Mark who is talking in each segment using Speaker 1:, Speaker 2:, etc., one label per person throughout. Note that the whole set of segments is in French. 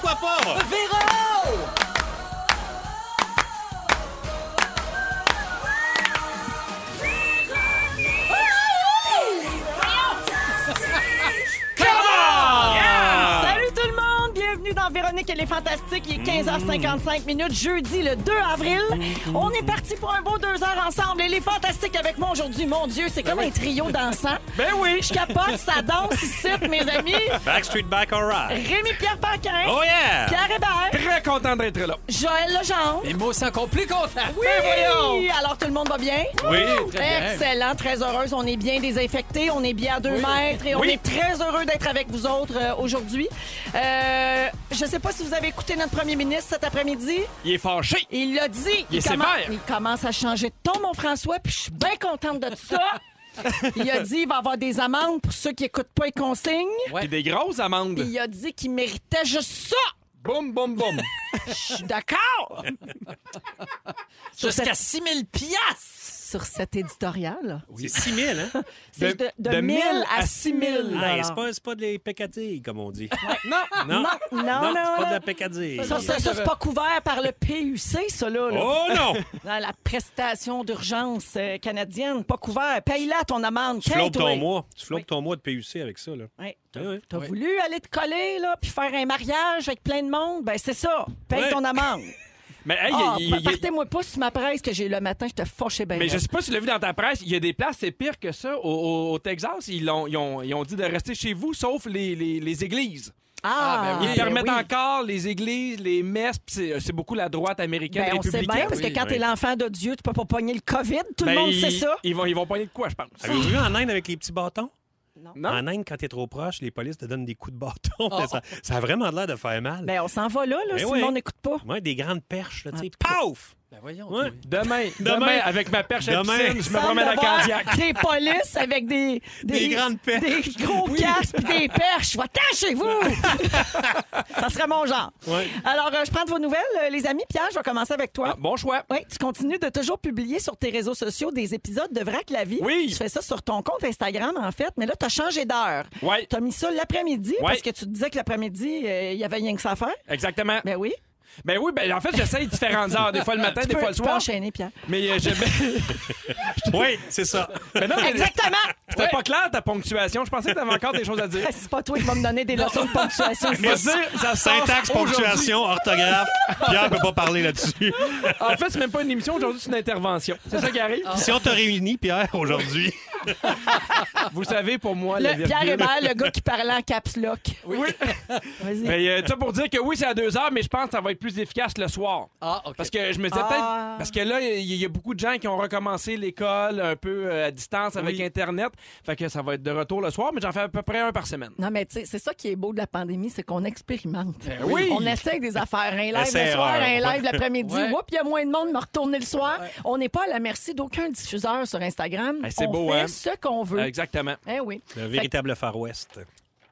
Speaker 1: sois fort
Speaker 2: Véro! Salut tout le monde! Bienvenue dans Véronique et les Fantastiques. Il est 15h55 minutes, jeudi le 2 avril. On est parti pour un beau deux heures ensemble. Et les Fantastiques avec moi aujourd'hui, mon Dieu, c'est comme un trio dansant.
Speaker 1: Ben oui
Speaker 2: Je capote, ça danse ici, mes amis.
Speaker 1: Backstreet Back alright
Speaker 2: Rémi-Pierre Paquin.
Speaker 1: Oh yeah
Speaker 2: Pierre Hébert.
Speaker 3: Très content d'être là.
Speaker 2: Joël Legendre.
Speaker 3: Et moi, c'est encore plus content.
Speaker 4: Ben
Speaker 2: Oui! Alors, tout le monde va bien?
Speaker 1: Oui
Speaker 3: bien.
Speaker 2: Excellent, très heureuse. On est bien désinfectés, on est bien à deux mètres et on
Speaker 1: Oui.
Speaker 2: est très heureux d'être avec vous autres euh, aujourd'hui. Euh, je ne sais pas si vous avez écouté notre premier ministre cet après-midi.
Speaker 3: Il est fâché.
Speaker 2: Il l'a dit.
Speaker 3: Il est
Speaker 2: commence,
Speaker 3: sévère.
Speaker 2: il commence à changer de ton, mon François, puis je suis bien contente de ça. Il a dit qu'il va y avoir des amendes pour ceux qui n'écoutent pas les consignes.
Speaker 3: Ouais. Puis des grosses
Speaker 2: Puis
Speaker 3: amendes.
Speaker 2: Il a dit qu'il méritait juste ça.
Speaker 3: Boum, boum, boum.
Speaker 2: Je suis d'accord
Speaker 4: Jusqu'à 6 000 piastres!
Speaker 2: sur cet éditorial.
Speaker 1: C'est 6 000, hein
Speaker 2: C'est de,
Speaker 3: De-
Speaker 2: de
Speaker 3: de
Speaker 2: 1000 à
Speaker 3: 6
Speaker 2: 6
Speaker 3: 000
Speaker 2: 000
Speaker 1: Ah, C'est pas, c'est pas des pécadilles, comme on dit.
Speaker 3: non.
Speaker 1: Non,
Speaker 2: Non, non,
Speaker 1: c'est
Speaker 2: non.
Speaker 1: pas de
Speaker 2: non.
Speaker 1: la pécadille.
Speaker 2: Ça, ça, ça, c'est pas couvert par le PUC, ça, là. là.
Speaker 1: Oh non
Speaker 2: Dans la prestation d'urgence euh, canadienne, pas couvert. Paye-la ton amende.
Speaker 1: Tu floppes ton
Speaker 2: Paye-toi.
Speaker 1: mois. Tu floppes
Speaker 2: Oui.
Speaker 1: ton mois de PUC avec ça, là.
Speaker 2: Ouais.
Speaker 1: Oui, oui.
Speaker 2: T'as
Speaker 3: Oui.
Speaker 2: voulu aller te coller, là, puis faire un mariage avec plein de monde? Ben, c'est ça. Paye
Speaker 1: Ouais.
Speaker 2: ton amende.
Speaker 3: Mais hey,
Speaker 2: Ah,
Speaker 3: il- il-
Speaker 2: pa-
Speaker 3: il-
Speaker 2: partez-moi pas sur ma presse que j'ai eu le matin, je te fâchais bien.
Speaker 3: mais je sais pas si tu l'as vu dans ta presse, il y a des places, c'est pire que ça. Au, au- au Texas, ils, l'ont- ils ont, ils ont dit de rester chez vous, sauf les, les- les églises.
Speaker 2: Ah,
Speaker 3: Ils
Speaker 2: ben
Speaker 3: permettent
Speaker 2: oui.
Speaker 3: encore les églises, les messes, puis c'est c'est beaucoup la droite américaine
Speaker 2: Ben, on sait
Speaker 3: républicaine.
Speaker 2: bien, parce que
Speaker 3: Oui.
Speaker 2: quand
Speaker 1: oui.
Speaker 2: t'es l'enfant de Dieu, tu peux pas pogner le COVID. Tout le
Speaker 3: Ben,
Speaker 2: monde sait
Speaker 3: ils-
Speaker 2: ça.
Speaker 3: Ils vont, ils vont pogner de quoi, je pense.
Speaker 1: Avez-vous vu en Inde avec les petits bâtons?
Speaker 3: Non?
Speaker 1: En Inde, quand t'es trop proche, les polices te donnent des coups de bâton. mais Ça, ça a vraiment l'air de faire mal.
Speaker 2: Oh. Ben, on s'en va là, là
Speaker 1: Ben
Speaker 2: si
Speaker 1: oui.
Speaker 2: le monde n'écoute pas.
Speaker 1: Ouais, des grandes perches, là, tu sais.
Speaker 2: En tout cas.
Speaker 1: Paf!
Speaker 4: Ben voyons.
Speaker 1: Ouais.
Speaker 4: toi.
Speaker 3: Demain, demain,
Speaker 1: Demain.
Speaker 3: avec ma perche à
Speaker 1: Demain.
Speaker 3: piscine, je me
Speaker 2: Semble
Speaker 3: promène à
Speaker 2: avoir
Speaker 3: Candiac.
Speaker 2: Des polices avec des...
Speaker 1: Des grandes perches.
Speaker 2: Des gros casques pis des perches. Va-t'en chez vous! Ça serait mon genre.
Speaker 1: Ouais.
Speaker 2: Alors, euh, je prends de vos nouvelles, euh, les amis. Pierre, je vais commencer avec toi.
Speaker 3: Ah, bon choix.
Speaker 2: Oui, tu continues de toujours publier sur tes réseaux sociaux des épisodes de Vrac la vie.
Speaker 3: Oui.
Speaker 2: Tu fais ça sur ton compte Instagram, en fait, mais là, tu as changé d'heure.
Speaker 3: Ouais.
Speaker 2: Tu as mis ça l'après-midi
Speaker 3: Ouais.
Speaker 2: parce que tu te disais que l'après-midi, euh, il y avait rien que ça à faire.
Speaker 3: Exactement.
Speaker 2: Ben oui.
Speaker 3: Ben oui, ben en fait, j'essaye différentes heures, des fois le matin,
Speaker 2: Tu
Speaker 3: des
Speaker 2: peux,
Speaker 3: fois le
Speaker 2: tu peux
Speaker 3: soir.
Speaker 2: enchaîner, Pierre.
Speaker 3: Mais euh, je- ben-
Speaker 1: Oui, c'est ça.
Speaker 3: ben non, mais
Speaker 2: Exactement!
Speaker 3: c'était pas clair ta ponctuation. Je pensais que t'avais encore des choses à dire.
Speaker 2: Ah, C'est pas toi qui vas me donner des leçons de ponctuation.
Speaker 3: Mais dire, ça sort
Speaker 1: Syntaxe,
Speaker 3: aujourd'hui.
Speaker 1: ponctuation, orthographe. Pierre peut pas parler là-dessus.
Speaker 3: En fait, c'est même pas une émission aujourd'hui, c'est une intervention. C'est ça qui arrive.
Speaker 1: Si on te réunit, Pierre, aujourd'hui,
Speaker 3: Vous savez, pour moi, Ah, la
Speaker 2: Le
Speaker 3: virgule-
Speaker 2: Pierre Hébert, le gars qui parlait en caps lock.
Speaker 3: Oui.
Speaker 2: Vas-y.
Speaker 3: Ben, euh, ça pour dire que oui, c'est à deux heures, mais je pense que ça va être plus efficace le soir.
Speaker 4: Ah, OK.
Speaker 3: Parce que je me disais
Speaker 2: Ah.
Speaker 3: peut-être. Parce que là, il y, y a beaucoup de gens qui ont recommencé l'école un peu euh, à distance avec Internet. Fait que ça va être de retour le soir, mais j'en fais à peu près un par semaine.
Speaker 2: Non, mais tu sais, c'est ça qui est beau de la pandémie, c'est qu'on expérimente.
Speaker 3: Ben oui.
Speaker 2: On essaie des affaires. Un live le
Speaker 1: Essaie-erreur.
Speaker 2: soir, un live l'après-midi.
Speaker 4: Ouais.
Speaker 2: Oups, il y a moins de monde, me retourner le soir. On n'est pas à la merci d'aucun diffuseur sur Instagram.
Speaker 3: Eh, c'est
Speaker 2: Mm. On
Speaker 3: beau,
Speaker 2: fait
Speaker 3: hein?
Speaker 2: ce qu'on veut.
Speaker 3: Exactement.
Speaker 2: Eh oui.
Speaker 1: le véritable Far West.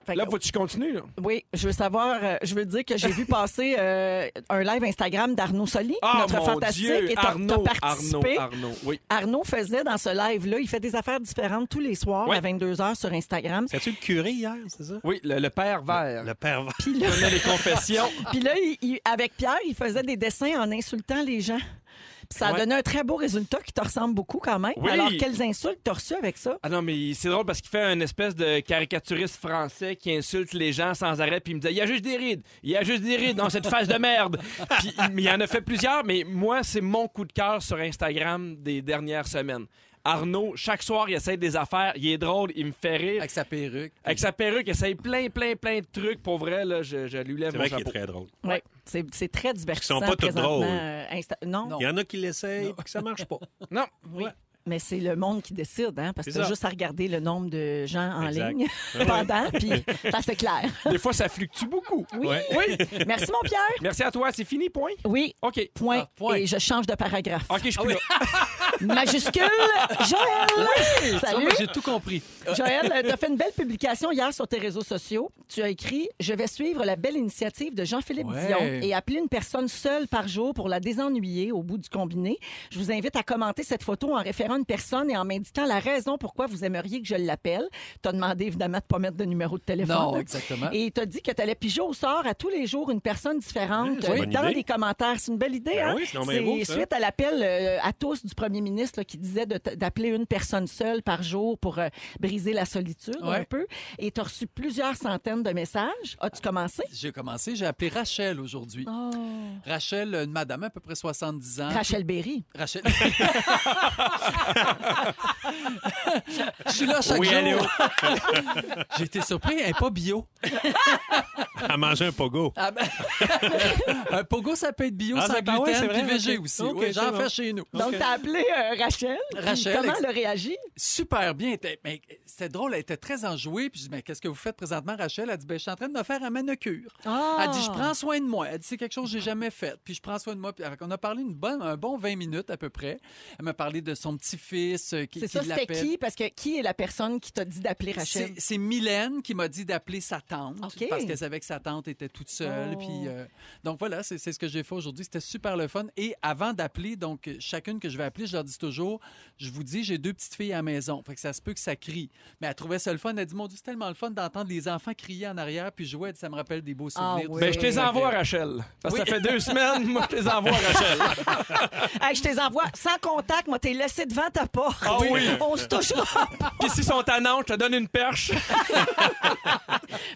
Speaker 2: Fait que-
Speaker 3: Là, faut que tu continues. là.
Speaker 2: oui, je veux savoir, euh, je veux dire que j'ai vu passer euh, un live Instagram d'Arnaud Soli,
Speaker 3: Ah,
Speaker 2: notre
Speaker 3: mon
Speaker 2: fantastique,
Speaker 3: Dieu,
Speaker 2: et t'as- t'as
Speaker 3: Arnaud, Arnaud,
Speaker 2: participé.
Speaker 3: Arnaud, oui.
Speaker 2: Arnaud faisait dans ce live-là, il fait des affaires différentes tous les soirs
Speaker 3: Ouais.
Speaker 2: à 22h sur Instagram.
Speaker 1: T'as-tu le curé hier, c'est ça?
Speaker 3: Oui, le, le père vert.
Speaker 1: Le père va.
Speaker 2: Puis là,
Speaker 3: les confessions.
Speaker 2: Puis là, il- il- avec Pierre, il faisait des dessins en insultant les gens. Puis ça a
Speaker 3: Ouais.
Speaker 2: donné un très beau résultat qui te ressemble beaucoup quand même.
Speaker 3: Oui.
Speaker 2: Alors, quelles insultes t'as reçues avec ça?
Speaker 3: Ah non, mais c'est drôle parce qu'il fait un espèce de caricaturiste français qui insulte les gens sans arrêt, puis il me dit « Il y a juste des rides, il y a juste des rides dans cette face de merde. » Puis mais il en a fait plusieurs, mais moi, c'est mon coup de cœur sur Instagram des dernières semaines. Arnaud, chaque soir, il essaie des affaires, il est drôle, il me fait rire.
Speaker 4: Avec sa perruque.
Speaker 3: Avec sa perruque, il essaie plein, plein, plein de trucs. Pour vrai, là, je, je lui lève
Speaker 1: C'est
Speaker 3: mon
Speaker 1: vrai qu'il est
Speaker 3: chapeau.
Speaker 1: très drôle.
Speaker 2: Oui. C'est c'est très divertissant.
Speaker 1: Ils sont pas tous
Speaker 2: présentement,
Speaker 1: drôles.
Speaker 2: euh, Insta- non,
Speaker 4: Non.
Speaker 1: Il y en a qui l'essayent et que ça marche pas.
Speaker 3: Non,
Speaker 2: Oui. mais c'est le monde qui décide, hein, parce que
Speaker 1: C'est
Speaker 2: t'as
Speaker 1: ça.
Speaker 2: juste à regarder le nombre de gens en
Speaker 1: Exact.
Speaker 2: ligne pendant, puis ça, c'est clair.
Speaker 3: des fois, ça fluctue beaucoup.
Speaker 2: Oui.
Speaker 1: Ouais.
Speaker 3: Oui.
Speaker 2: Merci, mon Pierre.
Speaker 3: Merci à toi, c'est fini, point.
Speaker 2: Oui,
Speaker 3: OK.
Speaker 2: point.
Speaker 4: Ah, point.
Speaker 2: Et je change de paragraphe.
Speaker 3: OK, je suis plus là.
Speaker 2: Majuscule, Joël.
Speaker 4: Ça,
Speaker 2: Salut.
Speaker 4: moi, J'ai tout compris.
Speaker 2: Joël, tu as fait une belle publication hier sur tes réseaux sociaux. Tu as écrit Je vais suivre la belle initiative de Jean-Philippe
Speaker 4: Ouais.
Speaker 2: Dion et appeler une personne seule par jour pour la désennuyer au bout du combiné. Je vous invite à commenter cette photo en référant une personne et en m'indiquant la raison pourquoi vous aimeriez que je l'appelle. Tu as demandé évidemment de ne pas mettre de numéro de téléphone.
Speaker 4: Non, exactement.
Speaker 2: Et tu as dit que tu allais piger au sort à tous les jours une personne différente
Speaker 1: c'est une
Speaker 2: euh,
Speaker 1: bonne
Speaker 2: dans
Speaker 1: idée.
Speaker 2: les commentaires. C'est une belle idée,
Speaker 1: Ben
Speaker 2: hein?
Speaker 1: oui, c'est donc bien
Speaker 2: C'est
Speaker 1: beau, ça.
Speaker 2: suite à l'appel euh, à tous du premier ministre là, qui disait de t- d'appeler une personne seule par jour pour euh, briser la solitude
Speaker 4: Ouais.
Speaker 2: un peu. Et tu as reçu plusieurs centaines de messages. As-tu commencé?
Speaker 4: J'ai commencé, j'ai appelé Rachel aujourd'hui. Rachel, une madame à peu près 70 ans.
Speaker 2: Rachel Berry.
Speaker 4: Rachel. Je suis là chaque
Speaker 1: Oui,
Speaker 4: jour.
Speaker 1: elle est
Speaker 4: J'ai été surpris, elle n'est pas bio.
Speaker 1: À manger un pogo.
Speaker 4: Ah ben- un pogo, ça peut être bio
Speaker 1: Ah,
Speaker 4: sans
Speaker 1: c'est-
Speaker 4: gluten,
Speaker 1: ah ouais, c'est vrai,
Speaker 4: puis végé
Speaker 1: ok.
Speaker 4: aussi.
Speaker 1: Ok,
Speaker 4: Oui,
Speaker 1: c'est
Speaker 4: J'en
Speaker 1: bon.
Speaker 4: fais chez nous.
Speaker 2: Donc, tu as appelé euh, Rachel. Puis
Speaker 4: Rachel,
Speaker 2: Comment
Speaker 4: ex-
Speaker 2: elle a réagi?
Speaker 4: Super bien. Elle était- mais C'était drôle, elle était très enjouée. Puis je dis, mais qu'est-ce que vous faites présentement, Rachel? Elle dit, ben, je suis en train de me faire un manucure.
Speaker 2: Ah.
Speaker 4: Elle dit, je prends soin de moi. Elle dit, c'est quelque chose que j'ai jamais fait. Puis je prends soin de moi. Puis on a parlé une bonne, un bon 20 minutes à peu près. Elle m'a parlé de son petit-fils euh, qui,
Speaker 2: C'est
Speaker 4: qui
Speaker 2: ça, c'était
Speaker 4: l'appelle.
Speaker 2: qui? Parce que qui est la personne qui t'a dit d'appeler Rachel?
Speaker 4: C'est c'est Mylène qui m'a dit d'appeler sa tante
Speaker 2: OK.
Speaker 4: parce qu'elle savait que sa tante était toute seule.
Speaker 2: Oh.
Speaker 4: Puis, euh, donc voilà, c'est c'est ce que j'ai fait aujourd'hui. C'était super le fun. Et avant d'appeler, donc euh, chacune que je vais appeler, je leur dis toujours, je vous dis, j'ai deux petites filles à la maison. Fait que ça se peut que ça crie. Mais elle trouvait ça le fun. Elle dit, mon Dieu, c'est tellement le fun d'entendre les enfants crier en arrière puis jouer. Elle dit, ça me rappelle des beaux
Speaker 2: Ah
Speaker 4: souvenirs.
Speaker 2: oui.
Speaker 3: Ben, je te les envoie, Rachel. Parce que ça fait deux semaines, moi, je te les envoie, Rachel.
Speaker 4: Ah
Speaker 2: Hey, je te les envoie sans contact. Moi, t'es laissé devant ta porte.
Speaker 3: Ah oui.
Speaker 2: On se touchera.
Speaker 3: Puis s'ils sont à Nantes, je te donne une perche.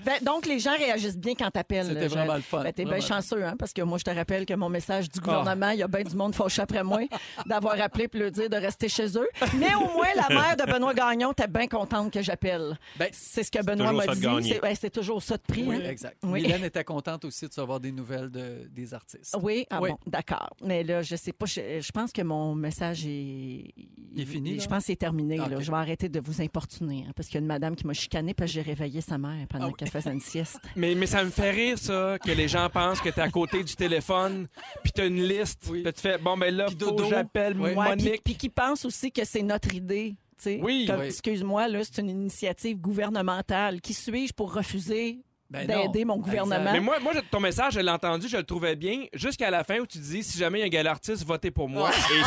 Speaker 2: Ben, donc, les gens réagissent bien quand t'appelles.
Speaker 4: C'était
Speaker 2: là, Joël.
Speaker 4: vraiment le fun.
Speaker 2: Ben, t'es bien
Speaker 4: Vraiment. Ah.
Speaker 2: chanceux, hein, parce que moi, je te rappelle que mon message du gouvernement, il y a bien du monde fauché après moi d'avoir appelé pour leur dire de rester chez eux. Mais au moins, la mère de Benoît Gagnon était bien contente que j'appelle.
Speaker 4: Ben,
Speaker 2: c'est ce que Benoît
Speaker 1: toujours
Speaker 2: m'a
Speaker 1: ça de
Speaker 2: dit.
Speaker 1: gagner.
Speaker 2: C'est ouais, c'est toujours ça de prix.
Speaker 4: Oui,
Speaker 2: hein.
Speaker 4: exact.
Speaker 2: Oui.
Speaker 4: Mylène était contente aussi de savoir des nouvelles de- des artistes.
Speaker 2: Oui, ah
Speaker 4: Oui.
Speaker 2: bon, d'accord. Mais là, je sais pas, je, je pense que mon message est...
Speaker 4: Il est fini,
Speaker 2: Je
Speaker 4: là?
Speaker 2: pense que c'est terminé.
Speaker 4: Ah,
Speaker 2: là.
Speaker 4: ok.
Speaker 2: Je vais arrêter de vous importuner, hein, parce qu'il y a une madame qui m'a chicanée parce que j'ai réveillé sa mère pendant
Speaker 4: Ah oui.
Speaker 2: qu'elle faisait une sieste.
Speaker 3: Mais, mais ça me fait rire, ça, que les gens pensent que t'es à côté du téléphone, puis t'as une liste,
Speaker 4: Oui.
Speaker 3: puis tu fais, bon, ben là,
Speaker 4: Puis
Speaker 3: faut
Speaker 4: dodo.
Speaker 3: que j'appelle
Speaker 4: Ouais.
Speaker 2: Ouais, puis-
Speaker 3: Monique.
Speaker 2: Puis qui pense aussi que c'est notre idée. tu sais.
Speaker 3: Oui.
Speaker 2: Comme,
Speaker 4: Oui.
Speaker 2: Excuse-moi, là, c'est une initiative gouvernementale. Qui suis-je pour refuser
Speaker 4: Ben non.
Speaker 2: d'aider mon gouvernement?
Speaker 4: Exact.
Speaker 3: Mais moi, moi, je- ton message, je l'ai entendu, je le trouvais bien, jusqu'à la fin où tu dis si jamais il y a un gal artiste, votez pour moi.
Speaker 4: Ah.
Speaker 3: Et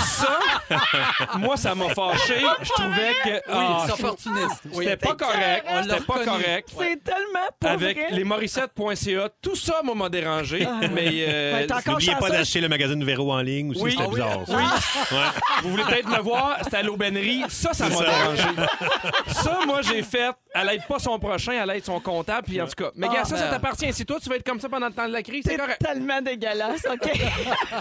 Speaker 3: ça, moi, ça m'a fâché. Je trouvais que. ah,
Speaker 4: Oui, c'est opportuniste. Oui.
Speaker 3: c'était pas correct.
Speaker 4: On l'a
Speaker 3: C'était pas
Speaker 4: reconnu. Ah,
Speaker 3: correct.
Speaker 2: C'est tellement pas
Speaker 3: Avec
Speaker 2: vrai. Ah,
Speaker 3: les morissette.ca, tout ça, moi, m'a dérangé. Mais euh,
Speaker 2: Ouais, t'as encore
Speaker 1: N'oubliez pas
Speaker 2: chanceux.
Speaker 1: d'acheter le magazine Véro en ligne aussi,
Speaker 3: Oui.
Speaker 1: c'était
Speaker 3: Ah oui.
Speaker 1: bizarre. ça. Ouais.
Speaker 3: vous voulez peut-être me voir, c'était à l'aubainerie. Ça, ça m'a
Speaker 1: ça.
Speaker 3: dérangé. Ça, moi, j'ai fait. Elle aide pas son prochain, elle aide son comptable. Puis en tout cas, mais
Speaker 2: Ah,
Speaker 3: gars, ça, ça
Speaker 4: ben.
Speaker 3: t'appartient. Si toi, tu vas être comme ça pendant le temps de la crise, c'est
Speaker 2: C'est
Speaker 3: correct.
Speaker 2: tellement dégueulasse, OK?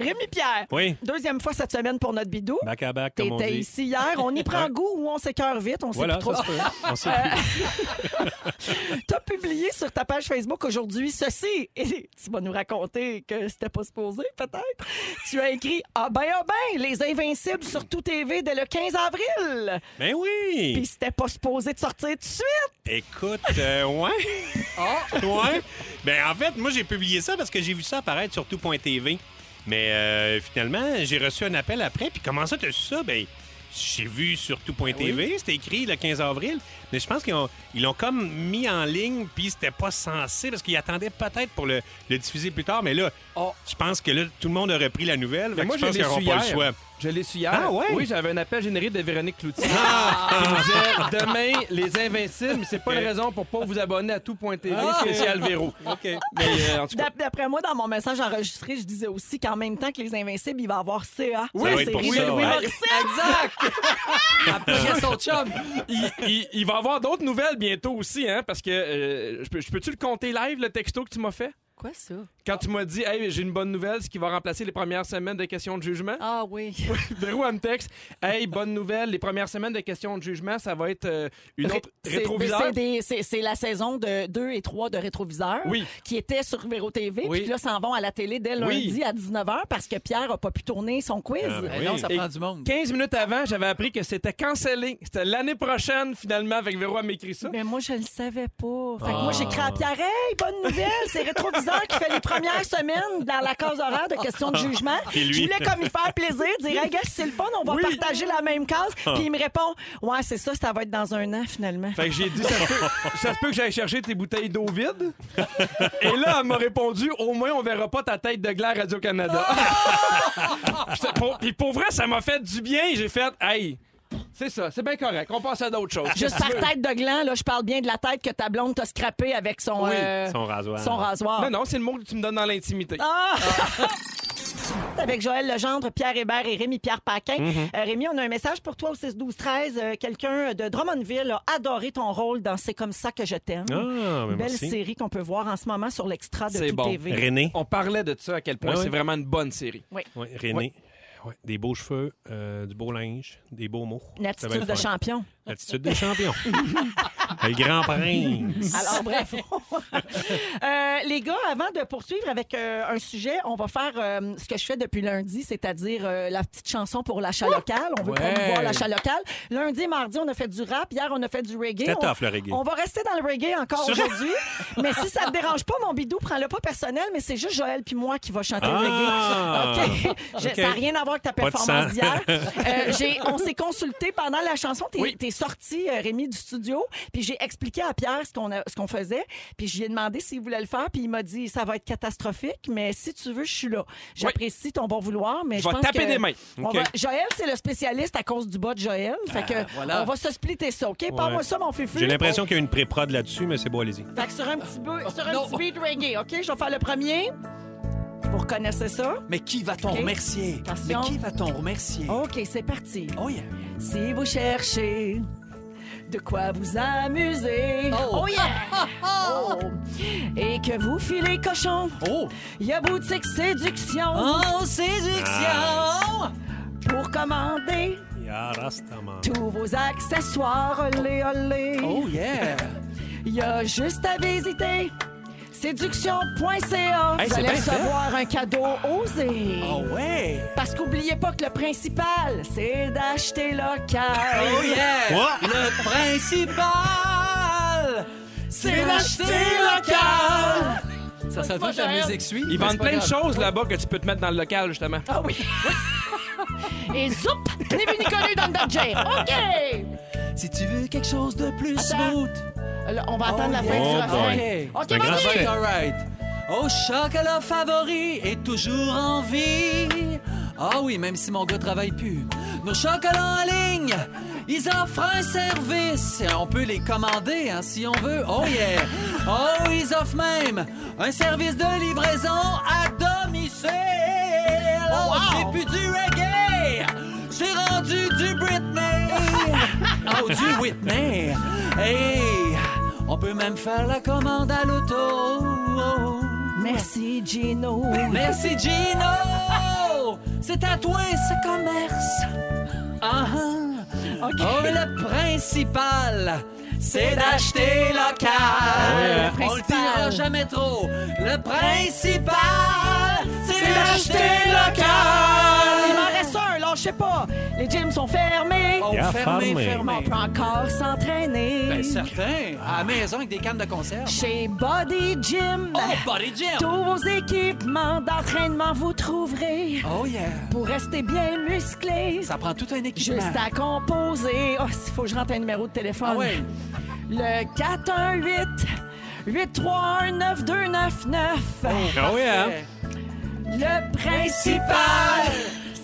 Speaker 2: Rémi Pierre,
Speaker 1: Oui.
Speaker 2: deuxième fois cette semaine pour notre bidou.
Speaker 1: Back à back, comme on
Speaker 2: T'étais
Speaker 1: dit.
Speaker 2: ici hier, on y prend
Speaker 1: Ouais.
Speaker 2: goût ou on s'écœure vite, on sait
Speaker 1: Voilà,
Speaker 2: plus trop.
Speaker 1: ça se peut. On sait plus.
Speaker 2: T'as publié sur ta page Facebook aujourd'hui ceci, et tu vas nous raconter que c'était pas supposé, peut-être. Tu as écrit « Ah ben, ah ben, les Invincibles sur tout TV dès le 15 avril!
Speaker 1: Mais »
Speaker 2: Puis
Speaker 1: Ben oui!
Speaker 2: c'était pas supposé de sortir tout de suite.
Speaker 1: Écoute, euh, ouais.
Speaker 3: Ah.
Speaker 1: ouais. Ben, en fait, moi, j'ai publié ça parce que j'ai vu ça apparaître sur tout.tv. Mais euh, finalement, j'ai reçu un appel après. Puis comment ça, t'as su ça? Ben, j'ai vu sur tout.tv.
Speaker 3: Ah
Speaker 1: C'était écrit le 15 avril. Mais je pense qu'ils ont- ils l'ont comme mis en ligne. Puis c'était pas censé parce qu'ils attendaient peut-être pour le, le diffuser plus tard. Mais là,
Speaker 4: Oh.
Speaker 1: je pense que là, tout le monde a repris la
Speaker 3: Ah.
Speaker 1: nouvelle.
Speaker 3: Mais
Speaker 1: Fait que
Speaker 3: moi,
Speaker 1: je
Speaker 3: je
Speaker 1: pense qu'ils
Speaker 3: l'ai su
Speaker 1: n'auront pas le
Speaker 3: hier.
Speaker 1: choix.
Speaker 3: Je l'ai su hier.
Speaker 1: Ah ouais?
Speaker 3: Oui, j'avais un appel générique de Véronique Cloutier.
Speaker 2: Ah.
Speaker 3: Qui me disait Demain, les Invincibles, mais c'est pas une raison pour pas vous abonner à tout.tv
Speaker 2: Ah.
Speaker 3: spécial Véro.
Speaker 1: OK.
Speaker 3: Mais euh, en tout cas.
Speaker 2: D'ap- D'après moi, dans mon message enregistré, je disais aussi qu'en même temps que les Invincibles, il va y avoir CA.
Speaker 1: Oui,
Speaker 2: La
Speaker 1: c'est
Speaker 2: série
Speaker 1: pour
Speaker 2: de
Speaker 1: ça,
Speaker 2: Louis
Speaker 1: ouais.
Speaker 2: Morissette.
Speaker 4: Exact! Après son chum.
Speaker 3: Il, il- il va y avoir d'autres nouvelles bientôt aussi, hein, parce que euh, je peux- je peux-tu le compter live, le texto que tu m'as fait?
Speaker 2: Quoi ça?
Speaker 3: Quand tu m'as dit, hey, j'ai une bonne nouvelle, ce qui va remplacer les premières semaines de questions de jugement.
Speaker 2: Ah oui.
Speaker 3: Véro, elle me texte, hey, bonne nouvelle, les premières semaines de questions de jugement, ça va être euh, une
Speaker 2: Ré-
Speaker 3: autre
Speaker 2: c'est-
Speaker 3: rétroviseur.
Speaker 2: c'est des- C'est c'est la saison de 2 et 3 de Rétroviseur
Speaker 3: Oui.
Speaker 2: qui était sur Véro TV.
Speaker 4: Oui.
Speaker 2: Puis là, s'en vont à la télé dès
Speaker 3: Oui.
Speaker 2: lundi à 19h parce que Pierre n'a pas pu tourner son quiz.
Speaker 1: Ah,
Speaker 4: Ben
Speaker 1: Oui.
Speaker 4: Non, ça
Speaker 3: Et-
Speaker 4: prend du monde.
Speaker 3: 15 minutes avant, j'avais appris que c'était cancellé. C'était l'année prochaine, finalement, avec Véro à m'écrire ça.
Speaker 1: Ah.
Speaker 2: Mais moi, je le savais pas. Fait que moi, j'écris à Pierre, hey, bonne nouvelle, c'est Rétroviseur qui fait les première semaine dans la case horaire de question de jugement.
Speaker 1: Puis lui.
Speaker 2: Je voulais comme lui faire plaisir, dire, hey, gars, c'est le fun, on va partager la même case. Puis il me répond, ouais, c'est ça, ça va être dans un an finalement.
Speaker 3: Fait que j'ai dit, ça se peut, ça se peut que j'aille chercher tes bouteilles d'eau vide. Et là, elle m'a répondu, au moins, on verra pas ta tête de glaire Radio-Canada. J'étais- pour- Puis pour vrai, ça m'a fait du bien. J'ai fait, hey, c'est ça, c'est bien correct. On passe à d'autres choses.
Speaker 2: Juste par tête de gland, là, je parle bien de la tête que ta blonde t'a scrappée avec son, euh,
Speaker 1: Son rasoir.
Speaker 2: son rasoir.
Speaker 3: Non, non, c'est le mot que tu me donnes dans l'intimité.
Speaker 2: Ah! Avec Joël Legendre, Pierre Hébert et Rémi-Pierre Paquin.
Speaker 1: Mm-hmm.
Speaker 2: Euh, Rémi, on a un message pour toi au 6-12-13. Euh, Quelqu'un de Drummondville a adoré ton rôle dans C'est comme ça que je t'aime.
Speaker 1: Ah, mais
Speaker 2: Une belle
Speaker 1: merci.
Speaker 2: série qu'on peut voir en ce moment sur l'extra de
Speaker 3: C'est
Speaker 2: Tout
Speaker 3: bon.
Speaker 2: TV.
Speaker 1: René.
Speaker 3: On parlait de ça, à quel point
Speaker 1: Ouais, ouais.
Speaker 3: c'est vraiment une bonne série.
Speaker 1: Ouais, René. Ouais, Des beaux cheveux, euh, du beau linge, des beaux mots.
Speaker 2: Une
Speaker 1: Ça va
Speaker 2: attitude
Speaker 1: être
Speaker 2: de
Speaker 1: fun.
Speaker 2: champion.
Speaker 1: L'attitude de champion. le grand prince.
Speaker 2: Alors, bref. Euh, les gars, avant de poursuivre avec euh, un sujet, on va faire euh, ce que je fais depuis lundi, c'est-à-dire euh, la petite chanson pour l'achat local. On veut
Speaker 4: Ouais.
Speaker 2: promouvoir l'achat local. Lundi et mardi, on a fait du rap. Hier, on a fait du reggae.
Speaker 1: C'était
Speaker 2: On-
Speaker 1: tough, le reggae.
Speaker 2: On va rester dans le reggae encore aujourd'hui. mais si ça te dérange pas, mon bidou, prends-le pas personnel, mais c'est juste Joël puis moi qui va chanter le
Speaker 1: Ah!
Speaker 2: reggae. OK. Je-
Speaker 1: OK.
Speaker 2: Ça n'a rien à voir avec ta
Speaker 1: Pas de
Speaker 2: performance
Speaker 1: sang.
Speaker 2: d'hier. Euh, j'ai- on s'est consulté pendant la chanson. T'es
Speaker 3: Oui.
Speaker 2: t'es sorti, euh, Rémi, du studio. Puis j'ai expliqué à Pierre ce qu'on a- ce qu'on faisait. Puis je lui ai demandé s'il voulait le faire. Puis il m'a dit ça va être catastrophique, mais si tu veux, je suis là. J'apprécie ton bon vouloir, mais
Speaker 3: Je
Speaker 2: je,
Speaker 3: vais
Speaker 2: pense
Speaker 3: taper
Speaker 2: que
Speaker 3: des mains.
Speaker 2: on
Speaker 1: OK.
Speaker 2: va- Joël, c'est le spécialiste à cause du bas de Joël. Fait que
Speaker 4: voilà.
Speaker 2: on va se splitter ça, OK? Parle-moi ça, mon fufu.
Speaker 1: J'ai l'impression qu'il y a une pré-prod là-dessus, mais c'est bon, allez-y.
Speaker 2: Fait que sur un petit, peu- sur un petit beat reggae, OK? Je vais faire le premier. Vous reconnaissez ça?
Speaker 4: Mais qui va-t-on
Speaker 2: Ok.
Speaker 4: remercier?
Speaker 2: Attention.
Speaker 4: Mais qui va-t-on remercier?
Speaker 2: OK, c'est parti.
Speaker 4: Oh yeah.
Speaker 2: Si vous cherchez de quoi vous amuser,
Speaker 4: Oh.
Speaker 2: oh yeah! Oh. Et que vous filez cochon,
Speaker 4: Oh!
Speaker 2: il y a boutique séduction
Speaker 4: Oh, séduction!
Speaker 2: pour commander tous vos accessoires. Olé, olé.
Speaker 4: Oh yeah!
Speaker 2: Il y a juste à visiter séduction.ca.
Speaker 4: Hey,
Speaker 2: vous
Speaker 4: c'est
Speaker 2: allez
Speaker 4: bien fait.
Speaker 2: recevoir un cadeau osé.
Speaker 4: Oh ouais!
Speaker 2: Parce qu'oubliez pas que le principal, c'est d'acheter local.
Speaker 4: Oh yeah!
Speaker 1: Quoi?
Speaker 4: Le principal, c'est d'acheter local! Ça, ça
Speaker 2: Pas
Speaker 4: veut que la
Speaker 2: cher.
Speaker 4: musique suit.
Speaker 3: Ils
Speaker 4: mais
Speaker 3: vendent
Speaker 4: c'est pas
Speaker 3: plein de
Speaker 4: grave.
Speaker 3: choses là-bas que tu peux te mettre dans le local, justement.
Speaker 2: Ah oui. Et zoup, ni vu ni connu dans le budget. OK.
Speaker 4: Si tu veux quelque chose de plus
Speaker 2: Attends.
Speaker 4: smooth,
Speaker 2: Là, on va attendre la fin
Speaker 1: yeah.
Speaker 2: du
Speaker 1: Oh
Speaker 2: refrain.
Speaker 4: boy.
Speaker 2: OK,
Speaker 1: C'est un grand
Speaker 2: vas-y.
Speaker 1: succès.
Speaker 4: c'est alright. Oh, chocolat favori est toujours en vie. Ah oui, même si mon gars travaille plus. Nos chocolats en ligne, ils offrent un service. Et on peut les commander hein, si on veut. Oh yeah. Oh, ils offrent même un service de livraison à domicile. Oh, c'est plus du reggae. C'est rendu du Britney. oh, du Whitney. Hey, on peut même faire la commande à l'auto.
Speaker 2: Merci, Gino.
Speaker 4: Merci Gino! C'est à toi ce commerce! Ah, ah. Oh, le principal, c'est d'acheter
Speaker 1: hein.
Speaker 2: Ouais.
Speaker 4: local!
Speaker 2: Le
Speaker 4: On le
Speaker 2: principal.
Speaker 4: dira jamais trop! Oh, Le principal, c'est d'acheter local!
Speaker 2: Il m'en reste un, là, je sais pas. Les gyms sont fermés.
Speaker 4: Oh,
Speaker 1: Il a
Speaker 4: fermé,
Speaker 1: fermé.
Speaker 2: Mais on
Speaker 4: fermé!
Speaker 2: peut encore s'entraîner.
Speaker 4: Ben, certain! À la maison avec des cannes de conserve!
Speaker 2: Chez Body Gym.
Speaker 4: Oh, Body Gym!
Speaker 2: Tous vos équipements d'entraînement, vous trouverez
Speaker 4: Oh yeah!
Speaker 2: pour rester bien musclé.
Speaker 4: Ça prend tout un équipement!
Speaker 2: Juste à composer. Oh, il faut que je rentre un numéro de téléphone.
Speaker 4: Ah ouais.
Speaker 2: Le 418 831 9299
Speaker 1: Ah oui, hein?
Speaker 4: Parfait.
Speaker 2: Le principal,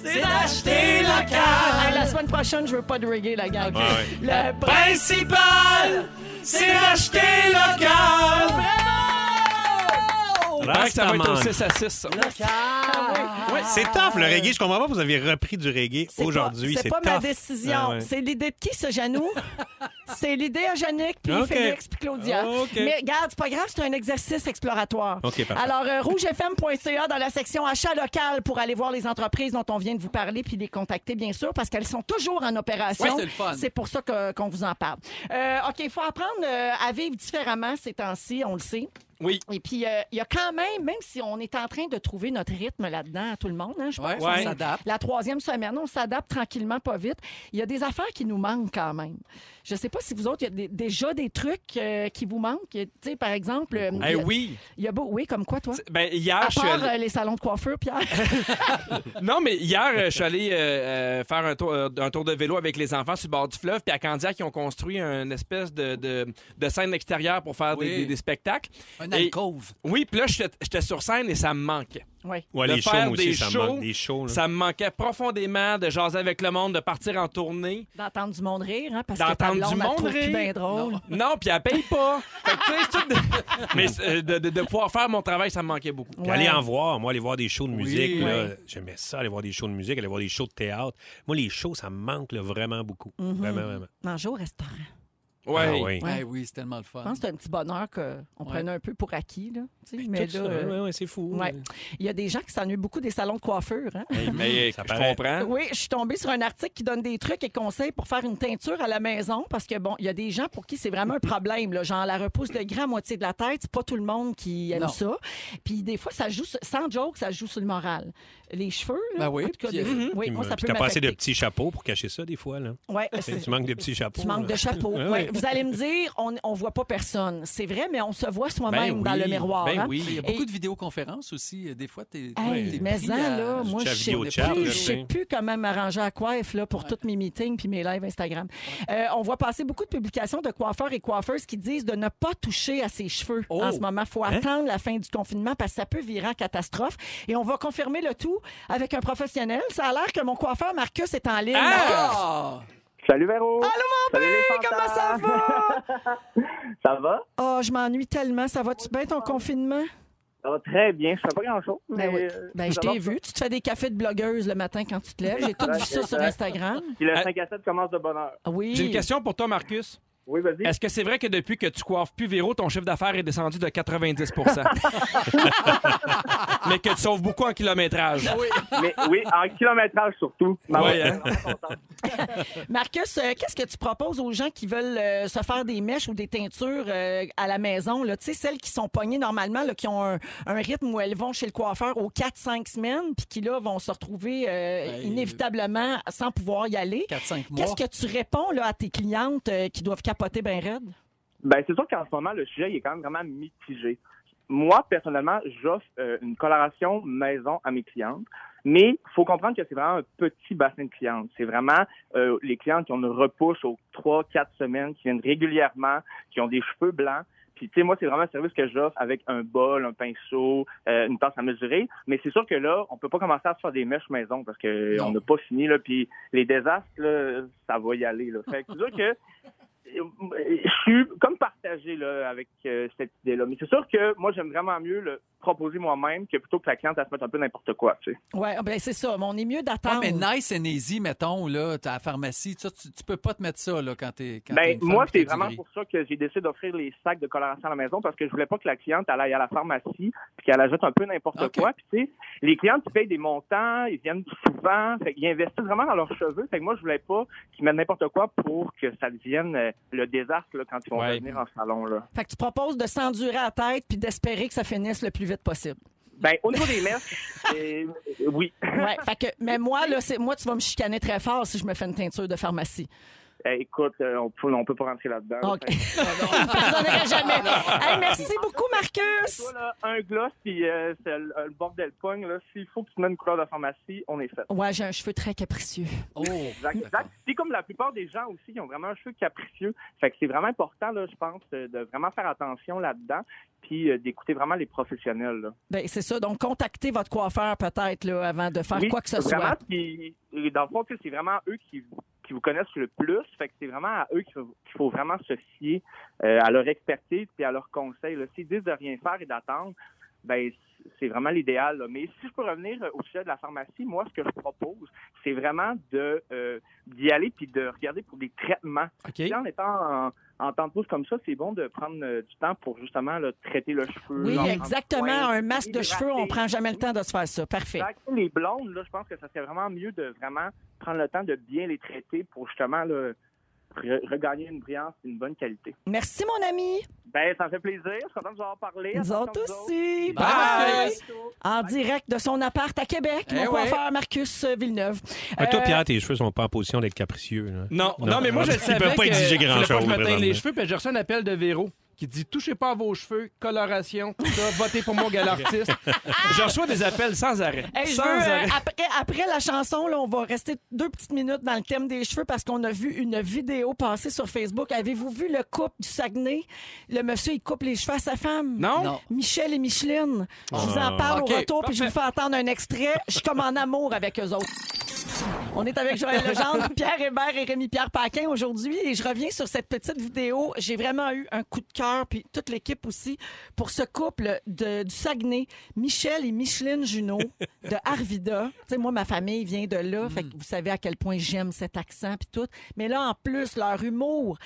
Speaker 4: c'est d'acheter local.
Speaker 2: Hey, la semaine prochaine, je veux pas de reggae, la gang.
Speaker 1: Ouais, ouais.
Speaker 2: Le principal.
Speaker 4: principal, c'est d'acheter local.
Speaker 3: Il paraît que ça va être au
Speaker 1: Rastaman.
Speaker 3: 6 à 6. ça.
Speaker 2: Ah.
Speaker 1: C'est tough, le reggae. Je comprends pas, vous avez repris du reggae
Speaker 2: C'est pas-
Speaker 1: aujourd'hui.
Speaker 2: C'est pas ma décision.
Speaker 1: Ah ouais.
Speaker 2: C'est l'idée de qui, ce Janou? c'est l'idée à Yannick, puis
Speaker 1: OK. Ah,
Speaker 2: Félix, puis Claudia.
Speaker 1: OK.
Speaker 2: Mais regarde, c'est pas grave, c'est un exercice exploratoire.
Speaker 1: OK, parfait.
Speaker 2: Alors, euh, rougefm.ca dans la section achat local pour aller voir les entreprises dont on vient de vous parler, puis les contacter, bien sûr, parce qu'elles sont toujours en opération.
Speaker 4: Ouais, c'est le fun.
Speaker 2: C'est pour ça que- qu'on vous en parle. Euh, OK, il faut apprendre euh, à vivre différemment ces temps-ci, on le sait.
Speaker 3: Oui.
Speaker 2: Et puis, euh, il y a quand même, même si on est en train de trouver notre rythme là-dedans, à tout le monde, hein, je pense
Speaker 4: Ouais,
Speaker 2: qu'on
Speaker 4: on s'adapte.
Speaker 2: la troisième semaine, on s'adapte tranquillement, pas vite. Il y a des affaires qui nous manquent quand même. Je sais pas pas si vous autres, il y a des- déjà des trucs euh, qui vous manquent. Tu sais, par exemple, euh, il y
Speaker 3: Eh
Speaker 2: a-
Speaker 3: oui.
Speaker 2: il y a beau, oui, comme quoi, toi?
Speaker 3: C'est- Ben, hier,
Speaker 2: À
Speaker 3: je suis
Speaker 2: part
Speaker 3: allé...
Speaker 2: euh, les salons de coiffure, Pierre.
Speaker 3: Non, mais hier, euh, je suis allé euh, euh, faire un tour, euh, un tour de vélo avec les enfants sur le bord du fleuve. Puis à Candiac, ils ont construit une espèce de, de, de scène extérieure pour faire des-
Speaker 4: Oui.
Speaker 3: des- des spectacles.
Speaker 4: Un
Speaker 3: Et-
Speaker 4: alcôve.
Speaker 3: Oui, puis là, j'étais j'étais sur scène et ça me manquait.
Speaker 1: Ouais,
Speaker 3: de
Speaker 1: les shows,
Speaker 3: faire
Speaker 1: moi aussi,
Speaker 3: des
Speaker 1: ça me
Speaker 3: shows,
Speaker 1: manque. Des shows, là.
Speaker 3: Ça me manquait profondément de jaser avec le monde, de partir en tournée.
Speaker 2: D'entendre du monde rire, hein, parce que ta
Speaker 3: D'entendre du
Speaker 2: blonde, elle
Speaker 3: monde
Speaker 2: trouve plus
Speaker 3: rire.
Speaker 2: bien drôle.
Speaker 3: Non, puis elle paye pas. Fait que, tu sais, c'est tout de- Mais euh, de, de- de pouvoir faire mon travail, ça me manquait beaucoup.
Speaker 1: Puis
Speaker 2: Ouais.
Speaker 1: aller en voir, moi, aller voir des shows de musique, là,
Speaker 2: Ouais.
Speaker 1: j'aimais ça, aller voir des shows de musique, aller voir des shows de théâtre. Moi, les shows, ça me manque là, vraiment beaucoup. Vraiment, vraiment.
Speaker 2: Manger au restaurant.
Speaker 3: Ouais.
Speaker 1: Ah oui.
Speaker 2: Mhm. Ouais.
Speaker 4: Eh oui, c'est tellement le
Speaker 2: Je
Speaker 4: fun.
Speaker 2: pense que c'est un petit bonheur qu'on prenait un peu pour acquis. Là, tu sais,
Speaker 3: Ben,
Speaker 2: mais
Speaker 1: Tout ça,
Speaker 2: là, euh,
Speaker 1: ouais, ouais, c'est fou.
Speaker 2: ouais. il y a des gens qui s'ennuient beaucoup des salons de coiffure. hein.
Speaker 3: Mais
Speaker 1: Ça
Speaker 3: je
Speaker 1: paraît.
Speaker 3: comprends.
Speaker 2: Oui, je suis tombée sur un article qui donne des trucs et conseils pour faire une teinture à la maison parce que, bon, il y a des gens pour qui c'est vraiment un problème. là. genre, la repousse de gras à moitié de la tête, c'est pas tout le monde qui aime
Speaker 4: Non.
Speaker 2: ça. Puis des fois, ça joue, sur- sans joke, ça joue sur le moral. Les cheveux, là,
Speaker 4: Ben oui,
Speaker 2: en tout cas,
Speaker 4: puis,
Speaker 2: des-
Speaker 4: euh,
Speaker 2: oui,
Speaker 1: Puis,
Speaker 2: moi, ça
Speaker 1: puis
Speaker 2: peut
Speaker 1: t'as pas assez de
Speaker 2: m'affecter.
Speaker 1: petits chapeaux pour cacher ça, des fois. Là.
Speaker 2: Ouais,
Speaker 1: Tu sais,
Speaker 2: c'est-
Speaker 1: tu manques de petits chapeaux.
Speaker 2: Tu
Speaker 1: là.
Speaker 2: manques
Speaker 1: Ah
Speaker 2: de chapeau.
Speaker 1: Ouais,
Speaker 2: Ouais, Vous allez me dire, on ne voit pas personne. C'est vrai, mais on se voit
Speaker 3: Ben
Speaker 2: soi-même dans
Speaker 3: oui,
Speaker 2: le miroir.
Speaker 3: ben
Speaker 2: hein.
Speaker 3: oui.
Speaker 4: Il y a
Speaker 2: Et-
Speaker 4: beaucoup de vidéoconférences aussi. Des fois, t'es.
Speaker 2: Hey,
Speaker 4: t'es
Speaker 2: mais
Speaker 4: pris
Speaker 2: en,
Speaker 4: à-
Speaker 2: là, moi, je
Speaker 1: chat
Speaker 2: sais
Speaker 1: vidéo
Speaker 2: plus,
Speaker 1: chat, là,
Speaker 2: je
Speaker 1: tu
Speaker 2: sais
Speaker 1: sais.
Speaker 2: plus comment m'arranger à coiffe là, pour tous mes meetings puis mes lives Instagram. Euh, on voit passer beaucoup de publications de coiffeurs et coiffeuses qui disent de ne pas toucher à ses cheveux
Speaker 4: Oh!
Speaker 2: en ce moment. faut
Speaker 1: Hein?
Speaker 2: attendre la fin du confinement parce que ça peut virer en catastrophe. Et on va confirmer le tout avec un professionnel. Ça a l'air que mon coiffeur Marcus est en ligne. Marcus,
Speaker 4: Ah!
Speaker 5: Salut Véro!
Speaker 2: Allô, mon
Speaker 5: Salut, les
Speaker 2: père, comment ça
Speaker 5: fantasmes!
Speaker 2: va?
Speaker 5: Ça va?
Speaker 2: Oh, je m'ennuie tellement. Ça va-tu bien ton confinement?
Speaker 5: Ça va très bien. Je fais pas grand-chose, mais...
Speaker 2: Ben, oui.
Speaker 5: euh,
Speaker 2: ben je
Speaker 5: ça va.
Speaker 2: t'ai vu. Tu te fais des cafés de blogueuse le matin quand tu te lèves. J'ai tout vu ça sur Instagram.
Speaker 5: Puis le
Speaker 3: Ah.
Speaker 5: 5 à 7 commence de bonne heure.
Speaker 2: Ah Oui.
Speaker 3: J'ai une question pour toi, Marcus.
Speaker 5: Oui, vas-y.
Speaker 3: Est-ce que c'est vrai que depuis que tu coiffes plus Véro, ton chiffre d'affaires est descendu de 90 Mais que tu sauves beaucoup en kilométrage.
Speaker 5: Mais oui, en kilométrage surtout. Ma
Speaker 3: Ouais,
Speaker 5: maman est vraiment contente.
Speaker 2: Marcus, euh, qu'est-ce que tu proposes aux gens qui veulent euh, se faire des mèches ou des teintures euh, à la maison? là? Tu sais, celles qui sont pognées normalement, là, qui ont un, un rythme où elles vont chez le coiffeur aux 4-5 semaines, puis qui là vont se retrouver euh,
Speaker 4: Ben,
Speaker 2: inévitablement sans pouvoir y aller.
Speaker 4: 4-5 mois.
Speaker 2: Qu'est-ce que tu réponds là, à tes clientes euh, qui doivent capoter ben raide?
Speaker 5: Ben, c'est sûr qu'en ce moment, le sujet il est quand même vraiment mitigé. Moi, personnellement, j'offre euh, une coloration maison à mes clientes, mais il faut comprendre que c'est vraiment un petit bassin de clientes. C'est vraiment euh, les clientes qui ont une repousse aux trois, quatre semaines, qui viennent régulièrement, qui ont des cheveux blancs. Puis, tu sais, moi, c'est vraiment un service que j'offre avec un bol, un pinceau, euh, une pince à mesurer. Mais c'est sûr que là, on peut pas commencer à se faire des mèches maison parce que
Speaker 4: Non.
Speaker 5: on n'a pas fini, là. Puis les désastres, là, ça va y aller, là. Fait que c'est sûr que euh, je suis comme partagé là, avec euh, cette idée-là. Mais c'est sûr que moi, j'aime vraiment mieux le proposer moi-même que plutôt que la cliente à se mettre un peu n'importe quoi. Tu sais.
Speaker 2: Oui, ben c'est ça. mais on est mieux
Speaker 4: Ouais,
Speaker 2: d'attendre.
Speaker 4: mais nice and easy, mettons, là, t'as à la pharmacie, ça, tu, tu peux pas te mettre ça là, quand t'es. Quand t'es
Speaker 5: Ben,
Speaker 4: une femme
Speaker 5: moi,
Speaker 4: puis
Speaker 5: c'est
Speaker 4: t'as du
Speaker 5: vraiment
Speaker 4: gris.
Speaker 5: pour ça que j'ai décidé d'offrir les sacs de coloration à la maison parce que je voulais pas que la cliente elle aille à la pharmacie puis qu'elle ajoute un peu n'importe
Speaker 4: Ok.
Speaker 5: quoi. Puis, tu sais, les clientes, ils payent des montants, ils viennent souvent, fait, ils investissent vraiment dans leurs cheveux. Fait que moi, je voulais pas qu'ils mettent n'importe quoi pour que ça devienne euh, le désastre là, quand ils vont
Speaker 3: Ouais.
Speaker 5: revenir en salon. Là.
Speaker 2: Fait que tu proposes de s'endurer à la tête puis d'espérer que ça finisse le plus vite possible.
Speaker 5: Ben, au niveau des mèches, euh, oui.
Speaker 2: Ouais, fait que, mais moi, là, c'est, moi, tu vas me chicaner très fort si je me fais une teinture de pharmacie.
Speaker 5: Eh, écoute, euh, on peut, on peut pas rentrer là-dedans. Fait
Speaker 2: OK. Je ne pardonnerai jamais. Hey, merci beaucoup,
Speaker 5: que
Speaker 2: Marcus.
Speaker 5: Toi, là, un gloss, puis euh, c'est le, le bordel pogne, là. S'il faut que tu mettes une couleur de pharmacie, on est fait.
Speaker 2: Ouais, j'ai un cheveu très capricieux.
Speaker 4: Oh,
Speaker 5: Exact, exact. Puis comme la plupart des gens aussi, ils ont vraiment un cheveu capricieux. Fait que c'est vraiment important, là, je pense, euh, de vraiment faire attention là-dedans, puis euh, d'écouter vraiment les professionnels, là.
Speaker 2: Ben, c'est ça. Donc, contactez votre coiffeur peut-être là, avant de faire
Speaker 5: Oui,
Speaker 2: quoi que ce
Speaker 5: vraiment,
Speaker 2: soit.
Speaker 5: puis, et dans le fond, tu sais, c'est vraiment eux qui, qui vous connaissent le plus. Fait que c'est vraiment à eux qu'il faut, qu'il faut vraiment se fier euh, à leur expertise et à leurs conseils. là. S'ils disent de rien faire et d'attendre, ben c'est vraiment l'idéal. là. Mais si je peux revenir euh, au sujet de la pharmacie, moi, ce que je propose, c'est vraiment de euh, d'y aller puis de regarder pour des traitements.
Speaker 3: OK.
Speaker 5: Puis en étant en, en temps de pause comme ça, c'est bon de prendre euh, du temps pour justement là, traiter le cheveu.
Speaker 2: Oui,
Speaker 5: en prendre
Speaker 2: exactement.
Speaker 5: soin,
Speaker 2: Un masque de
Speaker 5: s'hydrater.
Speaker 2: cheveux, on prend jamais le temps de se faire ça. Parfait.
Speaker 5: Exact. Les blondes, là, je pense que ça serait vraiment mieux de vraiment prendre le temps de bien les traiter pour justement là, re- regagner une brillance et une bonne qualité.
Speaker 2: Merci, mon ami.
Speaker 6: Ben, ça me fait plaisir. Je suis content de vous avoir parlé.
Speaker 2: Nous
Speaker 6: Attention
Speaker 2: autres
Speaker 6: à vous
Speaker 2: aussi.
Speaker 4: Bye.
Speaker 2: Bye.
Speaker 6: Bye.
Speaker 2: En direct de son appart à Québec,
Speaker 4: Eh
Speaker 2: mon
Speaker 4: ouais.
Speaker 2: coiffeur Marcus Villeneuve.
Speaker 1: Mais Ah, toi,
Speaker 2: Euh,
Speaker 1: Pierre, tes cheveux sont pas en position d'être capricieux. là.
Speaker 3: Non, non,
Speaker 1: Non,
Speaker 3: mais moi, je
Speaker 1: ils
Speaker 3: le savais
Speaker 1: peuvent pas
Speaker 3: que-
Speaker 1: exiger
Speaker 3: fallait
Speaker 1: grand-chose,
Speaker 3: pas que Je me teigne
Speaker 1: présentement.
Speaker 3: les cheveux, puis j'ai reçu un appel de Véro qui dit touchez pas à vos cheveux, coloration, tout ça, votez pour mon galartiste. je reçois des appels sans arrêt.
Speaker 2: Hey, je
Speaker 3: sans
Speaker 2: veux, euh,
Speaker 3: arrêt.
Speaker 2: après, après la chanson, là, on va rester deux petites minutes dans le thème des cheveux parce qu'on a vu une vidéo passer sur Facebook. Avez-vous vu le couple du Saguenay? Le monsieur, il coupe les cheveux à sa femme.
Speaker 3: Non? Ah.
Speaker 4: Non.
Speaker 2: Michel et Micheline. Je vous en parle
Speaker 4: OK,
Speaker 2: au retour, puis je vous fais entendre un extrait. Je suis comme en amour avec eux autres. On est avec Joël Legendre, Pierre Hébert et Rémi-Pierre Paquin aujourd'hui. Et je reviens sur cette petite vidéo. J'ai vraiment eu un coup de cœur, puis toute l'équipe aussi, pour ce couple de- du Saguenay, Michel et Micheline Junot de Arvida. Tu sais, moi, ma famille vient de là. Fait
Speaker 4: Mm.
Speaker 2: que vous savez à quel point j'aime cet accent, puis tout. Mais là, en plus, leur humour.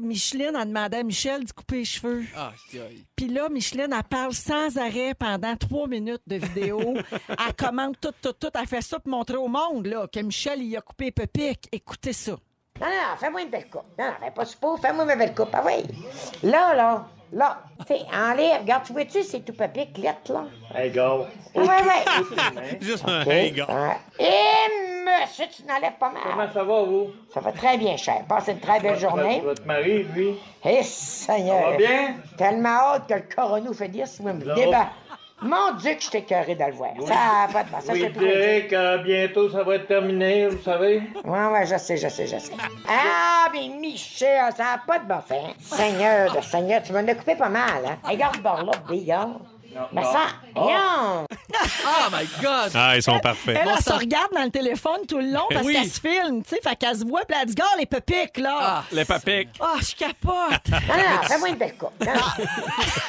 Speaker 2: Micheline a demandé à Michel de couper les cheveux.
Speaker 4: Ah, aïe, aïe.
Speaker 2: Puis là, Micheline, elle parle sans arrêt pendant trois minutes de vidéo. elle commande tout, tout, tout. Elle fait ça pour montrer au monde là, que Michel, il a coupé Pepic. Écoutez ça.
Speaker 7: Non, non, non, fais-moi une belle coupe. Non, non, fais pas ce pot, fais-moi ma belle coupe. Ah oui. Là, là, là. Tu sais, en l'air, regarde, tu vois-tu, c'est tout papier cliette, là.
Speaker 6: Hey, go.
Speaker 7: Ah ouais, ouais.
Speaker 1: Juste un hey, gars.
Speaker 2: Euh,
Speaker 7: Ah, et monsieur, tu n'enlèves pas mal.
Speaker 8: Comment ça va, vous?
Speaker 7: Ça va très bien, cher. Passe une très belle journée.
Speaker 8: Votre mari, lui?
Speaker 7: Eh,
Speaker 8: Ça va
Speaker 7: Seigneur.
Speaker 8: bien?
Speaker 7: Tellement hâte que le coronou fait dire si vous me débat. Mon Dieu, que je t'ai carré dans le voir. Ça a pas de bon sens, Ah, ça
Speaker 8: Oui,
Speaker 7: fait
Speaker 8: je
Speaker 7: plus plaisir.
Speaker 8: dirais que bientôt, ça va être terminé, vous savez.
Speaker 7: Ouais, ouais, je sais, je sais, je sais. Ah, mais Michel, ça n'a pas de bon sens. Seigneur, de Seigneur, tu m'en as coupé pas mal, hein. Regarde bord là, regarde. Mais ça, regarde.
Speaker 4: Oh my God!
Speaker 1: Ah, ils sont
Speaker 4: Ben,
Speaker 1: parfaits.
Speaker 2: Elle, elle se regarde dans le téléphone tout le long parce
Speaker 4: Oui.
Speaker 2: qu'elle se filme. tu sais. Fait qu'elle se voit, puis elle dit, gars, les Pepic, là.
Speaker 4: Ah.
Speaker 3: Les papics.
Speaker 2: Ah, je capote.
Speaker 7: Non, non, Ah, fais-moi une belle coupe. Non, non.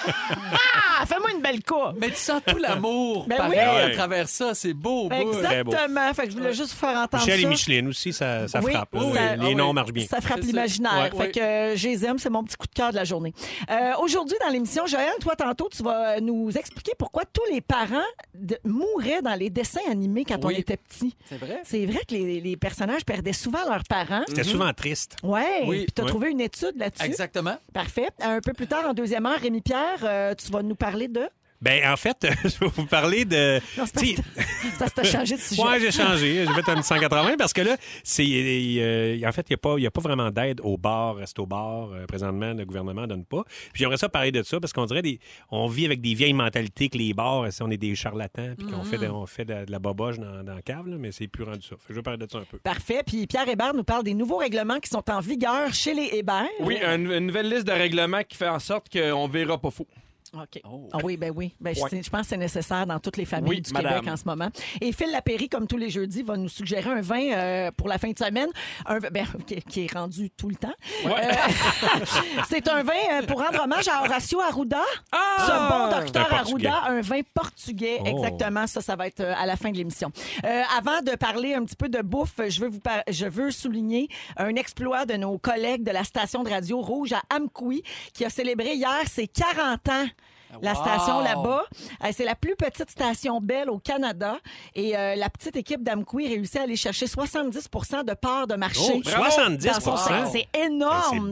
Speaker 2: ah, fais-moi une belle coupe.
Speaker 4: Mais tu sens tout l'amour
Speaker 2: Ben
Speaker 4: pareil,
Speaker 2: oui.
Speaker 4: à
Speaker 1: Ouais.
Speaker 4: travers ça. C'est beau, au bout.
Speaker 2: Exactement. Fait que je voulais juste vous faire entendre
Speaker 1: Michel
Speaker 2: ça.
Speaker 1: et Micheline aussi, ça, Euh, ça
Speaker 2: Oui,
Speaker 1: frappe. là.
Speaker 2: oui,
Speaker 1: Les-
Speaker 2: ça-
Speaker 1: les
Speaker 4: ah
Speaker 1: noms
Speaker 4: oui.
Speaker 1: marchent bien.
Speaker 2: Ça frappe
Speaker 4: C'est ça.
Speaker 2: l'imaginaire.
Speaker 4: Ouais.
Speaker 2: Fait que euh, je les aime, c'est mon petit coup de cœur de la journée. Euh, Aujourd'hui, dans l'émission, Joël, toi, tantôt, tu vas euh, nous expliquer pourquoi tous les parents de- mouraient dans les dessins animés quand
Speaker 4: Oui.
Speaker 2: on était petit.
Speaker 4: C'est vrai? Mhm.
Speaker 2: C'est vrai que les, les personnages perdaient souvent leurs parents.
Speaker 1: C'était souvent triste.
Speaker 2: mm-hmm. Ouais,
Speaker 4: Oui,
Speaker 2: puis t'as
Speaker 1: ouais.
Speaker 2: trouvé une étude là-dessus.
Speaker 4: Exactement.
Speaker 2: Parfait. Un peu plus tard, en deuxième heure, Rémi Pierre, euh, tu vas nous parler de.
Speaker 1: Ben, en fait, je vais vous parler de.
Speaker 2: Non, c'est pas-
Speaker 1: Tu sais,
Speaker 2: Ça, t'a changé de sujet.
Speaker 1: Ouais, j'ai changé. J'ai fait un 180 parce que là, c'est, euh, en fait, il n'y a, pas- il y a pas vraiment d'aide au bar, reste au bar. Euh, présentement, le gouvernement ne donne pas. Puis j'aimerais ça parler de ça parce qu'on dirait des, on vit avec des vieilles mentalités que les bars, si on est des charlatans, puis
Speaker 2: Mm.
Speaker 1: qu'on fait, de, on fait de, de la boboge dans, dans la cave, là, mais c'est plus rendu ça. Fait que je vais parler de ça un peu.
Speaker 2: Parfait. Puis Pierre Hébert nous parle des nouveaux règlements qui sont en vigueur chez les Hébert.
Speaker 3: Oui, une, une nouvelle liste de règlements qui fait en sorte qu'on verra pas faux.
Speaker 2: OK.
Speaker 1: Oh.
Speaker 2: Ah oui, ben oui. Ben, je-
Speaker 3: Ouais.
Speaker 2: Je pense que c'est nécessaire dans toutes les familles
Speaker 3: Oui,
Speaker 2: du
Speaker 3: madame.
Speaker 2: Québec en ce moment. Et Phil Lapéry, comme tous les jeudis, va nous suggérer un vin euh, pour la fin de semaine. Un vin- ben, qui, qui est rendu tout le temps. Euh, c'est un vin euh, pour rendre hommage à Horacio Arruda. Ce bon docteur
Speaker 1: Ah! Un Portugais.
Speaker 2: Arruda, un vin portugais.
Speaker 1: Oh.
Speaker 2: Exactement. Ça, ça va être euh, à la fin de l'émission. Euh, avant de parler un petit peu de bouffe, je veux, vous par- je veux souligner un exploit de nos collègues de la station de radio Rouge à Amkoui qui a célébré hier ses 40 ans. La
Speaker 4: Wow.
Speaker 2: station là-bas, euh, c'est la plus petite station belle au Canada. Et euh, la petite équipe d'Amkoui réussit à aller chercher 70 de parts de marché.
Speaker 1: Oh, 70
Speaker 2: Dans son sec- C'est énorme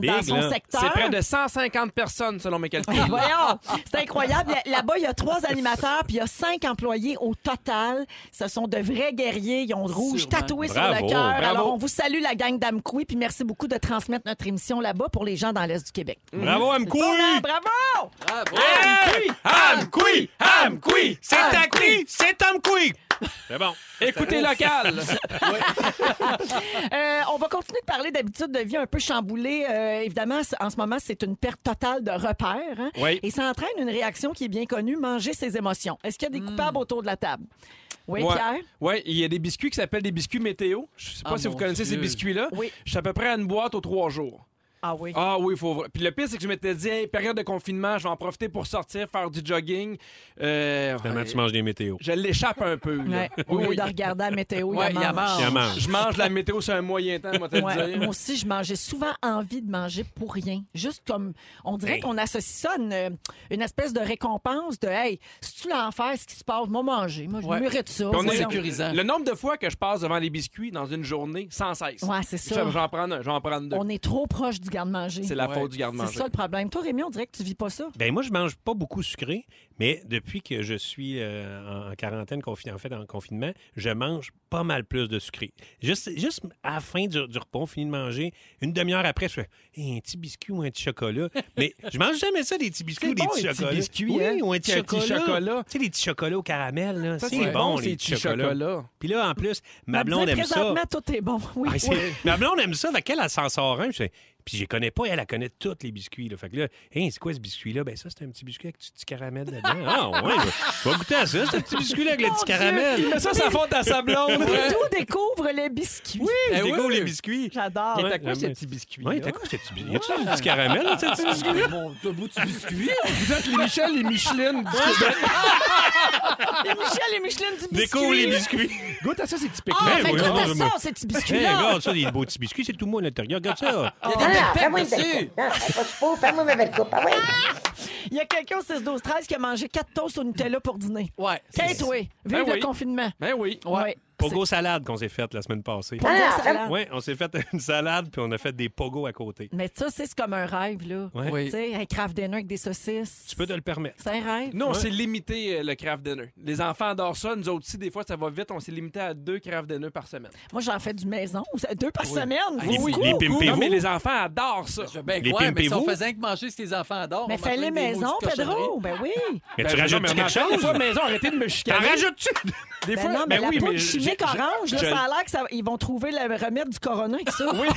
Speaker 1: C'est big,
Speaker 2: dans son
Speaker 1: là.
Speaker 2: secteur.
Speaker 3: C'est près de 150 personnes, selon mes calculs.
Speaker 2: Et Voyons, c'est incroyable. Là-bas, il y a trois animateurs, puis il y a cinq employés au total. Ce sont de vrais guerriers. Ils ont le rouge
Speaker 4: Sûrement.
Speaker 2: tatoué sur
Speaker 1: Bravo.
Speaker 2: le cœur.
Speaker 3: Bravo.
Speaker 2: Alors, on vous salue, la gang d'Amkoui, puis merci beaucoup de transmettre notre émission là-bas pour les gens dans l'Est du Québec.
Speaker 1: Bravo, Amkoui!
Speaker 2: Voilà, bravo!
Speaker 4: Bravo!
Speaker 1: Amkoui! Amkoui! C'est à qui? C'est Amkoui! C'est bon.
Speaker 3: Écoutez local.
Speaker 2: Euh, on va continuer de parler d'habitudes de vie un peu chamboulées. Euh, évidemment, c- en ce moment, c'est une perte totale de repères. hein.
Speaker 1: Oui.
Speaker 2: Et ça entraîne une réaction qui est bien connue, manger ses émotions. Est-ce qu'il y a des coupables autour de la table? Oui,
Speaker 3: Ouais.
Speaker 2: Pierre?
Speaker 3: Ouais, il y a des biscuits qui s'appellent des biscuits météo. Je sais pas
Speaker 4: Ah,
Speaker 3: si vous
Speaker 4: mon
Speaker 3: connaissez ces
Speaker 4: Dieu.
Speaker 3: biscuits-là.
Speaker 2: Oui.
Speaker 3: Je suis à peu près à une boîte aux trois jours.
Speaker 2: Ah oui.
Speaker 3: Ah oui, faut. vrai. Puis le pire, c'est que je m'étais dit, hey, période de confinement, je vais en profiter pour sortir, faire du jogging. Euh,
Speaker 1: Finalement, tu manges des météos.
Speaker 3: Je l'échappe un peu. là.
Speaker 2: Ouais. Au lieu de regarder la météo,
Speaker 4: Ouais,
Speaker 2: il y a mange.
Speaker 1: Il y a mange.
Speaker 3: Je mange la météo sur un moyen temps, hein, moi, te le
Speaker 2: Ouais.
Speaker 3: dire.
Speaker 2: Moi aussi, je mangeais souvent envie de manger pour rien. Juste comme, on dirait
Speaker 1: Hey.
Speaker 2: qu'on associe ça à une, euh, une espèce de récompense de, hey, si tu l'enfer, ce qui se passe, moi manger, moi je
Speaker 4: Ouais.
Speaker 2: mûrais de ça.
Speaker 3: Puis on est-
Speaker 2: voyons.
Speaker 4: sécurisant.
Speaker 3: Le nombre de fois que je passe devant les biscuits dans une journée, sans cesse.
Speaker 2: Ouais, c'est ça.
Speaker 3: Je vais en prendre un, je vais en prendre deux.
Speaker 2: On est trop proche du garde-manger.
Speaker 3: C'est la
Speaker 4: Ouais.
Speaker 3: faute du
Speaker 2: C'est
Speaker 3: garde-manger.
Speaker 2: ça le problème. Toi, Rémi, on dirait que tu vis pas ça.
Speaker 1: Ben moi, je mange pas beaucoup sucré, mais depuis que je suis euh, en- en quarantaine, confi- en fait, en confinement, je mange pas mal plus de sucré. Juste, juste à la fin du, du repas, on finit de manger. Une demi-heure après, je fais Hey, un petit biscuit ou un petit chocolat. mais je mange jamais ça, des petits biscuits ou des
Speaker 3: bon,
Speaker 1: petits
Speaker 3: un petit
Speaker 1: chocolats.
Speaker 3: biscuit,
Speaker 1: oui,
Speaker 3: hein?
Speaker 1: ou un petit
Speaker 3: Un petit
Speaker 1: chocolat.
Speaker 3: chocolat.
Speaker 1: Tu sais, les petits chocolats au caramel, là,
Speaker 3: Ça,
Speaker 1: c'est bon, les petits chocolats. Puis là, en plus, ma
Speaker 2: Elle me
Speaker 1: blonde
Speaker 2: disait,
Speaker 1: aime ça.
Speaker 2: Bah, Présentement, tout est bon. Oui.
Speaker 1: Ah, c'est- Ma blonde aime ça, fait qu'elle, elle s'en sort un. Je fais, Puis je les connais pas, elle, elle connaît tous les biscuits. Là. Fait que là, Hey, c'est quoi ce biscuit-là? Ben ça, c'est un petit biscuit avec du petit caramel dedans. Ah ouais, je vais goûter à ça, Ah, c'est un petit biscuit là, avec le petit caramel.
Speaker 3: Mais ça, ça faute à sa blonde.
Speaker 2: Et tout découvre les biscuits.
Speaker 1: Oui, je
Speaker 4: Eh oui.
Speaker 1: découvre les biscuits.
Speaker 2: J'adore.
Speaker 3: Il est à
Speaker 1: Ouais,
Speaker 3: quoi ce
Speaker 1: mais-
Speaker 3: petit biscuit?
Speaker 1: Oui, t'as quoi ce petit biscuit? Y
Speaker 2: Ah.
Speaker 1: a-tu un petit caramel dans ce petit biscuit?
Speaker 4: Mon ce bout de biscuit.
Speaker 3: Vous êtes les Michel, les Micheline.
Speaker 2: Et Ah! Michel et Micheline du biscuit.
Speaker 1: Découvre les biscuits.
Speaker 3: Goûte à ça, c'est typique.
Speaker 2: Ah,
Speaker 1: Eh
Speaker 2: mais
Speaker 1: oui,
Speaker 2: goûte à
Speaker 1: mange-moi.
Speaker 2: ça, ces petits
Speaker 1: Hey,
Speaker 2: biscuits-là.
Speaker 1: regarde ça, des beaux petits biscuits, c'est tout moi à l'intérieur. Regarde ça.
Speaker 4: Il y a
Speaker 7: Ah,
Speaker 4: des belles
Speaker 7: fais-moi une
Speaker 4: têtes
Speaker 7: belle
Speaker 4: dessus.
Speaker 7: coupe. Non, c'est pas super, fais-moi une belle coupe. Ah oui.
Speaker 2: Il y a quelqu'un au 6 12 13 qui a mangé 4 toasts au Nutella pour dîner.
Speaker 4: Ouais.
Speaker 2: Kate, oui. Vive
Speaker 3: Ben
Speaker 2: le
Speaker 3: oui.
Speaker 2: confinement.
Speaker 3: Ben oui.
Speaker 2: Ouais.
Speaker 1: Pogo salade qu'on s'est faite la semaine passée.
Speaker 7: Ah,
Speaker 2: Pogo
Speaker 7: ça-
Speaker 2: salade.
Speaker 1: Oui, on s'est fait une salade, puis on a fait des pogos à côté.
Speaker 2: Mais ça, c'est c'est comme un rêve, là.
Speaker 1: Ouais.
Speaker 4: Oui.
Speaker 2: Tu sais, un craft dinner avec des saucisses.
Speaker 1: Tu peux te le permettre.
Speaker 2: C'est un rêve.
Speaker 3: Nous, on s'est limité euh, le craft dinner. Les enfants adorent ça. Nous autres aussi, des fois, ça va vite. On s'est limité à deux craft dinner par semaine.
Speaker 2: Moi, j'en fais du maison. C'est Deux par semaine.
Speaker 3: Ah,
Speaker 1: Ah, Les,
Speaker 2: Oui.
Speaker 1: les pimpez-vous.
Speaker 3: Non, mais les enfants adorent ça.
Speaker 4: Je veux bien
Speaker 1: Les
Speaker 4: croire, mais si on
Speaker 1: pimpez-vous?
Speaker 4: faisait que manger ce que les enfants adorent.
Speaker 2: Mais
Speaker 4: on mangerait
Speaker 2: fais-les
Speaker 4: des
Speaker 2: maison,
Speaker 4: maudites
Speaker 2: Pedro. Ben oui.
Speaker 1: Mais
Speaker 3: Ben,
Speaker 1: tu
Speaker 3: je-
Speaker 1: rajoutes
Speaker 3: mais on en
Speaker 1: quelque
Speaker 3: fait Des
Speaker 1: chose?
Speaker 3: fois, maison, arrêtez de me chicaner.
Speaker 1: T'en rajoutes-tu?
Speaker 3: Des
Speaker 2: Ben
Speaker 3: fois,
Speaker 2: non, mais la
Speaker 3: oui,
Speaker 2: poudre
Speaker 3: mais je-
Speaker 2: chimique
Speaker 3: je-
Speaker 2: orange, là,
Speaker 3: je-
Speaker 2: ça a l'air qu'ils vont trouver le remède du corona avec ça. Oui.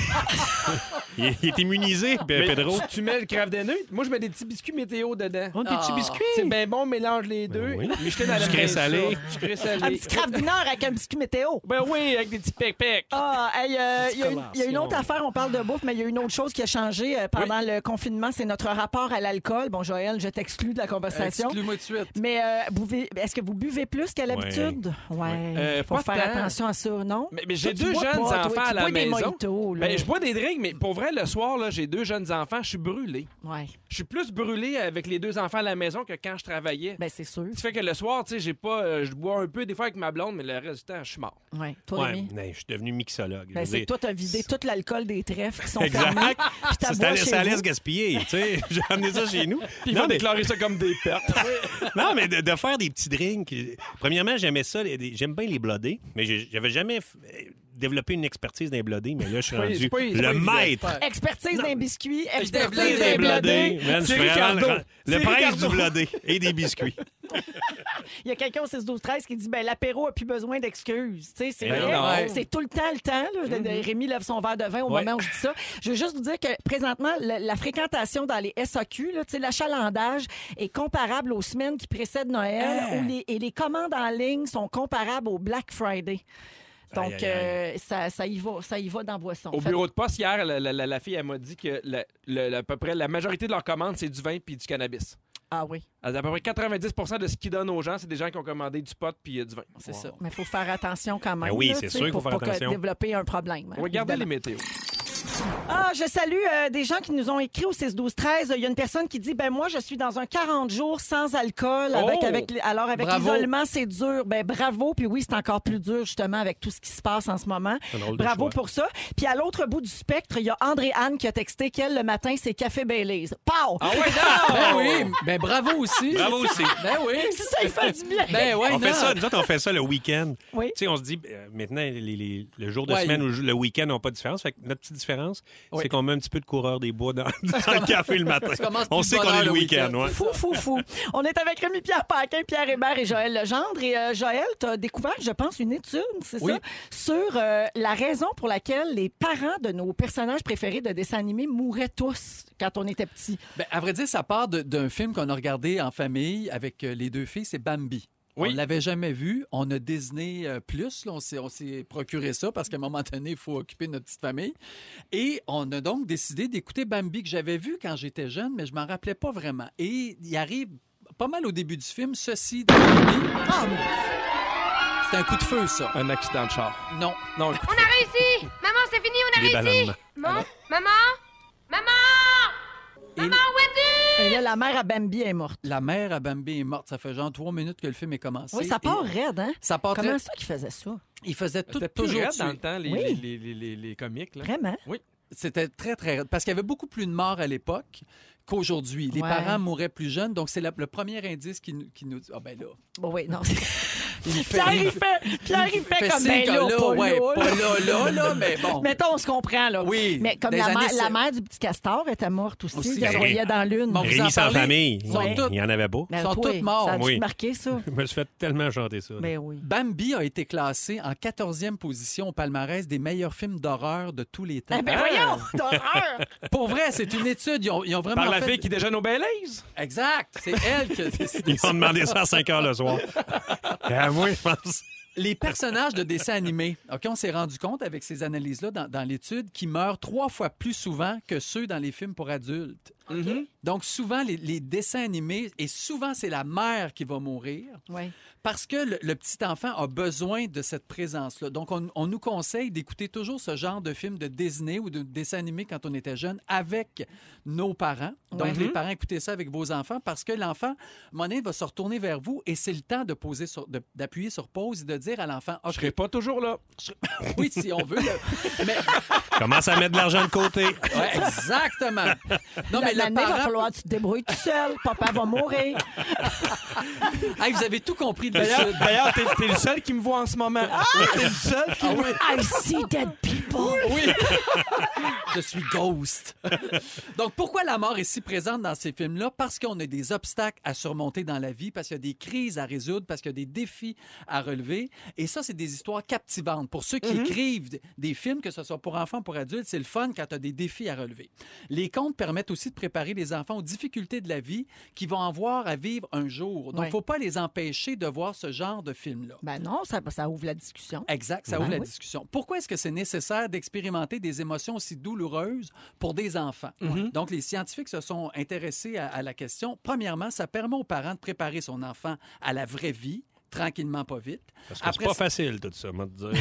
Speaker 1: Il, est- il est immunisé, Pe-
Speaker 3: Mais
Speaker 1: Pedro.
Speaker 3: Tu, tu mets le craft dinner. Moi, je mets des petits biscuits météo dedans.
Speaker 1: Oh, des petits
Speaker 4: Ah.
Speaker 1: biscuits.
Speaker 3: C'est bien bon, mélange les deux.
Speaker 1: Ben oui.
Speaker 3: Micheline, elle aime
Speaker 1: Sucré
Speaker 3: bien
Speaker 1: salé.
Speaker 3: ça. Sucré
Speaker 2: Un
Speaker 3: salé.
Speaker 2: petit craft dinner avec un biscuit météo.
Speaker 3: Ben oui, avec des petits pec-pec.
Speaker 2: Ah, hey, euh, il y, a une- il y a une autre affaire, on parle de bouffe, mais il y a une autre chose qui a changé euh, pendant le confinement, c'est notre rapport à l'alcool. Bon, Joël, je t'exclus de la conversation.
Speaker 4: Exclue-moi Euh, de suite.
Speaker 2: Mais euh, buvez- est-ce que vous buvez plus qu'à l'habitude? Ouais.
Speaker 3: Euh,
Speaker 2: Faut
Speaker 3: pas
Speaker 2: faire
Speaker 3: tant.
Speaker 2: attention à ça, non?
Speaker 3: Mais, mais j'ai
Speaker 2: Toi, tu
Speaker 3: deux
Speaker 2: bois
Speaker 3: jeunes
Speaker 2: pas, toi,
Speaker 3: enfants
Speaker 2: tu
Speaker 3: à la
Speaker 2: bois des
Speaker 3: maison.
Speaker 2: mojitos, là.
Speaker 3: Ben, je bois des drinks, mais pour vrai, le soir, là, j'ai deux jeunes enfants, je suis brûlé.
Speaker 2: Ouais.
Speaker 3: Je suis plus brûlé avec les deux enfants à la maison que quand je travaillais.
Speaker 2: Ben, c'est sûr.
Speaker 3: Tu fais que le soir, tu sais, j'ai pas. euh, je bois un peu des fois avec ma blonde, mais le reste du temps, je suis mort.
Speaker 2: Ouais. Toi,
Speaker 1: Ouais,
Speaker 2: Rémi?
Speaker 1: mais Ben, je suis devenu mixologue.
Speaker 2: Ben,
Speaker 1: Je veux
Speaker 2: c'est
Speaker 1: dire,
Speaker 2: que toi, t'as vidé tout l'alcool des trèfles qui sont fermés.
Speaker 1: Exact.
Speaker 2: Puis t'as
Speaker 1: Ça,
Speaker 2: bois
Speaker 1: ça,
Speaker 2: chez
Speaker 1: ça
Speaker 2: vous.
Speaker 1: laisse gaspiller, tu sais. J'ai amené ça chez nous.
Speaker 3: Ils
Speaker 1: Non
Speaker 3: vont
Speaker 1: mais,
Speaker 3: déclarer ça comme des pertes.
Speaker 1: non, mais de, de faire des petits drinks. euh, Premièrement, j'aimais ça. les- les- J'aime bien les blodés, mais j'ai- j'avais jamais f- euh, développé une expertise dans les blodés, mais là, je suis
Speaker 3: pas- c'est
Speaker 1: rendu
Speaker 3: pas- c'est pas
Speaker 1: le
Speaker 3: évident.
Speaker 1: maître.
Speaker 2: Expertise d'un biscuit, expertise
Speaker 4: blodés,
Speaker 2: d'un
Speaker 4: des
Speaker 2: blodé.
Speaker 1: Man, je
Speaker 3: C'est
Speaker 1: suis vraiment
Speaker 3: Ricardo.
Speaker 1: le, le
Speaker 3: C'est
Speaker 1: prince
Speaker 3: Ricardo.
Speaker 1: du blodé et des biscuits.
Speaker 2: Il y a quelqu'un au 6 12 13 qui dit ben l'apéro a plus besoin d'excuses. Tu sais, c'est
Speaker 1: Ben Mm-hmm.
Speaker 2: vrai.
Speaker 3: non.
Speaker 2: C'est tout le temps le temps là. De- de- Rémi lève son verre de vin au
Speaker 1: Ouais.
Speaker 2: moment où je dis ça. Je veux juste vous dire que présentement la, la fréquentation dans les SAQ là, tu sais, l'achalandage est comparable aux semaines qui précèdent Noël
Speaker 1: Ah.
Speaker 2: où les- et les commandes en ligne sont comparables au Black Friday. Donc
Speaker 1: Aïe, aïe, aïe.
Speaker 2: euh, ça, ça y va, ça y va dans boisson.
Speaker 3: Au
Speaker 2: Fait-
Speaker 3: bureau de poste, hier, la, la- la- la fille, elle m'a dit que la- le- la- à peu près la majorité de leurs commandes, c'est du vin puis du cannabis.
Speaker 2: Ah oui,
Speaker 3: À peu près 90 de ce qu'ils donnent aux gens, c'est des gens qui ont commandé du pot puis euh, du vin.
Speaker 4: C'est ça.
Speaker 2: mais il faut faire attention quand même.
Speaker 1: Ben oui,
Speaker 2: là,
Speaker 1: c'est
Speaker 2: tu sais,
Speaker 1: sûr qu'il faut
Speaker 2: pour
Speaker 1: faire
Speaker 2: pas que-
Speaker 1: attention.
Speaker 2: développer un problème. hein,
Speaker 3: Regardez
Speaker 2: évidemment.
Speaker 3: les météos.
Speaker 2: Ah, je salue euh, des gens qui nous ont écrit au 6 12 13. Il y a une personne qui dit ben moi je suis dans un 40 jours sans alcool avec
Speaker 3: Oh!
Speaker 2: avec alors avec
Speaker 4: Bravo.
Speaker 2: l'isolement c'est dur. Ben bravo puis oui, c'est encore plus dur justement avec tout ce qui se passe en ce moment.
Speaker 1: C'est un drôle de
Speaker 2: Bravo
Speaker 1: choix.
Speaker 2: pour ça. Puis à l'autre bout du spectre, il y a André Anne qui a texté qu'elle le matin c'est café Baileys. Pow!
Speaker 3: Ah oh. ouais,
Speaker 4: Ben oui, ben bravo aussi.
Speaker 1: Bravo aussi.
Speaker 4: Ben oui.
Speaker 2: Si ça lui fait du bien.
Speaker 4: Ben ouais,
Speaker 1: on fait
Speaker 4: non.
Speaker 1: ça, nous autres, on fait ça le week-end.
Speaker 2: Oui.
Speaker 1: Tu sais, on se dit, euh, maintenant, les- les- le jour de
Speaker 4: Ouais,
Speaker 1: semaine
Speaker 4: il-
Speaker 1: ou le week-end n'ont pas de différence. Fait que notre petite différence,
Speaker 4: Oui.
Speaker 1: c'est qu'on met un petit peu de coureur des bois dans, dans le café le matin.
Speaker 4: commences plus
Speaker 1: On
Speaker 4: de
Speaker 1: sait
Speaker 4: bonne
Speaker 1: qu'on
Speaker 4: heure
Speaker 1: est
Speaker 4: le
Speaker 1: le week-end.
Speaker 4: week-end.
Speaker 1: ouais.
Speaker 2: Fou, fou, fou. On est avec Rémi-Pierre Paquin, Pierre Hébert et Joël Legendre. Et euh, Joël, tu as découvert, je pense, une étude, c'est
Speaker 4: Oui.
Speaker 2: ça, sur euh, la raison pour laquelle les parents de nos personnages préférés de dessins animés mouraient tous quand on était petits.
Speaker 4: Ben, à vrai dire, ça part de- d'un film qu'on a regardé en famille avec euh, les deux filles, c'est Bambi.
Speaker 3: Oui.
Speaker 4: On ne l'avait jamais vu. On a Disney euh, Plus. là, on s'est- on s'est procuré ça parce qu'à un moment donné, il faut occuper notre petite famille. Et on a donc décidé d'écouter Bambi que j'avais vu quand j'étais jeune, mais je m'en rappelais pas vraiment. Et il arrive pas mal au début du film ceci de Bambi.
Speaker 2: Ah,
Speaker 4: C'est un coup de feu, ça.
Speaker 3: Un accident de char.
Speaker 4: Non.
Speaker 3: Non, écoute,
Speaker 9: On a réussi Maman, c'est fini, on a
Speaker 1: Les
Speaker 9: réussi
Speaker 1: ballons.
Speaker 9: Maman Maman Maman Maman, où es-tu
Speaker 2: Et là, la mère à Bambi est morte.
Speaker 4: La mère à Bambi est morte. Ça fait genre trois minutes que le film est commencé.
Speaker 2: Oui, ça part
Speaker 4: Et
Speaker 2: raide, hein?
Speaker 4: Ah, Ça part
Speaker 2: Comment
Speaker 4: très-
Speaker 2: ça qu'ils faisaient ça?
Speaker 4: Il faisait tout
Speaker 3: c'était plus
Speaker 4: toujours
Speaker 3: raide
Speaker 4: tuer.
Speaker 3: dans le temps, les,
Speaker 2: Oui.
Speaker 3: les, les- les- les comiques. Là.
Speaker 2: Vraiment?
Speaker 3: Oui.
Speaker 4: C'était très, très raide. Parce qu'il y avait beaucoup plus de morts à l'époque qu'aujourd'hui. Les
Speaker 2: Ouais.
Speaker 4: parents mouraient plus jeunes, donc c'est la- le premier indice qui, nous- qui nous dit Ah, ben là.
Speaker 2: Bon, oui, non.
Speaker 4: Il fait-
Speaker 2: Pierre, il fait, Pierre, il fait comme
Speaker 4: signe
Speaker 2: ben
Speaker 4: que
Speaker 2: là, pas
Speaker 4: ouais,
Speaker 2: là,
Speaker 4: pas
Speaker 2: là.
Speaker 4: là, là, là, mais bon.
Speaker 2: Mettons, on se comprend, là.
Speaker 4: Oui,
Speaker 2: Mais comme
Speaker 4: des
Speaker 2: la,
Speaker 4: années
Speaker 2: mère, la
Speaker 4: sept-
Speaker 2: mère du petit castor était morte aussi.
Speaker 4: Aussi,
Speaker 2: il la
Speaker 1: ben
Speaker 2: voyait
Speaker 1: oui.
Speaker 2: dans l'une.
Speaker 4: Bon, vous en
Speaker 1: Rémi sans
Speaker 4: parlez?
Speaker 1: famille.
Speaker 4: Ils sont
Speaker 1: Ouais.
Speaker 4: tous-
Speaker 1: Il y en avait beau.
Speaker 2: Ben,
Speaker 4: sont
Speaker 2: toi,
Speaker 4: toutes mortes.
Speaker 2: Ça a-tu
Speaker 1: Oui.
Speaker 2: marqué, ça?
Speaker 1: Je me suis fait tellement chanter ça. là.
Speaker 2: Ben oui.
Speaker 4: Bambi a été classé en 14e position au palmarès des meilleurs films d'horreur de tous les temps.
Speaker 2: Eh ben voyons,
Speaker 1: Ah!
Speaker 2: d'horreur!
Speaker 4: Pour vrai, c'est une étude. Ils ont, ils ont vraiment
Speaker 3: Par la
Speaker 4: fait-
Speaker 3: fille qui déjeune au Baileys.
Speaker 4: Exact. C'est elle qui a décidé
Speaker 1: Ils
Speaker 4: ça.
Speaker 1: m'ont demandé ça à 5 heures le soir. Ah, moi, je pense.
Speaker 4: Les personnages de dessins animés, OK, on s'est rendu compte avec ces analyses-là dans, dans l'étude qu'ils meurent trois fois plus souvent que ceux dans les films pour adultes. Donc, souvent, les, les dessins animés, et souvent, c'est la mère qui va mourir
Speaker 2: Ouais.
Speaker 4: parce que le, le petit enfant a besoin de cette présence-là. Donc, on, on nous conseille d'écouter toujours ce genre de film de Disney ou de dessin animé quand on était jeune avec nos parents. Donc, les parents, écoutez ça avec vos enfants parce que l'enfant, mon va se retourner vers vous et c'est le temps de poser sur- de- d'appuyer sur pause et de dire à l'enfant,
Speaker 3: Je
Speaker 4: OK,
Speaker 3: serai pas toujours là.
Speaker 4: oui, si on veut. le- Mais,
Speaker 1: Commence à mettre de l'argent de côté.
Speaker 4: Ouais, exactement. Non, mais
Speaker 2: Mais
Speaker 4: le
Speaker 2: l'année, il va
Speaker 4: parent...
Speaker 2: falloir que tu te débrouilles tout seul. Papa va mourir.
Speaker 4: Hey, vous avez tout compris Ah! de
Speaker 3: D'ailleurs,
Speaker 4: l'étude.
Speaker 3: d'ailleurs, t'es, t'es le seul qui me voit en ce moment.
Speaker 9: Ah,
Speaker 3: T'es le seul
Speaker 4: Ah
Speaker 1: Ah
Speaker 3: qui me voit.
Speaker 2: I see dead people.
Speaker 4: Oui. Je suis ghost. Donc, pourquoi la mort est si présente dans ces films-là? Parce qu'on a des obstacles à surmonter dans la vie, parce qu'il y a des crises à résoudre, parce qu'il y a des défis à relever. Et ça, c'est des histoires captivantes. Pour ceux qui écrivent d- des films, que ce soit pour enfants ou pour adultes, c'est le fun quand tu as des défis à relever. Les contes permettent aussi de préparer les enfants aux difficultés de la vie qu'ils vont avoir à vivre un jour. Donc, il
Speaker 2: Ouais.
Speaker 4: faut pas les empêcher de voir ce genre de films-là.
Speaker 2: Ben non, ça, ça ouvre la discussion.
Speaker 4: Exact, Ah, ça
Speaker 2: Ouais.
Speaker 4: ouvre la
Speaker 2: Oui.
Speaker 4: discussion. Pourquoi est-ce que c'est nécessaire d'expérimenter des émotions aussi douloureuses pour des enfants?
Speaker 2: Mhm.
Speaker 4: Donc, les scientifiques se sont intéressés à, à la question. Premièrement, ça permet aux parents de préparer son enfant à la vraie vie, tranquillement, pas vite.
Speaker 1: Parce que c'est pas facile, tout ça, moi, de dire.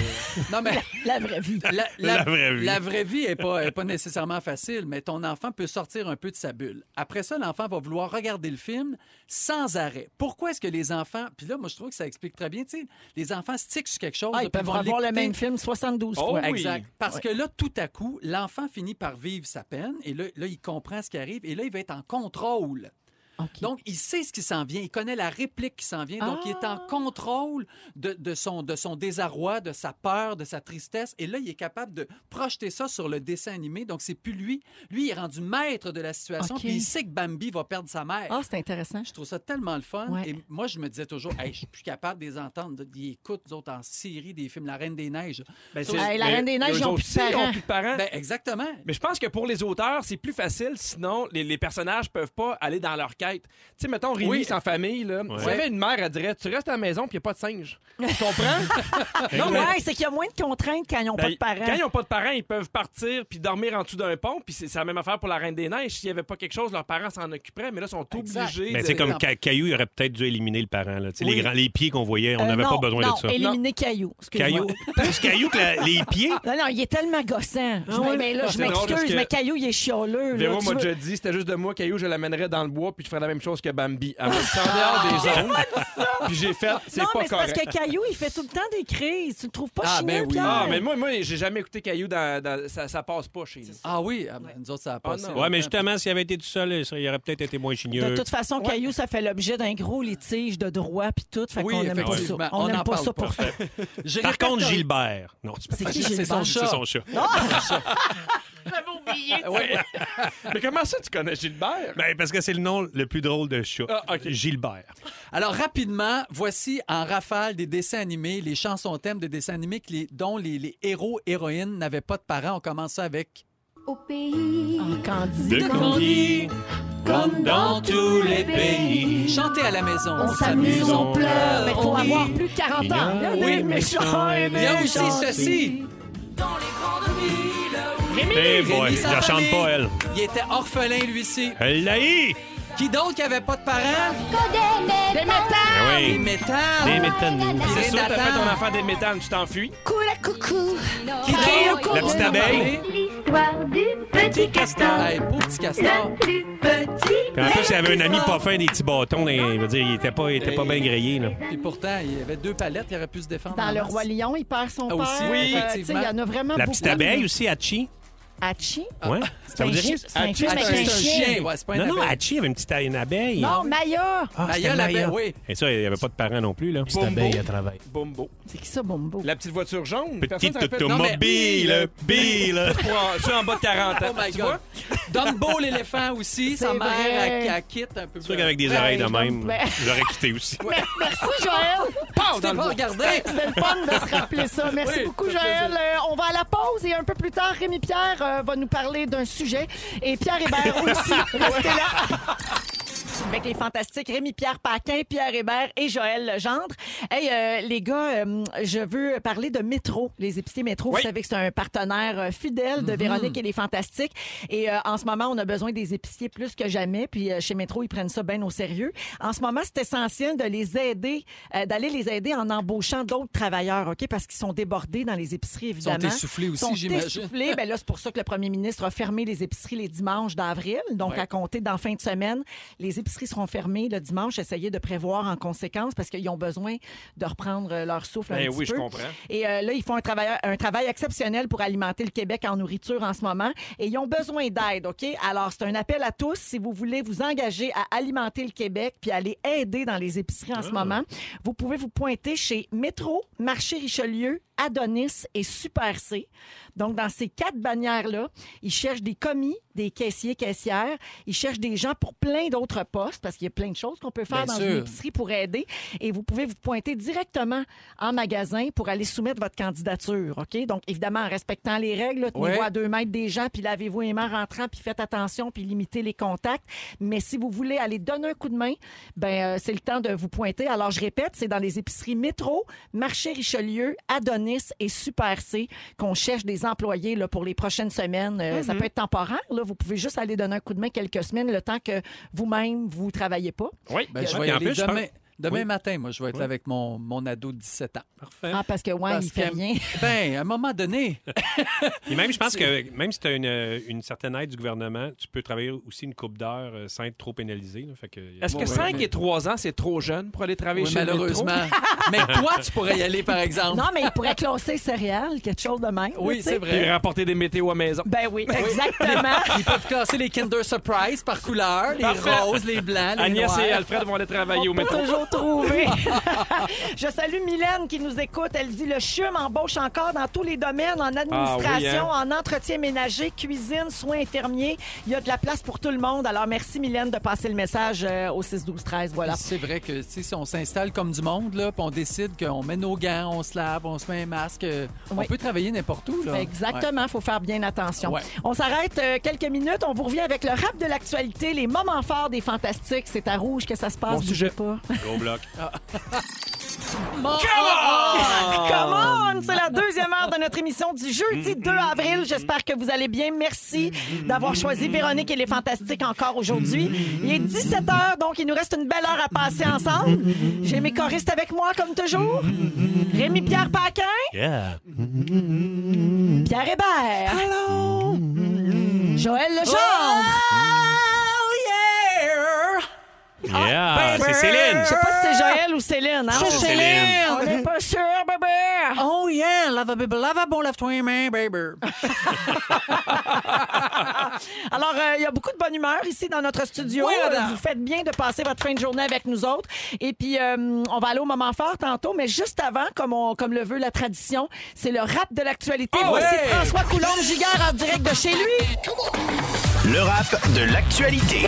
Speaker 4: Non, mais...
Speaker 2: La vraie vie.
Speaker 4: La,
Speaker 1: La vraie vie.
Speaker 4: La vraie vie n'est pas, est pas nécessairement facile, mais ton enfant peut sortir un peu de sa bulle. Après ça, l'enfant va vouloir regarder le film sans arrêt. Pourquoi est-ce que les enfants... Puis là, moi, je trouve que ça explique très bien, tu sais, les enfants stickent sur quelque chose.
Speaker 2: Ah,
Speaker 4: puis
Speaker 2: ils peuvent
Speaker 4: vont
Speaker 2: revoir le
Speaker 4: l'écouter.
Speaker 2: même film 72
Speaker 3: Oh,
Speaker 2: fois.
Speaker 3: oui.
Speaker 4: Exact. Parce que là, tout à coup, l'enfant finit par vivre sa peine et là, là, il comprend ce qui arrive et là, il va être en contrôle.
Speaker 2: OK.
Speaker 4: Donc, il sait ce qui s'en vient, il connaît la réplique qui s'en vient, donc il est en
Speaker 2: Ah!
Speaker 4: contrôle de, de son, de son désarroi, de sa peur, de sa tristesse, et là, il est capable de projeter ça sur le dessin animé, donc c'est plus lui. Lui, il est rendu maître de la situation,
Speaker 2: OK.
Speaker 4: puis il sait que Bambi va perdre sa mère.
Speaker 2: Ah, c'est intéressant.
Speaker 4: Je trouve ça tellement le fun.
Speaker 2: Ouais.
Speaker 4: Et moi, je me disais toujours, hey, je suis plus capable de les entendre. de- Ils écoutent, nous autres, en série des films La Reine des Neiges.
Speaker 3: Ben,
Speaker 4: c'est-
Speaker 2: Hey, la
Speaker 3: mais
Speaker 2: Reine des Neiges,
Speaker 3: eux
Speaker 2: ils ont plus de
Speaker 3: aussi,
Speaker 2: parents.
Speaker 3: plus de parents.
Speaker 4: Ben, exactement.
Speaker 3: Mais je pense que pour les auteurs, c'est plus facile, sinon les, les personnages peuvent pas aller dans leur quête. Tu sais, mettons, Rémi,
Speaker 4: Oui.
Speaker 3: sans famille, là.
Speaker 1: Ouais.
Speaker 3: S'il y avait une mère, elle dirait Tu restes à la maison, puis il n'y a pas de singe. Tu comprends? non, mais-
Speaker 2: Ouais, c'est qu'il y a moins de contraintes quand ils n'ont pas
Speaker 3: Ben,
Speaker 2: de parents.
Speaker 3: Quand ils n'ont pas de parents, ils peuvent partir puis dormir en dessous d'un pont. Puis c'est c'est la même affaire pour la Reine des Neiges. S'il n'y avait pas quelque chose, leurs parents s'en occuperaient. Mais là, ils sont
Speaker 4: Exact.
Speaker 3: obligés.
Speaker 1: Mais
Speaker 3: de-
Speaker 1: c'est Ben, comme Ca- Caillou, il aurait peut-être dû éliminer le parent. Là. Tu sais,
Speaker 3: Oui.
Speaker 1: Les, grands, les pieds qu'on voyait, on
Speaker 2: Euh,
Speaker 1: n'avait
Speaker 2: non,
Speaker 1: pas besoin
Speaker 2: non,
Speaker 1: de ça.
Speaker 2: éliminer Caillou. excuse-moi.
Speaker 1: Caillou, plus Caillou que la- les pieds.
Speaker 2: Non, non, il est tellement gossant. Je me- ben là, je
Speaker 3: Ah C'est drôle parce
Speaker 2: m'excuse,
Speaker 3: que-
Speaker 2: mais Caillou, il est chioleux. là,
Speaker 3: Véro
Speaker 2: tu
Speaker 3: m'a
Speaker 2: veux-
Speaker 3: déjà dit, c'était juste de moi, Caillou, je l'amènerais dans le bois puis je ferais la même chose que Bambi. Elle m'a dit, en dehors des zones. Puis j'ai fait, c'est
Speaker 2: Non,
Speaker 3: pas
Speaker 2: mais c'est parce
Speaker 3: correct.
Speaker 2: que Caillou, il fait tout le temps des crises. Tu le trouves pas
Speaker 4: Ah,
Speaker 2: chignon,
Speaker 4: ben oui.
Speaker 2: Pierre?
Speaker 3: Ah, mais moi, moi j'ai jamais écouté Caillou dans. dans- ça, ça passe pas chez nous.
Speaker 4: Ah oui, ah ben, nous autres, ça a passé.
Speaker 3: non.
Speaker 1: Ouais, mais justement, s'il avait été tout seul, euh, il serait- il aurait peut-être été moins
Speaker 2: De
Speaker 4: Euh,
Speaker 1: chigneux.
Speaker 2: toute façon, Caillou, ça fait l'objet d'un gros litige de droit puis tout. Fait
Speaker 4: Oui,
Speaker 2: qu'on n'aime pas ça.
Speaker 4: effectivement.
Speaker 2: On
Speaker 4: On
Speaker 2: n'aime
Speaker 4: en
Speaker 2: pas
Speaker 4: parle
Speaker 2: ça
Speaker 4: pas.
Speaker 2: pour ça.
Speaker 4: J'ai
Speaker 1: Par contre,
Speaker 4: répertorié-
Speaker 1: Gilbert. Non, c'est
Speaker 2: C'est
Speaker 1: pas
Speaker 2: qui
Speaker 1: facile.
Speaker 4: C'est son
Speaker 2: Gilbert?
Speaker 4: chat.
Speaker 1: C'est son chat.
Speaker 9: J'avais oublié.
Speaker 3: Ouais. mais comment ça, tu connais Gilbert?
Speaker 1: Ben, parce que c'est le nom le plus drôle de chat.
Speaker 3: Ah, ok.
Speaker 1: Gilbert.
Speaker 4: Alors, rapidement, voici en rafale des dessins animés, les chansons thèmes de dessins animés que les- dont les, les héros, héroïnes n'avaient pas de parents. On commence ça avec.
Speaker 9: Au pays.
Speaker 2: En Candide.
Speaker 1: Condi,
Speaker 4: comme dans tous
Speaker 9: les pays.
Speaker 4: Chanter à la maison.
Speaker 2: On s'amuse, on pleure, mais faut
Speaker 4: on rit.
Speaker 2: avoir plus de 40 ans.
Speaker 1: Euh, Il y en a
Speaker 2: Il y en a
Speaker 1: des
Speaker 2: des méchants
Speaker 1: méchants
Speaker 2: et
Speaker 1: et
Speaker 4: Il y a
Speaker 2: des
Speaker 4: aussi
Speaker 2: gentils.
Speaker 4: ceci.
Speaker 1: Eh
Speaker 4: Rémi,
Speaker 1: boy,
Speaker 4: sa
Speaker 1: je la chante
Speaker 4: famille.
Speaker 1: pas, elle.
Speaker 4: Il était orphelin, lui aussi.
Speaker 1: Elle l'a eu!
Speaker 4: Qui d'autre qui avait pas de parents?
Speaker 9: Des métals.
Speaker 1: Ben
Speaker 4: Les
Speaker 1: oui. Des
Speaker 4: métals.
Speaker 1: méthanes.
Speaker 3: C'est sûr, t'as fait
Speaker 4: Nathan.
Speaker 3: ton enfant des méthanes, tu t'enfuis.
Speaker 4: Qui
Speaker 3: Ah,
Speaker 4: d'autre?
Speaker 1: La petite abeille.
Speaker 9: L'histoire du petit castor.
Speaker 4: Hey, pauvre petit castor.
Speaker 9: plus petit.
Speaker 1: Puis en plus, il avait un ami pas fin des petits bâtons. là, il veut dire, il était pas, il était pas bien grillé. Là.
Speaker 4: Et pourtant, il y avait deux palettes, il aurait pu se défendre.
Speaker 2: Dans
Speaker 4: en
Speaker 2: le
Speaker 4: masse.
Speaker 2: Roi Lion, il perd son
Speaker 4: Ah,
Speaker 2: père.
Speaker 4: aussi,
Speaker 2: Euh,
Speaker 4: oui,
Speaker 2: tu sais,
Speaker 4: effectivement.
Speaker 2: Il y en a vraiment
Speaker 1: La
Speaker 2: beaucoup.
Speaker 1: petite abeille aussi, Hachi.
Speaker 2: Hachi?
Speaker 1: Ouais. Ça
Speaker 2: un
Speaker 1: vous dit
Speaker 2: chi-
Speaker 1: rien?
Speaker 2: Ah. c'est un
Speaker 1: Hachi,
Speaker 2: film avec
Speaker 1: c'était
Speaker 2: un chien.
Speaker 4: Ouais, c'est pas
Speaker 1: Non,
Speaker 4: un
Speaker 1: non,
Speaker 4: abeille.
Speaker 1: Hachi avait une petite une abeille.
Speaker 2: Non, Maya!
Speaker 1: Ah,
Speaker 4: Maya,
Speaker 1: c'était
Speaker 4: l'abeille, oui.
Speaker 1: Et ça, il n'y avait pas de parents non plus, là.
Speaker 3: Bon.
Speaker 1: Petite
Speaker 3: Bombo.
Speaker 10: L'abeille à travail.
Speaker 3: Bombo.
Speaker 11: C'est qui ça, Bombo?
Speaker 3: La petite voiture jaune. Personne
Speaker 1: Petite
Speaker 3: s'en rappelle. Non, mais-
Speaker 1: automobile, bille.
Speaker 3: Trois- Ceux en bas de 40 ans.
Speaker 4: Oh my
Speaker 3: tu
Speaker 4: God.
Speaker 3: vois?
Speaker 4: Dumbo, l'éléphant aussi. Sa
Speaker 2: C'est
Speaker 4: mère,
Speaker 2: vrai.
Speaker 4: elle, elle quitte un peu.
Speaker 1: C'est sûr qu'avec des oreilles de
Speaker 2: je
Speaker 1: même,
Speaker 2: comprends.
Speaker 1: j'aurais quitté aussi.
Speaker 2: Merci, Joël!
Speaker 4: Pow, dans le bois. Regardez.
Speaker 2: C'était le fun de se rappeler ça. Merci
Speaker 4: Oui,
Speaker 2: beaucoup,
Speaker 4: ça fait
Speaker 2: Joël. Euh, on va à la pause et un peu plus tard, Rémi Pierre euh, va nous parler d'un sujet. Et Pierre Hébert aussi. Restez là. Avec les fantastiques Rémi Pierre Paquin, Pierre Hébert et Joël Legendre. Hey, euh, les gars, euh, je veux parler de Métro, les épiciers Métro. Vous savez que c'est un partenaire euh, fidèle de
Speaker 4: Mm-hmm.
Speaker 2: Véronique et les Fantastiques. Et euh, en ce moment, on a besoin des épiciers plus que jamais. Puis euh, chez Métro, ils prennent ça bien au sérieux. En ce moment, c'est essentiel de les aider, euh, d'aller les aider en embauchant d'autres travailleurs, OK? Parce qu'ils sont débordés dans les épiceries,
Speaker 4: Ils sont
Speaker 2: évidemment.
Speaker 4: essoufflés
Speaker 2: Ils sont
Speaker 4: aussi, j'imagine.
Speaker 2: essoufflés. Ben là, c'est pour ça que le premier ministre a fermé les épiceries les dimanches d'avril. Donc,
Speaker 4: Ouais.
Speaker 2: à compter d'en fin de semaine, les épiceries seront fermées le dimanche. Essayez de prévoir en conséquence parce qu'ils ont besoin de reprendre euh, leur souffle un
Speaker 3: Ben
Speaker 2: petit
Speaker 3: oui, je
Speaker 2: peu.
Speaker 3: comprends.
Speaker 2: Et euh, là, ils font un travail, un travail exceptionnel pour alimenter le Québec en nourriture en ce moment. Et ils ont besoin d'aide, OK? Alors, c'est un appel à tous. Si vous voulez vous engager à alimenter le Québec puis aller aider dans les épiceries en ce
Speaker 4: Ah.
Speaker 2: moment, vous pouvez vous pointer chez Métro, Marché Richelieu, Adonis et Super C. Donc, dans ces quatre bannières-là, ils cherchent des commis, des caissiers, caissières. Ils cherchent des gens pour plein d'autres postes parce qu'il y a plein de choses qu'on peut faire
Speaker 4: Bien
Speaker 2: dans
Speaker 4: sûr.
Speaker 2: une épicerie pour aider. Et vous pouvez vous pointer directement en magasin pour aller soumettre votre candidature. OK? Donc, évidemment, en respectant les règles, là, tenez-vous
Speaker 4: Ouais.
Speaker 2: à deux mètres des gens, puis lavez-vous les mains en rentrant, puis faites attention, puis limitez les contacts. Mais si vous voulez aller donner un coup de main, ben euh, c'est le temps de vous pointer. Alors, je répète, c'est dans les épiceries Métro, Marché Richelieu, Adonis et Super C qu'on cherche des employés là, pour les prochaines semaines. Euh, Ça peut être temporaire. Là. Vous pouvez juste aller donner un coup de main quelques semaines, le temps que vous-même, vous travaillez pas.
Speaker 1: Oui,
Speaker 4: Ben,
Speaker 1: Ouais,
Speaker 4: je vais
Speaker 1: puis
Speaker 4: y
Speaker 1: en
Speaker 4: aller
Speaker 1: plus, je
Speaker 4: demain.
Speaker 1: pense-
Speaker 4: Demain
Speaker 1: Oui.
Speaker 4: matin, moi, je vais être
Speaker 1: Oui.
Speaker 4: là avec mon, mon ado de 17 ans.
Speaker 1: Parfait.
Speaker 2: Ah, parce que, ouais,
Speaker 4: Parce
Speaker 2: il fait
Speaker 4: que-
Speaker 2: rien.
Speaker 4: Ben, à un moment donné,
Speaker 1: Et même, je pense que même si tu as une, euh, une certaine aide du gouvernement, tu peux travailler aussi une coupe d'heure euh, sans être trop pénalisé. là. Fait que, euh,
Speaker 3: Ben, Est-ce que
Speaker 4: Ouais,
Speaker 3: 5
Speaker 4: mais-
Speaker 3: et 3 ans, c'est trop jeune pour aller travailler
Speaker 4: oui,
Speaker 3: chez le métro?
Speaker 4: malheureusement. mais toi, tu pourrais y aller, par exemple.
Speaker 2: Non, mais il pourrait classer céréales, quelque chose de même.
Speaker 4: oui,
Speaker 2: tu sais.
Speaker 4: c'est
Speaker 3: Puis
Speaker 4: vrai.
Speaker 3: rapporter des météos à maison.
Speaker 2: Ben oui, exactement.
Speaker 4: Ils peuvent classer les Kinder Surprise par couleur, les
Speaker 3: Parfait.
Speaker 4: roses, les blancs, les
Speaker 3: Agnès
Speaker 4: noirs.
Speaker 3: et Alfred vont aller travailler au
Speaker 2: On peut
Speaker 3: métro.
Speaker 2: toujours trouver. Je salue Mylène qui nous écoute. Elle dit le CHUM embauche encore dans tous les domaines, en administration, en entretien ménager, cuisine, soins infirmiers. Il y a de la place pour tout le monde. Alors merci Mylène de passer le message euh, au 6-12-13. Voilà.
Speaker 4: Puis C'est vrai que tu sais, si on s'installe comme du monde, là, puis on décide qu'on met nos gants, on se lave, on se met un masque, euh, on
Speaker 2: Oui.
Speaker 4: peut travailler n'importe où. Là.
Speaker 2: Exactement, il faut faire bien attention.
Speaker 4: Ouais.
Speaker 2: On s'arrête euh, quelques minutes, on vous revient avec le rap de l'actualité, les moments forts des fantastiques. C'est à rouge que ça se passe.
Speaker 3: Bon
Speaker 2: bougez pas.
Speaker 1: Gros bloc.
Speaker 4: Ah. Ouais. Mon- Ah, ah,
Speaker 2: Come on! C'est la deuxième heure de notre émission du jeudi 2
Speaker 4: Mm-hmm.
Speaker 2: avril. J'espère que vous allez bien. Merci d'avoir choisi Véronique et les Fantastiques encore aujourd'hui.
Speaker 4: Mm-hmm.
Speaker 2: Il est 17 h, donc il nous reste une belle heure à passer ensemble. J'ai mes choristes avec moi, comme toujours.
Speaker 4: Mm-hmm.
Speaker 2: Rémi-Pierre Paquin.
Speaker 1: Yeah.
Speaker 2: Mmh. Pierre Hébert. Mmh, Joël Legendre.
Speaker 3: Ah, ben,
Speaker 1: Yeah. Ah, c'est
Speaker 2: Je
Speaker 1: Céline.
Speaker 2: sais pas si c'est Joël ou Céline. hein?
Speaker 1: C'est Céline.
Speaker 2: On n'est pas sûr, bébé.
Speaker 4: Oh yeah, lave baby, lave bon, lave-toi les mains, baby.
Speaker 2: Alors, euh, il y a beaucoup de bonne humeur ici dans notre studio.
Speaker 4: Oui, madame.
Speaker 2: Euh, vous faites bien de passer votre fin de journée avec nous autres. Et puis, euh, on va aller au moment fort tantôt, mais juste avant, comme, on- comme le veut la tradition, c'est le rap de l'actualité.
Speaker 1: Ah
Speaker 2: Voici
Speaker 4: ouais.
Speaker 2: François Coulombe-Giguère en direct de chez lui.
Speaker 10: Le rap de l'actualité.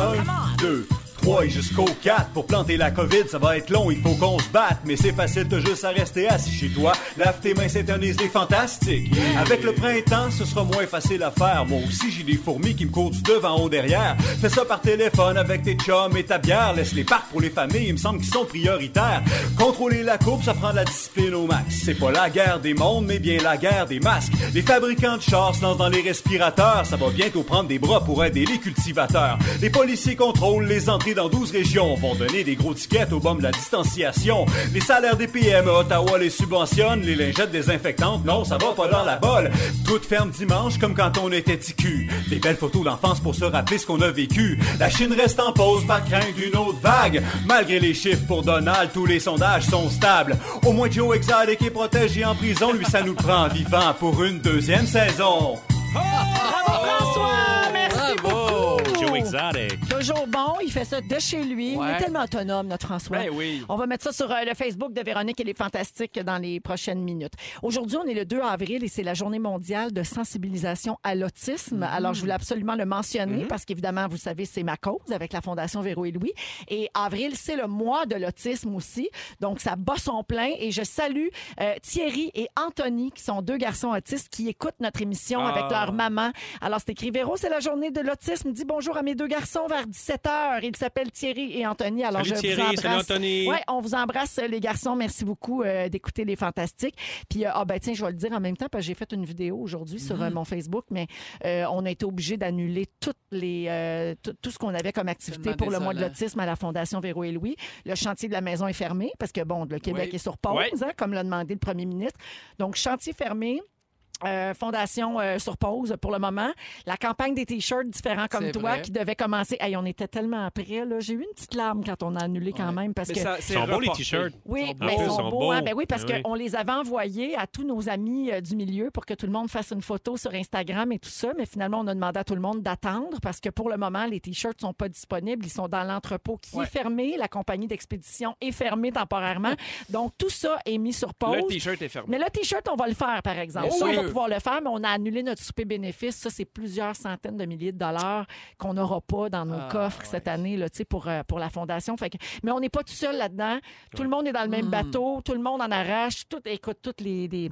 Speaker 12: Un, deux, trois et jusqu'au quatre. Pour planter la COVID, ça va être long, il faut qu'on se batte. Mais c'est facile, t'as juste à rester assis chez toi. Lave tes mains, c'est un des fantastique. Avec le printemps, ce sera moins facile à faire. Moi aussi, j'ai des fourmis qui me courent du devant au derrière. Fais ça par téléphone avec tes chums et ta bière. Laisse les parcs pour les familles, il me semble qu'ils sont prioritaires. Contrôler la courbe, ça prend de la discipline au max. C'est pas la guerre des mondes, mais bien la guerre des masques. Les fabricants de chars se lancent dans les respirateurs. Ça va bientôt prendre des bras pour aider les cultivateurs. Les policiers contrôlent les entrées dans 12 régions vont donner des gros tickets au bomb de la distanciation. Les salaires des PME à Ottawa les subventionnent, les lingettes désinfectantes, non, ça va pas dans la bolle. Toute ferme dimanche comme quand on était ticu. Des belles photos d'enfance pour se rappeler ce qu'on a vécu. La Chine reste en pause par crainte d'une autre vague. Malgré les chiffres pour Donald, tous les sondages sont stables. Au moins Joe Exotic est protégé en prison, lui ça nous prend vivant pour une deuxième saison.
Speaker 2: Bravo,
Speaker 9: Ah,
Speaker 2: François!
Speaker 3: Ah.
Speaker 2: Merci beaucoup!
Speaker 1: Joe Exotic.
Speaker 2: Toujours bon, il fait ça de chez lui. Il est tellement autonome, notre François.
Speaker 3: Ben oui.
Speaker 2: On va mettre ça sur euh, le Facebook de Véronique et les Fantastiques dans les prochaines minutes. Aujourd'hui, on est le 2 avril et c'est la journée mondiale de sensibilisation à l'autisme. Alors, je voulais absolument le mentionner parce qu'évidemment, vous le savez, c'est ma cause avec la Fondation Véro et Louis. Et avril, c'est le mois de l'autisme aussi. Donc, ça bat son plein. Et je salue euh, Thierry et Anthony, qui sont deux garçons autistes qui écoutent notre émission
Speaker 3: Ah.
Speaker 2: avec leur maman. Alors, c'est écrit Véro, c'est la journée de l'autisme. Dis bonjour à mes deux garçons vers 17h. Ils s'appellent Thierry et Anthony. Alors,
Speaker 1: Salut
Speaker 2: je
Speaker 1: Thierry,
Speaker 2: vous embrasse.
Speaker 1: salut Anthony.
Speaker 2: Ouais, on vous embrasse, les garçons. Merci beaucoup euh, d'écouter Les Fantastiques. Puis, euh, ah ben tiens, je vais le dire en même temps, parce que j'ai fait une vidéo aujourd'hui sur
Speaker 1: Mm-hmm.
Speaker 2: euh, mon Facebook, mais euh, on a été obligé d'annuler toutes les, euh, tout- tout ce qu'on avait comme activité
Speaker 4: Tellement
Speaker 2: pour le mois de
Speaker 4: désolant.
Speaker 2: l'autisme à la Fondation Véro et Louis. Le chantier de la maison est fermé, parce que, bon, le Québec
Speaker 4: Oui.
Speaker 2: est sur pause,
Speaker 3: Oui.
Speaker 2: hein, comme l'a demandé le premier ministre. Donc, chantier fermé. Euh, fondation euh, sur pause pour le moment. La campagne des t-shirts différents comme
Speaker 4: C'est
Speaker 2: toi
Speaker 4: vrai.
Speaker 2: qui devait commencer. Hey, on était tellement après. là. J'ai eu une petite larme quand on a annulé quand
Speaker 4: Ouais.
Speaker 2: même parce
Speaker 3: Mais
Speaker 2: que
Speaker 3: ça-
Speaker 1: Ils
Speaker 3: c'est
Speaker 1: sont beaux, les
Speaker 3: reporté.
Speaker 1: t-shirts.
Speaker 2: oui,
Speaker 1: beaux. Ah
Speaker 2: mais ils
Speaker 1: oui,
Speaker 2: sont
Speaker 1: ils sont
Speaker 2: beaux. hein.
Speaker 1: beaux.
Speaker 2: Ben oui, parce
Speaker 1: Ah oui.
Speaker 2: qu'on les avait envoyés à tous nos amis euh, du milieu pour que tout le monde fasse une photo sur Instagram et tout ça. Mais finalement, on a demandé à tout le monde d'attendre parce que pour le moment, les T-shirts sont pas disponibles. Ils sont dans l'entrepôt qui
Speaker 4: Ouais.
Speaker 2: est fermé. La compagnie d'expédition est fermée temporairement. Donc, tout ça est mis sur pause.
Speaker 3: Le t-shirt est fermé.
Speaker 2: Mais le T-shirt, on va le faire, par exemple.
Speaker 4: Bien
Speaker 2: Ça, on
Speaker 4: sûr.
Speaker 2: va pouvoir le faire, mais on a annulé notre souper bénéfice. Ça, c'est plusieurs centaines de milliers de dollars qu'on n'aura pas dans nos
Speaker 4: Ah,
Speaker 2: coffres
Speaker 4: ouais.
Speaker 2: cette année là, tu sais, pour, euh, pour la fondation. Fait que- mais on n'est pas tout seul là-dedans. Tout le monde est dans le même
Speaker 4: Hmm.
Speaker 2: bateau. Tout le monde en arrache. Tout, écoute, toutes les, les-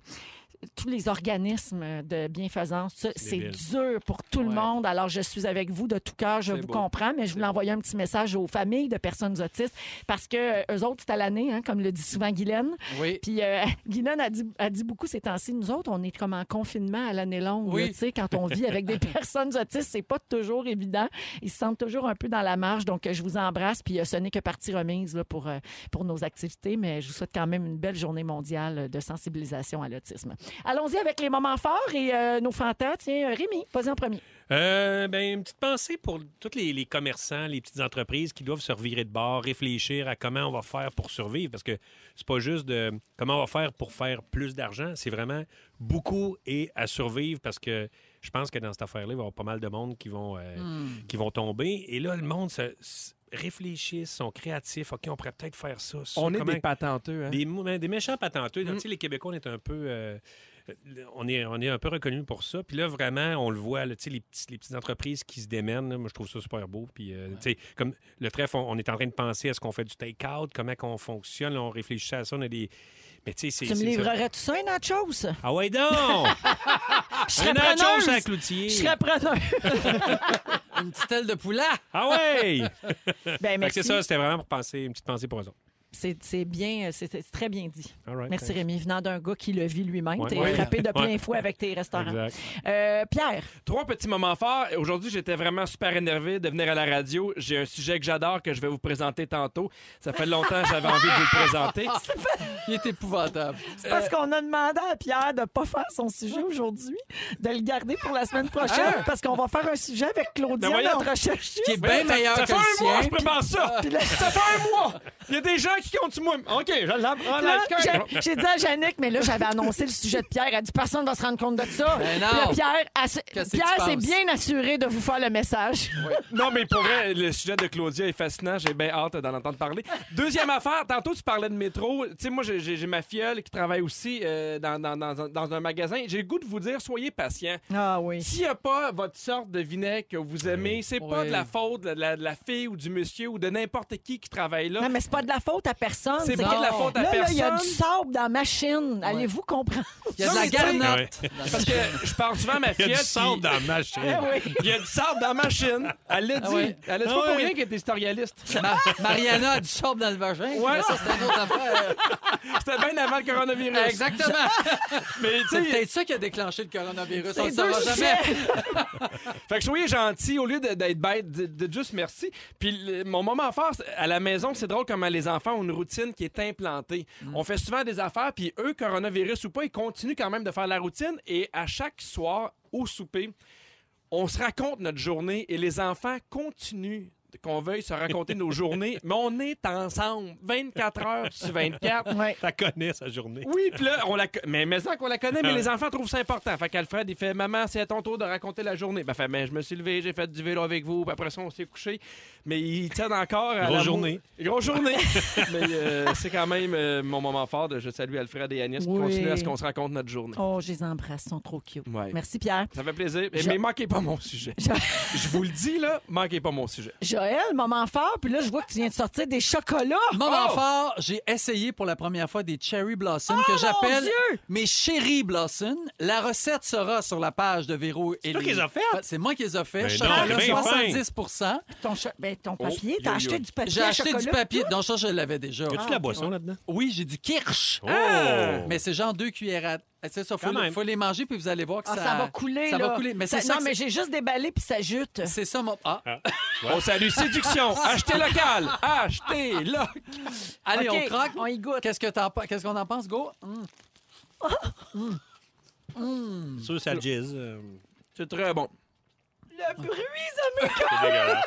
Speaker 2: tous les organismes de bienfaisance, ça, c'est
Speaker 1: débile.
Speaker 2: dur pour tout le
Speaker 4: Ouais.
Speaker 2: monde. Alors, je suis avec vous de tout cœur. Je
Speaker 3: C'est
Speaker 2: vous
Speaker 3: beau.
Speaker 2: comprends, mais je voulais envoyer un petit message aux familles de personnes autistes parce que euh, eux autres, c'est à l'année, hein, comme le dit souvent Guylaine.
Speaker 4: Oui.
Speaker 2: Puis euh, Guylaine a dit, a dit beaucoup ces temps-ci. Nous autres, on est comme en confinement à l'année longue.
Speaker 4: Oui.
Speaker 2: là, tu sais, quand on vit avec des personnes autistes, c'est pas toujours évident. Ils se sentent toujours un peu dans la marge. Donc, euh, je vous embrasse. Puis euh, ce n'est que partie remise là, pour, euh, pour nos activités. Mais je vous souhaite quand même une belle journée mondiale euh, de sensibilisation à l'autisme. Allons-y avec les moments forts et euh, nos fantas. Tiens, euh, Rémi, vas-y en premier.
Speaker 1: Euh, ben, une petite pensée pour tous les, les commerçants, les petites entreprises qui doivent se revirer de bord, réfléchir à comment on va faire pour survivre, parce que c'est pas juste de comment on va faire pour faire plus d'argent, c'est vraiment beaucoup et à survivre, parce que je pense que dans cette affaire-là, il va y avoir pas mal de monde qui vont, euh, qui vont tomber. Et là, le monde se, se- réfléchit, sont créatifs. OK, on pourrait peut-être faire ça. ça,
Speaker 3: On est
Speaker 1: comment-
Speaker 3: des patenteux. Hein?
Speaker 1: des, mou- ben, des méchants patenteux. Donc,
Speaker 3: Mm.
Speaker 1: tu sais, les Québécois, on est un peu. euh, on, est, on est un peu reconnus pour ça. Puis là, vraiment, on le voit, là, tu sais, les, petits- les petites entreprises qui se démènent. là, moi, je trouve ça super beau. Puis, euh, tu sais, comme le trèfle, on, on est en train de penser à ce qu'on fait du take-out, comment qu'on fonctionne. Là, on réfléchit à ça. On a des. Mais tu sais, c'est.
Speaker 2: Tu me
Speaker 1: c'est-
Speaker 2: livrerais tout ça, un nachos?
Speaker 1: Ah ouais, donc!
Speaker 2: Je serais
Speaker 1: Un nachos
Speaker 2: preneuse.
Speaker 1: à Cloutier.
Speaker 2: Je serais preneuse.
Speaker 4: Une petite aile de poulet.
Speaker 1: Ah ouais! Fait
Speaker 2: Ben,
Speaker 1: que c'est
Speaker 2: merci.
Speaker 1: ça, c'était vraiment pour penser, une petite pensée pour eux autres.
Speaker 2: C'est c'est bien, euh, c'est c'est très bien dit.
Speaker 1: All right,
Speaker 2: Merci
Speaker 1: thanks.
Speaker 2: Rémi, venant d'un gars qui le vit lui-même.
Speaker 1: Ouais.
Speaker 2: T'es
Speaker 1: Ouais.
Speaker 2: frappé de plein
Speaker 1: Ouais.
Speaker 2: fouet avec tes
Speaker 4: Ah.
Speaker 2: restaurants.
Speaker 1: Exact.
Speaker 2: Euh, Pierre,
Speaker 3: Trois petits moments forts. Aujourd'hui, j'étais vraiment super énervé de venir à la radio. J'ai un sujet que j'adore que je vais vous présenter tantôt. Ça fait longtemps que j'avais envie de vous le présenter. Euh,
Speaker 4: Il est épouvantable.
Speaker 2: c'est parce qu'on a demandé à Pierre de ne pas faire son sujet aujourd'hui, de le garder pour la semaine prochaine, parce qu'on va faire un sujet avec
Speaker 3: Ben
Speaker 2: Claudia,
Speaker 3: Hein? voyons.
Speaker 2: notre recherchiste. Ah.
Speaker 4: Qui est bien meilleur
Speaker 3: Ça
Speaker 4: que
Speaker 3: fait
Speaker 4: le
Speaker 3: un mois que je
Speaker 4: sien.
Speaker 3: prépare ça! Ça fait un mois! Il y a des gens qui comptent sur moi. OK, je l'apprends.
Speaker 2: Puis là, j'ai- J'ai dit à Jannick, mais là, j'avais annoncé le sujet de Pierre. Elle a dit personne ne va se rendre compte de ça.
Speaker 4: Ben non.
Speaker 2: Puis là, Pierre, assu-
Speaker 4: Qu'est-ce que
Speaker 2: Pierre
Speaker 4: tu
Speaker 2: s'est
Speaker 4: penses?
Speaker 2: bien assuré de vous faire le message.
Speaker 3: Non, mais pour vrai, le sujet de Claudia est fascinant. J'ai bien hâte d'en entendre parler. Deuxième affaire, tantôt, tu parlais de métro. Tu sais, moi, j'ai- j'ai j'ai ma fiole qui travaille aussi euh, dans, dans- dans un- dans un magasin. J'ai le goût de vous dire, soyez patient.
Speaker 2: Ah oui.
Speaker 3: S'il n'y a pas votre sorte de vinaigre que vous aimez, c'est pas
Speaker 4: Oui.
Speaker 3: de la faute de la, de la fille ou du monsieur ou de n'importe qui qui travaille là.
Speaker 2: Non, mais c'est pas de la faute. Elle personne.
Speaker 3: C'est
Speaker 2: que
Speaker 3: pas de la faute à
Speaker 2: là, Là, il y a du
Speaker 3: personne.
Speaker 2: sable dans la machine. Allez-vous comprendre?
Speaker 3: Il y a de la garnotte.
Speaker 1: Ouais.
Speaker 3: Parce que je parle souvent à ma
Speaker 1: Il
Speaker 3: fillette.
Speaker 1: y a du sable
Speaker 3: puis- Eh
Speaker 1: dans la machine.
Speaker 3: Il y a du sable dans la machine. Elle l'a dit.
Speaker 4: Ah ouais.
Speaker 3: Elle l'a dit pas
Speaker 1: Ah
Speaker 3: pour
Speaker 1: ouais.
Speaker 3: rien qu'elle est historialiste.
Speaker 4: Ma- Mariana a du sable dans le vagin.
Speaker 3: Ouais.
Speaker 4: mais Ça, c'est une autre affaire.
Speaker 3: C'était bien avant le coronavirus.
Speaker 4: Exactement.
Speaker 3: Mais tu
Speaker 4: C'est
Speaker 3: sais,
Speaker 4: peut-être ça qui a déclenché le coronavirus.
Speaker 2: C'est
Speaker 4: On ne saura
Speaker 2: deux
Speaker 4: jamais.
Speaker 3: Fait que soyez gentils au lieu de- d'être bête, dites dites juste merci. Puis le- mon moment fort c'est- à la maison, c'est drôle comment les enfants ont une routine qui est implantée.
Speaker 4: Mm.
Speaker 3: On fait souvent des affaires, puis eux, coronavirus ou pas, ils continuent quand même de faire la routine. Et à chaque soir, au souper, on se raconte notre journée et les enfants continuent de- qu'on veuille se raconter nos journées, mais on est ensemble 24 heures sur 24.
Speaker 1: Ça connaît sa journée.
Speaker 3: Oui, puis là, on la... co- mais maintenant qu'on la connaît, mais
Speaker 1: Ouais.
Speaker 3: les enfants trouvent ça important. Fait qu'Alfred, il fait Maman, c'est à ton tour de raconter la journée. Ben, fait, ben, je me suis levé, j'ai fait du vélo avec vous, puis après ça, on s'est couché. Mais il tient encore à.
Speaker 1: Grosse
Speaker 3: l'amour.
Speaker 1: journée.
Speaker 3: Grosse journée. mais euh, c'est quand même euh, mon moment fort de je salue Alfred et Agnès
Speaker 2: Oui.
Speaker 3: qui continuent à ce qu'on se raconte notre journée.
Speaker 2: Oh, je les embrasse, ils sont trop cute.
Speaker 3: Ouais.
Speaker 2: Merci, Pierre.
Speaker 3: Ça fait plaisir. Mais,
Speaker 2: Je-
Speaker 3: mais manquez pas mon sujet.
Speaker 2: Je-
Speaker 3: Je vous le dis, là, manquez pas mon sujet.
Speaker 2: Joël, moment fort, puis là, je vois que tu viens de sortir des chocolats.
Speaker 4: Moment
Speaker 3: Oh!
Speaker 4: fort, j'ai essayé pour la première fois des cherry blossoms
Speaker 2: Oh,
Speaker 4: que j'appelle
Speaker 2: mon Dieu!
Speaker 4: mes chéri blossoms. La recette sera sur la page de Véro et
Speaker 1: toi qui les as faites?
Speaker 4: Fait- C'est moi qui les ai fait.
Speaker 1: Ben
Speaker 4: Je
Speaker 1: non,
Speaker 4: suis
Speaker 1: t'es bien fin. Oh,
Speaker 4: 70
Speaker 2: Ton, cho- ben, ton papier,
Speaker 3: yo,
Speaker 2: t'as
Speaker 3: yo.
Speaker 2: acheté du papier
Speaker 4: J'ai
Speaker 2: à
Speaker 4: acheté du
Speaker 2: chocolat. Ah,
Speaker 4: papier. Non, ça, je l'avais déjà.
Speaker 1: Y a-tu de la boisson là-dedans?
Speaker 4: Oui, j'ai du kirsch.
Speaker 1: Oh!
Speaker 4: Mais c'est genre deux cuillères à... Eh, C'est ça, faut,
Speaker 1: Quand même.
Speaker 4: faut les manger, puis vous allez voir que
Speaker 2: Ah, ça,
Speaker 4: ça...
Speaker 2: va couler,
Speaker 4: Ça
Speaker 2: là.
Speaker 4: va couler. Mais
Speaker 2: Ça-
Speaker 4: c'est ça
Speaker 2: non,
Speaker 4: que
Speaker 2: mais
Speaker 4: c'est-
Speaker 2: j'ai juste déballé, puis ça jute.
Speaker 4: c'est ça mon... Ah.
Speaker 3: On salue Séduction. Achetez local. Achetez local.
Speaker 4: Allez,
Speaker 2: OK,
Speaker 4: on croque.
Speaker 2: On y goûte.
Speaker 4: Qu'est-ce que t'en pe- qu'est-ce qu'on en pense, Go? Hum.
Speaker 2: Hmm.
Speaker 1: Sûr, ça jizz. euh, Ah.
Speaker 3: C'est très bon.
Speaker 2: Le bruit, ça me
Speaker 1: C'est dégueulasse.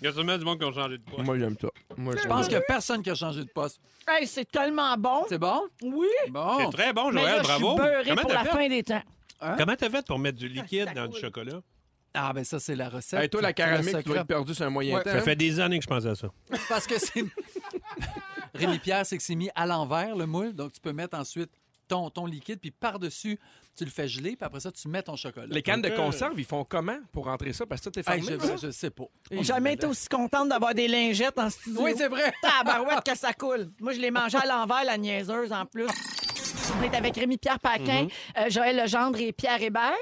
Speaker 1: Il y a sûrement du monde qui ont changé de poids.
Speaker 3: Moi, j'aime ça. Moi,
Speaker 4: Je pense qu'il n'y a personne qui a changé de poste.
Speaker 2: Hey, c'est tellement bon.
Speaker 4: C'est bon?
Speaker 2: Oui.
Speaker 1: C'est
Speaker 4: Bon.
Speaker 1: très bon,
Speaker 2: Mais
Speaker 1: Joël,
Speaker 2: là,
Speaker 1: bravo.
Speaker 2: Je suis beurré
Speaker 1: Comment
Speaker 2: pour
Speaker 1: t'as
Speaker 2: la
Speaker 1: fait?
Speaker 2: fin des temps.
Speaker 1: Hein?
Speaker 4: Hein?
Speaker 1: Comment t'as fait pour mettre du liquide
Speaker 2: ça
Speaker 1: dans du
Speaker 2: coule.
Speaker 1: chocolat?
Speaker 4: Ah, ben ça, c'est la recette.
Speaker 3: Hey, toi, la
Speaker 4: Le
Speaker 3: caramique, tu dois
Speaker 4: secret.
Speaker 3: être perdu sur un moyen
Speaker 4: Ouais.
Speaker 3: temps.
Speaker 1: Ça fait des années que je pensais à ça.
Speaker 4: Parce que c'est. Rémi Pierre, c'est que c'est mis à l'envers, le moule. Donc, tu peux mettre ensuite ton, ton liquide, puis par-dessus, tu le fais geler, puis après ça, tu mets ton chocolat.
Speaker 3: Les cannes de conserve, ils font comment pour rentrer ça? Parce que tout est
Speaker 4: Hey,
Speaker 3: fermé.
Speaker 4: je, je- je sais pas.
Speaker 2: J'ai jamais été aussi contente d'avoir des lingettes en studio.
Speaker 4: Oui, c'est vrai.
Speaker 2: Tabarouette que ça coule. Moi, je l'ai mangé à l'envers, la niaiseuse, en plus. On est avec Rémi-Pierre Paquin, euh, Joël Legendre et Pierre Hébert.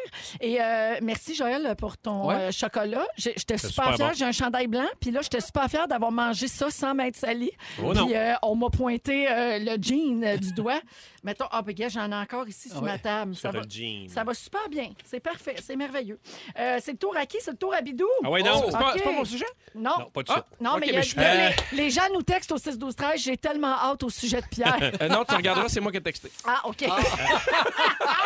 Speaker 2: Et euh, merci, Joël, pour ton
Speaker 4: Ouais.
Speaker 2: euh, chocolat. J'ai- J'étais super,
Speaker 1: super
Speaker 2: fière.
Speaker 1: bon.
Speaker 2: J'ai un chandail blanc. Puis là, j'étais super fière d'avoir mangé ça sans m'être salie.
Speaker 1: Oh non.
Speaker 2: Puis euh, on m'a pointé euh, le jean euh, du doigt. Mettons, ah, ben, gars, j'en ai encore ici sur
Speaker 4: Ouais.
Speaker 2: ma table. Ça
Speaker 1: T'as
Speaker 2: va,
Speaker 1: le jean.
Speaker 2: ça va super bien. C'est parfait. C'est merveilleux. Euh, c'est le tour à qui? C'est le tour à Bidou? Oh,
Speaker 1: Ah ouais, non.
Speaker 3: C'est pas,
Speaker 2: OK.
Speaker 3: c'est pas mon sujet?
Speaker 2: Non. Ah,
Speaker 1: Non, pas de suite.
Speaker 2: Non,
Speaker 3: OK,
Speaker 2: mais, il y a-
Speaker 3: mais je suis-
Speaker 2: il y a les, les gens nous textent au 6 12 13 J'ai tellement hâte au sujet de Pierre.
Speaker 3: Euh, non, tu regarderas, c'est moi qui ai texté.
Speaker 2: ah, OK.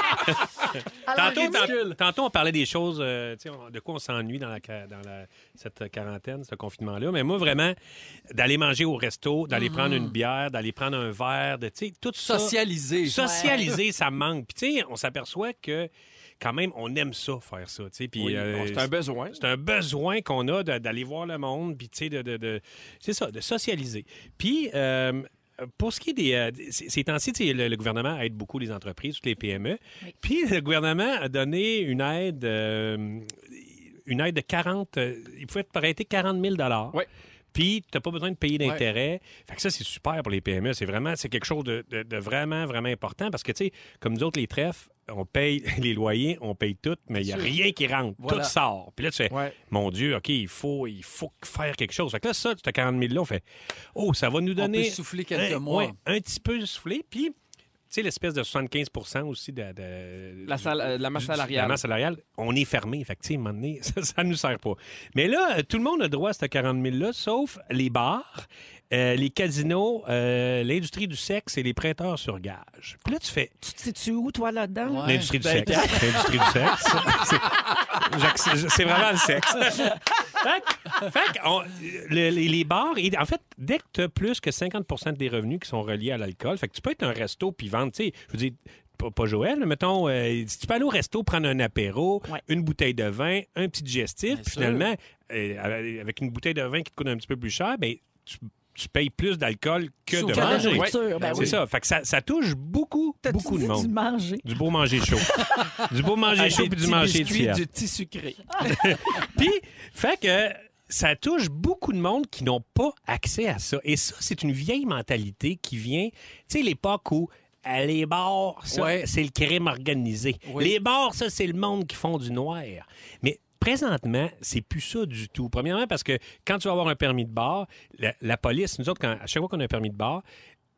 Speaker 2: Alors,
Speaker 1: Tantôt,
Speaker 2: Rémi-
Speaker 1: tant- tantôt, on parlait des choses, euh, tu sais, on- de quoi on s'ennuie dans, la, ca- dans la- cette quarantaine, ce confinement-là. Mais moi, vraiment, d'aller manger au resto,
Speaker 2: Mm-hmm.
Speaker 1: d'aller prendre une bière, d'aller prendre un verre, de, tu sais, tout ça.
Speaker 4: Socialiser.
Speaker 1: Socialiser, ça manque. Puis, tu sais, on s'aperçoit que, quand même, on aime ça, faire ça. tu sais. Puis,
Speaker 3: Oui,
Speaker 1: euh,
Speaker 3: bon, c'est un besoin.
Speaker 1: c'est un besoin qu'on a de- d'aller voir le monde, puis, tu sais, de, de- de- c'est ça, de socialiser. Puis, euh, pour ce qui est des. euh, ces ces temps-ci, tu sais, le, le gouvernement aide beaucoup les entreprises, toutes les PME. Puis, le gouvernement a donné une aide. euh, une aide de 40. euh, il pouvait te prêter 40 000
Speaker 3: Oui.
Speaker 1: Puis, tu n'as pas besoin de payer d'intérêt. Fait que ça, c'est super pour les PME. C'est vraiment, c'est quelque chose de, de- de vraiment, vraiment important parce que, tu sais, comme nous autres, les trèfles, on paye les loyers, on paye tout, mais il n'y a rien qui rentre.
Speaker 4: Voilà.
Speaker 1: Tout sort. Puis là, tu fais,
Speaker 3: Ouais.
Speaker 1: mon Dieu, OK, il faut, il faut faire quelque chose. Fait que là, ça, tu as 40 000 là, on fait, oh, ça va nous donner.
Speaker 4: peut souffler quelques
Speaker 1: un,
Speaker 4: mois.
Speaker 1: ouais, un petit peu souffler. Puis, tu sais, l'espèce de 75 aussi de, de-
Speaker 3: La, sal- euh, la masse
Speaker 1: du- du-
Speaker 3: salariale.
Speaker 1: La masse salariale, on est fermé. Fait que, tu sais, à un moment donné, ça ne nous sert pas. Mais là, euh, tout le monde a droit à ce 40 000-là, sauf les bars, euh, les casinos, euh, l'industrie du sexe et les prêteurs sur gage. Puis là, tu fais
Speaker 2: tu te situes où, toi, là-dedans?
Speaker 4: Ouais.
Speaker 1: l'industrie
Speaker 3: Ben,
Speaker 1: du sexe. L'industrie du sexe. C'est- j'accepte- C'est vraiment le sexe. fait que- fait que on- le- les, les bars, et en fait, dès que tu as plus que 50 des revenus qui sont reliés à l'alcool, fait que tu peux être un resto puis vendre, tu sais, je veux dire, pas, pas Joël, mais mettons, euh, si tu peux aller au resto prendre un apéro,
Speaker 2: Ouais.
Speaker 1: une bouteille de vin, un petit digestif, puis
Speaker 4: sûr.
Speaker 1: finalement, euh, avec une bouteille de vin qui te coûte un petit peu plus cher, ben, tu, tu payes plus d'alcool que
Speaker 2: Sous-
Speaker 1: de
Speaker 2: que de
Speaker 1: manger.
Speaker 2: nourriture, ben
Speaker 1: C'est
Speaker 2: oui.
Speaker 1: ça. Fait que ça, ça touche beaucoup,
Speaker 2: T'as-tu
Speaker 1: beaucoup
Speaker 2: dit
Speaker 1: de monde.
Speaker 2: du manger.
Speaker 1: Du beau manger chaud. du beau manger
Speaker 3: Avec
Speaker 1: chaud
Speaker 3: des
Speaker 1: puis du
Speaker 3: petits
Speaker 1: manger
Speaker 3: biscuits,
Speaker 1: tiède.
Speaker 3: du thé sucré.
Speaker 1: Puis, fait que ça touche beaucoup de monde qui n'ont pas accès à ça. Et ça, c'est une vieille mentalité qui vient, tu sais, l'époque où à les bars, ça,
Speaker 4: Ouais.
Speaker 1: c'est le crime organisé.
Speaker 4: Oui.
Speaker 1: Les bars, ça, c'est le monde qui font du noir. Mais présentement, c'est plus ça du tout. Premièrement, parce que quand tu vas avoir un permis de bar, la, la police, nous autres, quand, à chaque fois qu'on a un permis de bar,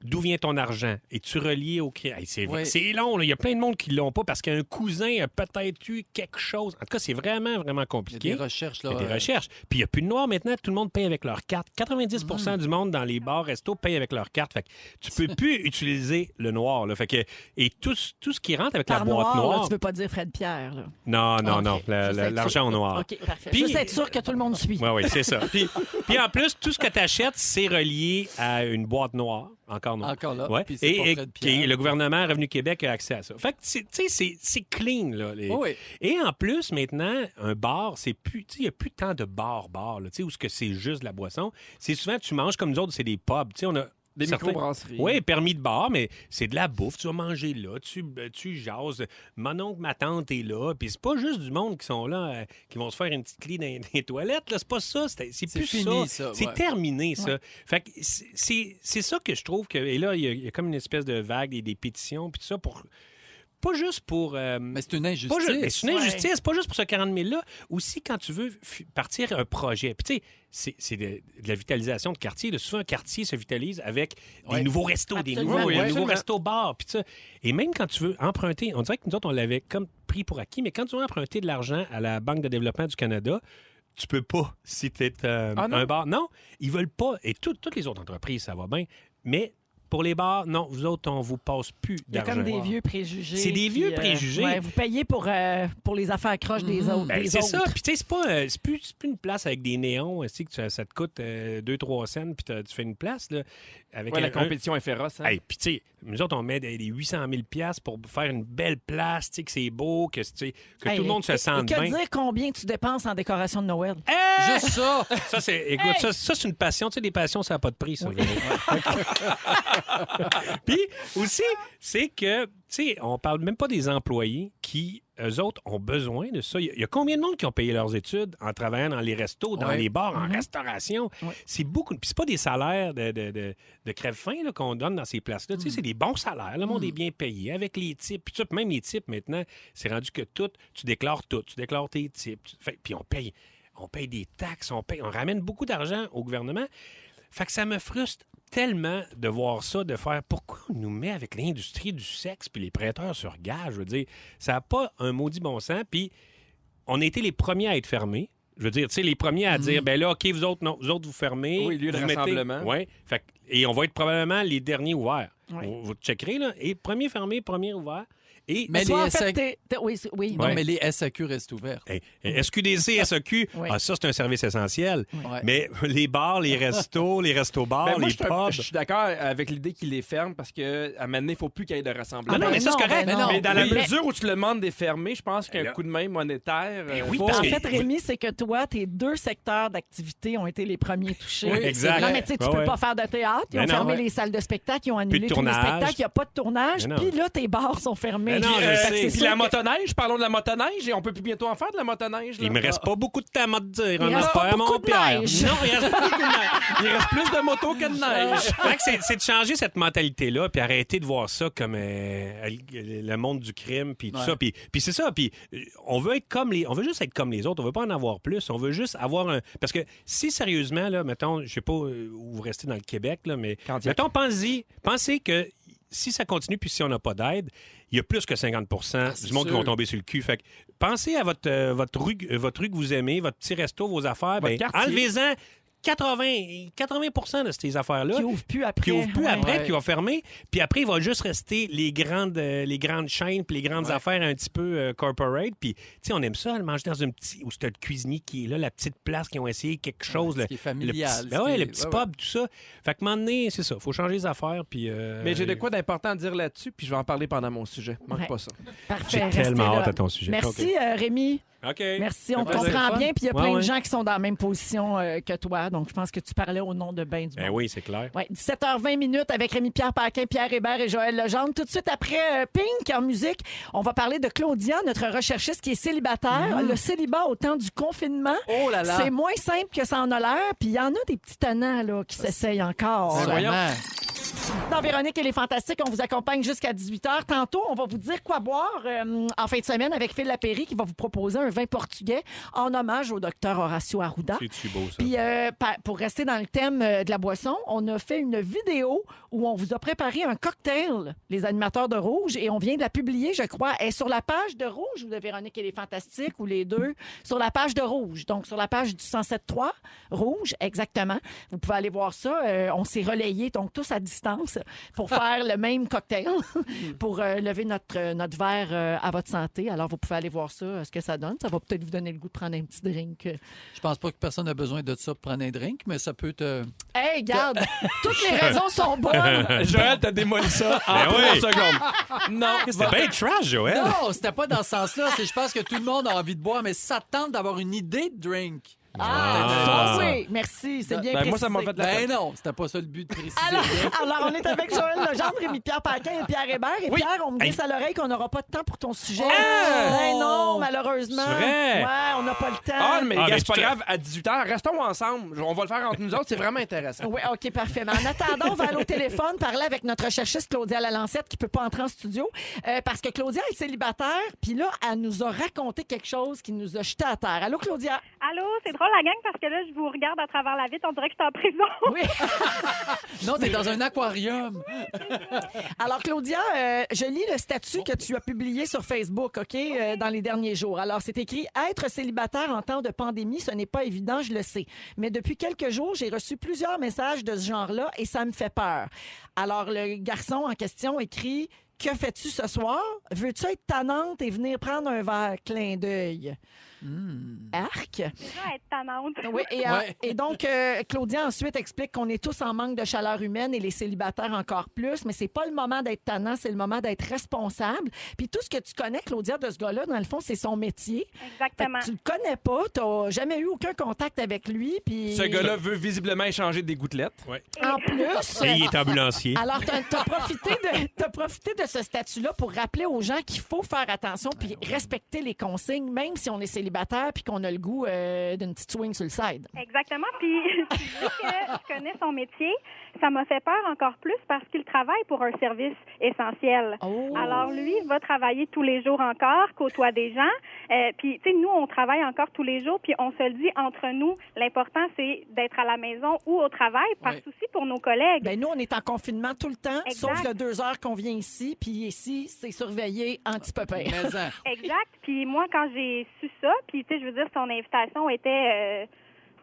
Speaker 1: D'où vient ton argent? Es-tu relié au crime? Hey, c'est
Speaker 4: Oui.
Speaker 1: c'est long, là. il y a plein de monde qui l'ont pas parce qu'un cousin a peut-être eu quelque chose. En tout cas, c'est vraiment, vraiment compliqué.
Speaker 4: Il y a des recherches,
Speaker 1: Il
Speaker 4: là.
Speaker 1: y a des
Speaker 4: euh,
Speaker 1: recherches. Puis il n'y a plus de noir maintenant, tout le monde paye avec leur carte. 90
Speaker 4: Mm.
Speaker 1: du monde dans les bars, restos paye avec leur carte. Fait que tu peux plus utiliser le noir. Là. Fait que, et tout, ce- tout ce qui rentre avec la
Speaker 13: Par
Speaker 1: boîte
Speaker 13: noir, là,
Speaker 1: noire.
Speaker 13: tu peux pas dire Fred Pierre. Là.
Speaker 1: Non, non,
Speaker 13: Ok,
Speaker 1: non. La-
Speaker 13: juste
Speaker 1: la-
Speaker 13: être
Speaker 1: L'argent
Speaker 13: sûr.
Speaker 1: au noir.
Speaker 13: OK, parfait.
Speaker 1: Puis-
Speaker 13: Juste être sûr que tout le monde suit.
Speaker 1: Oui, oui, c'est ça. Puis, puis en plus, tout ce que tu achètes, c'est relié à une boîte noire. Encore noire.
Speaker 4: Encore là,
Speaker 1: Ouais.
Speaker 4: puis c'est pas
Speaker 1: Et, et-
Speaker 4: Fred
Speaker 1: et
Speaker 4: Pierre.
Speaker 1: le gouvernement Revenu Québec a accès à ça. Fait que, c'est- tu sais, c'est- c'est clean, là. les-
Speaker 4: Oui.
Speaker 1: Et en plus, maintenant, un bar, c'est plus. tu sais, Il n'y a plus tant de bars-bars, là, tu sais, où ce que c'est juste de la boisson. C'est souvent, tu manges comme nous autres, c'est des pubs. Tu sais, on a.
Speaker 3: Des
Speaker 1: certains-
Speaker 3: microbrasseries.
Speaker 1: Oui, permis de bar, mais c'est de la bouffe. Tu vas manger là, tu, euh, tu jases. Mon oncle, ma tante est là. Puis c'est pas juste du monde qui sont là, euh, qui vont se faire une petite clé dans, les- dans les toilettes. là. C'est pas ça. C'est c'est
Speaker 4: C'est
Speaker 1: plus
Speaker 4: fini, ça,
Speaker 1: C'est
Speaker 4: ouais.
Speaker 1: terminé, ça. Fait que c'est- c'est c'est ça que je trouve que. Et là, il y, a- il y a comme une espèce de vague et des pétitions, puis tout ça pour. Pas juste pour. euh,
Speaker 4: Mais c'est une
Speaker 1: pas
Speaker 4: injustice.
Speaker 1: ju- mais c'est une injustice, pas juste pour ce 40 000 là. Aussi, quand tu veux f- partir un projet, puis tu sais, c'est- c'est de, de la vitalisation de quartier. là. Souvent, un quartier se vitalise avec des
Speaker 4: Ouais.
Speaker 1: nouveaux restos, des
Speaker 13: Absolument.
Speaker 1: nouveaux,
Speaker 4: Oui, oui,
Speaker 1: des
Speaker 4: absolument.
Speaker 1: nouveaux restos-bars, puis ça. Et même quand tu veux emprunter, on dirait que nous autres, on l'avait comme pris pour acquis, mais quand tu veux emprunter de l'argent à la Banque de développement du Canada, tu peux pas si tu es
Speaker 3: Ah non?
Speaker 1: un bar. Non, ils veulent pas. Et tout- toutes les autres entreprises, ça va bien. Mais pour les bars, non, vous autres, on vous passe plus
Speaker 13: Il y a
Speaker 1: d'argent.
Speaker 13: comme des vieux préjugés.
Speaker 1: C'est des
Speaker 13: puis,
Speaker 1: vieux
Speaker 13: euh,
Speaker 1: préjugés.
Speaker 13: ouais, vous payez pour, euh, pour les affaires croches des
Speaker 3: Hmm.
Speaker 13: autres.
Speaker 1: Ben,
Speaker 13: des
Speaker 1: c'est ça.
Speaker 13: autres.
Speaker 1: Puis, tu sais, c'est pas, euh, c'est plus, c'est plus une place avec des néons, aussi, que tu- ça te coûte 2-3 cents, puis t'as- tu fais une place, là. Avec
Speaker 3: Ouais,
Speaker 1: un-
Speaker 3: la
Speaker 1: un-
Speaker 3: compétition est féroce. hein.
Speaker 1: Hey, puis, tu sais, nous autres, on met des des 800 000 piastres pour faire une belle place, tu sais, que c'est beau, que, tu sais, que
Speaker 13: Hey,
Speaker 1: tout le monde
Speaker 13: et-
Speaker 1: se
Speaker 13: et
Speaker 1: sente
Speaker 13: Que
Speaker 1: bien.
Speaker 13: dire combien tu dépenses en décoration de Noël?
Speaker 4: Juste ça.
Speaker 1: Ça, c'est, écoute, ça, ça, c'est une passion. Tu sais, des passions, ça n'a pas de prix, ça. Puis aussi, c'est que, tu sais, on parle même pas des employés qui, eux autres, ont besoin de ça. Il y a- il y, a combien de monde qui ont payé leurs études en travaillant dans les restos, dans
Speaker 4: Ouais.
Speaker 1: les bars, en restauration? C'est beaucoup. Puis c'est pas des salaires de, de, de, de crève-fin là, qu'on donne dans ces places-là. Tu sais, c'est des bons salaires. Le monde est bien payé avec les types. Puis ça, puis même les types, maintenant, c'est rendu que tout, tu déclares tout. Tu déclares tes types. Tu- fait- puis on paye. On paye des taxes, on, paye, on ramène beaucoup d'argent au gouvernement. Fait que ça me frustre tellement de voir ça, de faire pourquoi on nous met avec l'industrie du sexe puis les prêteurs sur gage. Je veux dire, ça n'a pas un maudit bon sens. Puis on a été les premiers à être fermés. Je veux dire, tu sais, les premiers à dire, ben là, OK, vous autres, non, vous autres, vous fermez.
Speaker 3: Mm-hmm. Oui, lieu de
Speaker 1: vous mettez-
Speaker 3: rassemblement.
Speaker 1: Ouais. Fait que- et on va être probablement les derniers ouverts.
Speaker 13: Ouais.
Speaker 1: Vous, vous checkerez, là. Et premier fermé, premier ouvert. Et
Speaker 4: Mais
Speaker 13: Toi,
Speaker 4: les
Speaker 13: en fait,
Speaker 4: SAQ
Speaker 13: t'es- t'es- oui, c'est- oui.
Speaker 4: Non,
Speaker 1: Ouais.
Speaker 4: mais les SAQ restent ouverts.
Speaker 1: Hey, hey, SQDC, SAQ,
Speaker 13: Oui.
Speaker 1: ah, ça, c'est un service essentiel.
Speaker 4: Ouais.
Speaker 1: Mais les bars, les restos, les restos-bars,
Speaker 3: Ben, moi,
Speaker 1: les
Speaker 3: je suis un-
Speaker 1: pubs.
Speaker 3: je suis d'accord avec l'idée qu'il les ferme parce que à un moment donné, il faut plus qu'il y ait de rassemblement.
Speaker 1: Ah non,
Speaker 13: Ben
Speaker 1: mais ça, c'est
Speaker 13: non,
Speaker 1: correct.
Speaker 13: ben non.
Speaker 3: mais dans la
Speaker 1: Oui.
Speaker 3: mesure où tu le demandes de fermer, je pense
Speaker 1: Ben
Speaker 3: qu'un
Speaker 1: là-
Speaker 3: coup de main monétaire.
Speaker 2: Ben
Speaker 3: euh,
Speaker 1: Ben oui,
Speaker 3: faut-
Speaker 1: parce
Speaker 13: En
Speaker 1: que-
Speaker 13: fait, Rémi, c'est que toi, tes deux secteurs d'activité ont été les premiers touchés.
Speaker 1: Oui, exact.
Speaker 13: Non, mais tu sais, tu
Speaker 1: Ouais,
Speaker 13: peux
Speaker 1: ouais.
Speaker 13: pas faire de théâtre. Ils ont
Speaker 1: Mais non,
Speaker 13: fermé
Speaker 1: ouais.
Speaker 13: les salles de spectacle, ils ont annulé
Speaker 1: de
Speaker 13: tous les
Speaker 1: tournage.
Speaker 13: spectacles, il n'y a pas de tournage.
Speaker 1: Mais non.
Speaker 13: Puis là, tes bars sont fermés.
Speaker 1: Mais Ben non,
Speaker 13: Puis,
Speaker 1: je
Speaker 13: euh,
Speaker 1: sais.
Speaker 13: fait que c'est
Speaker 1: Puis
Speaker 3: Puis
Speaker 13: sûr
Speaker 3: la
Speaker 13: que-
Speaker 3: motoneige, parlons de la motoneige et on peut plus bientôt en faire de la motoneige. là. Ah.
Speaker 1: Il me reste pas beaucoup de temps à te dire.
Speaker 13: Il
Speaker 1: en
Speaker 13: reste pas
Speaker 1: espérant,
Speaker 13: beaucoup
Speaker 1: mon
Speaker 13: de
Speaker 1: Pierre.
Speaker 13: neige.
Speaker 1: Non, il reste pas beaucoup de neige.
Speaker 3: Il reste plus de moto que de neige.
Speaker 1: Fait que c'est- c'est de changer cette mentalité-là, puis arrêter de voir ça comme euh, le monde du crime, puis tout
Speaker 4: Ouais.
Speaker 1: ça. Puis, puis c'est ça. Puis euh, on veut être comme les, on veut juste être comme les autres. On veut pas en avoir plus. On veut juste avoir un. Parce que si sérieusement là, mettons, je sais pas euh, où vous restez dans le Québec là, mais
Speaker 3: Quand il y a-
Speaker 1: mettons, pensez, pensez que si ça continue puis si on n'a pas d'aide, il y a plus que 50 du monde qui
Speaker 4: sûr.
Speaker 1: vont tomber sur le cul. Fait que pensez à votre euh, votre rue euh, votre rue que vous aimez, votre petit resto, vos affaires.
Speaker 3: Votre
Speaker 1: ben,
Speaker 3: quartier.
Speaker 1: enlevez-en 80 80 de ces affaires-là
Speaker 13: Qui ouvre plus après.
Speaker 1: qui ouvre plus
Speaker 13: ouais.
Speaker 1: après,
Speaker 4: Ouais.
Speaker 1: qui va fermer. Puis après, il va juste rester les grandes, euh, les grandes chaînes, puis les grandes
Speaker 4: Ouais.
Speaker 1: affaires un petit peu euh, corporate. Puis, tu sais, on aime ça, le manger dans une petite. Où c'est le cuisinier qui est là, la petite place qui ont essayé quelque chose.
Speaker 4: ce
Speaker 1: le-
Speaker 4: qui est familial,
Speaker 1: Le petit,
Speaker 4: ce
Speaker 1: ben ouais,
Speaker 4: qui est-
Speaker 1: le petit
Speaker 4: ouais, ouais.
Speaker 1: pub, tout ça. Fait que, à un moment donné, c'est ça. faut changer les affaires. Puis, euh,
Speaker 3: Mais j'ai de quoi d'important à dire là-dessus, puis je vais en parler pendant mon sujet. Manque
Speaker 13: Ouais.
Speaker 3: pas ça.
Speaker 13: Parfait,
Speaker 1: J'ai
Speaker 13: restez
Speaker 1: tellement
Speaker 13: là.
Speaker 1: hâte à ton sujet.
Speaker 13: Merci,
Speaker 1: OK.
Speaker 13: euh, Rémi.
Speaker 1: OK.
Speaker 2: Merci, on
Speaker 1: Ça fait
Speaker 2: comprend
Speaker 1: plaisir.
Speaker 2: bien. Puis il y a
Speaker 1: Ouais,
Speaker 2: plein de
Speaker 1: ouais.
Speaker 2: gens qui sont dans la même position euh, que toi. Donc, je pense que tu parlais au nom de ben du
Speaker 1: Ben
Speaker 2: monde.
Speaker 1: oui, c'est clair.
Speaker 2: Ouais, 17h20 minutes avec Rémi-Pierre Paquin, Pierre Hébert et Joël Legendre. Tout de suite après euh, Pink en musique, on va parler de Claudia, notre recherchiste qui est célibataire. Le célibat au temps du confinement,
Speaker 4: Mm. Oh là là.
Speaker 2: c'est moins simple que ça en a l'air. Puis il y en a des petits tenants là, qui s'essayent
Speaker 14: Ah,
Speaker 2: encore.
Speaker 4: Ben voyons.
Speaker 2: Dans Véronique et les Fantastiques, on vous accompagne jusqu'à 18h. Tantôt, on va vous dire quoi boire euh, en fin de semaine avec Phil Lapéry qui va vous proposer un vin portugais en hommage au docteur Horacio Arruda.
Speaker 1: C'est-tu beau, ça?
Speaker 2: Ah. Puis euh, pa- pour rester dans le thème euh, de la boisson, on a fait une vidéo où on vous a préparé un cocktail, les animateurs de Rouge, et on vient de la publier, je crois. Elle est sur la page de Rouge ou de Véronique et les Fantastiques, ou les deux, sur la page de Rouge. Donc, sur la page du 107.3, Rouge, exactement. Vous pouvez aller voir ça. Euh, on s'est relayés, donc tous à distance, pour faire le même cocktail, pour euh, lever notre, euh, notre verre euh, à votre santé. Alors, vous pouvez aller voir ça, euh, ce que ça donne. Ça va peut-être vous donner le goût de prendre un petit drink. euh,
Speaker 4: Je pense pas que personne n'a besoin de ça pour prendre un drink, mais ça peut te.
Speaker 2: Hey, garde, toutes les raisons sont bonnes.
Speaker 3: Joël, t'as démoli ça en
Speaker 1: Ben
Speaker 3: trois
Speaker 1: oui.
Speaker 3: secondes. Non,
Speaker 1: C'était bien trash, Joël.
Speaker 4: Non, c'était pas dans ce sens-là. C'est- Je pense que tout le monde a envie de boire, mais ça tente d'avoir une idée de drink.
Speaker 2: Ah, oui, merci, c'est
Speaker 3: Ben,
Speaker 2: bien
Speaker 3: moi,
Speaker 2: précisé.
Speaker 3: ça m'a fait de la peine.
Speaker 4: Ben non, c'était pas ça le but de préciser. hein.
Speaker 2: Alors, alors, on est avec Joël Legendre, Rémi-Pierre Paquin et Pierre Hébert. Et Pierre, on me glisse à l'oreille qu'on n'aura pas de temps pour ton sujet. Ben non, malheureusement.
Speaker 3: Oh! C'est vrai?
Speaker 2: Ouais, on n'a pas le temps.
Speaker 3: Ah, mais,
Speaker 1: Ah,
Speaker 3: gars,
Speaker 1: mais
Speaker 3: c'est pas
Speaker 1: tu te-
Speaker 3: grave, à 18h, restons ensemble. Je- On va le faire entre nous autres, c'est vraiment intéressant.
Speaker 2: Oui, OK, parfait. Mais en attendant, on va aller au téléphone parler avec notre recherchiste Claudia Lalancette qui peut pas entrer en studio euh, parce que Claudia est célibataire. Puis là, elle nous a raconté quelque chose qui nous a jeté à terre. Allô, Claudia?
Speaker 15: Allô, c'est drôle la gang parce que là, je vous regarde à travers la vitre, on dirait que je suis en prison.
Speaker 2: Oui.
Speaker 4: Non, t'es dans un aquarium.
Speaker 2: Alors, Claudia, euh, je lis le statut que tu as publié sur Facebook, OK, euh, dans les derniers jours. Alors, c'est écrit Être célibataire en temps de pandémie, ce n'est pas évident, je le sais. Mais depuis quelques jours, j'ai reçu plusieurs messages de ce genre-là et ça me fait peur. Alors, le garçon en question écrit Que fais-tu ce soir Veux-tu être tannante et venir prendre un verre Clin d'œil. Arc.
Speaker 15: Déjà être tannante.
Speaker 2: Oui, et, euh,
Speaker 4: Ouais.
Speaker 2: et donc, euh, Claudia ensuite explique qu'on est tous en manque de chaleur humaine et les célibataires encore plus, mais c'est pas le moment d'être tannant, c'est le moment d'être responsable. Puis tout ce que tu connais, Claudia, de ce gars-là, dans le fond, c'est son métier. Fait que
Speaker 15: Exactement.
Speaker 2: tu le connais pas, t'as jamais eu aucun contact avec lui, puis...
Speaker 3: Ce gars-là veut visiblement échanger des gouttelettes.
Speaker 2: En plus...
Speaker 1: Et il est ambulancier.
Speaker 2: Alors, t'as as profité, de- t'as profité de ce statut-là pour rappeler aux gens qu'il faut faire attention puis respecter les consignes, même si on est célibataire puis qu'on a le goût euh, d'une petite swing sur le side.
Speaker 15: Exactement. Puis, tu dis que je connais son métier, ça m'a fait peur encore plus parce qu'il travaille pour un service essentiel.
Speaker 2: Oh.
Speaker 15: Alors, lui, il va travailler tous les jours encore, côtoie des gens. Euh, puis, tu sais, nous, on travaille encore tous les jours, puis on se le dit entre nous, l'important, c'est d'être à la maison ou au travail par
Speaker 4: Ouais.
Speaker 15: souci pour nos collègues.
Speaker 2: Ben nous, on est en confinement tout le temps,
Speaker 15: Exact.
Speaker 2: sauf le deux heures qu'on vient ici. Puis ici, c'est surveillé anti-pépin.
Speaker 4: Mais hein,
Speaker 15: Exact. Puis moi, quand j'ai su ça, puis tu sais, je veux dire, son invitation était euh,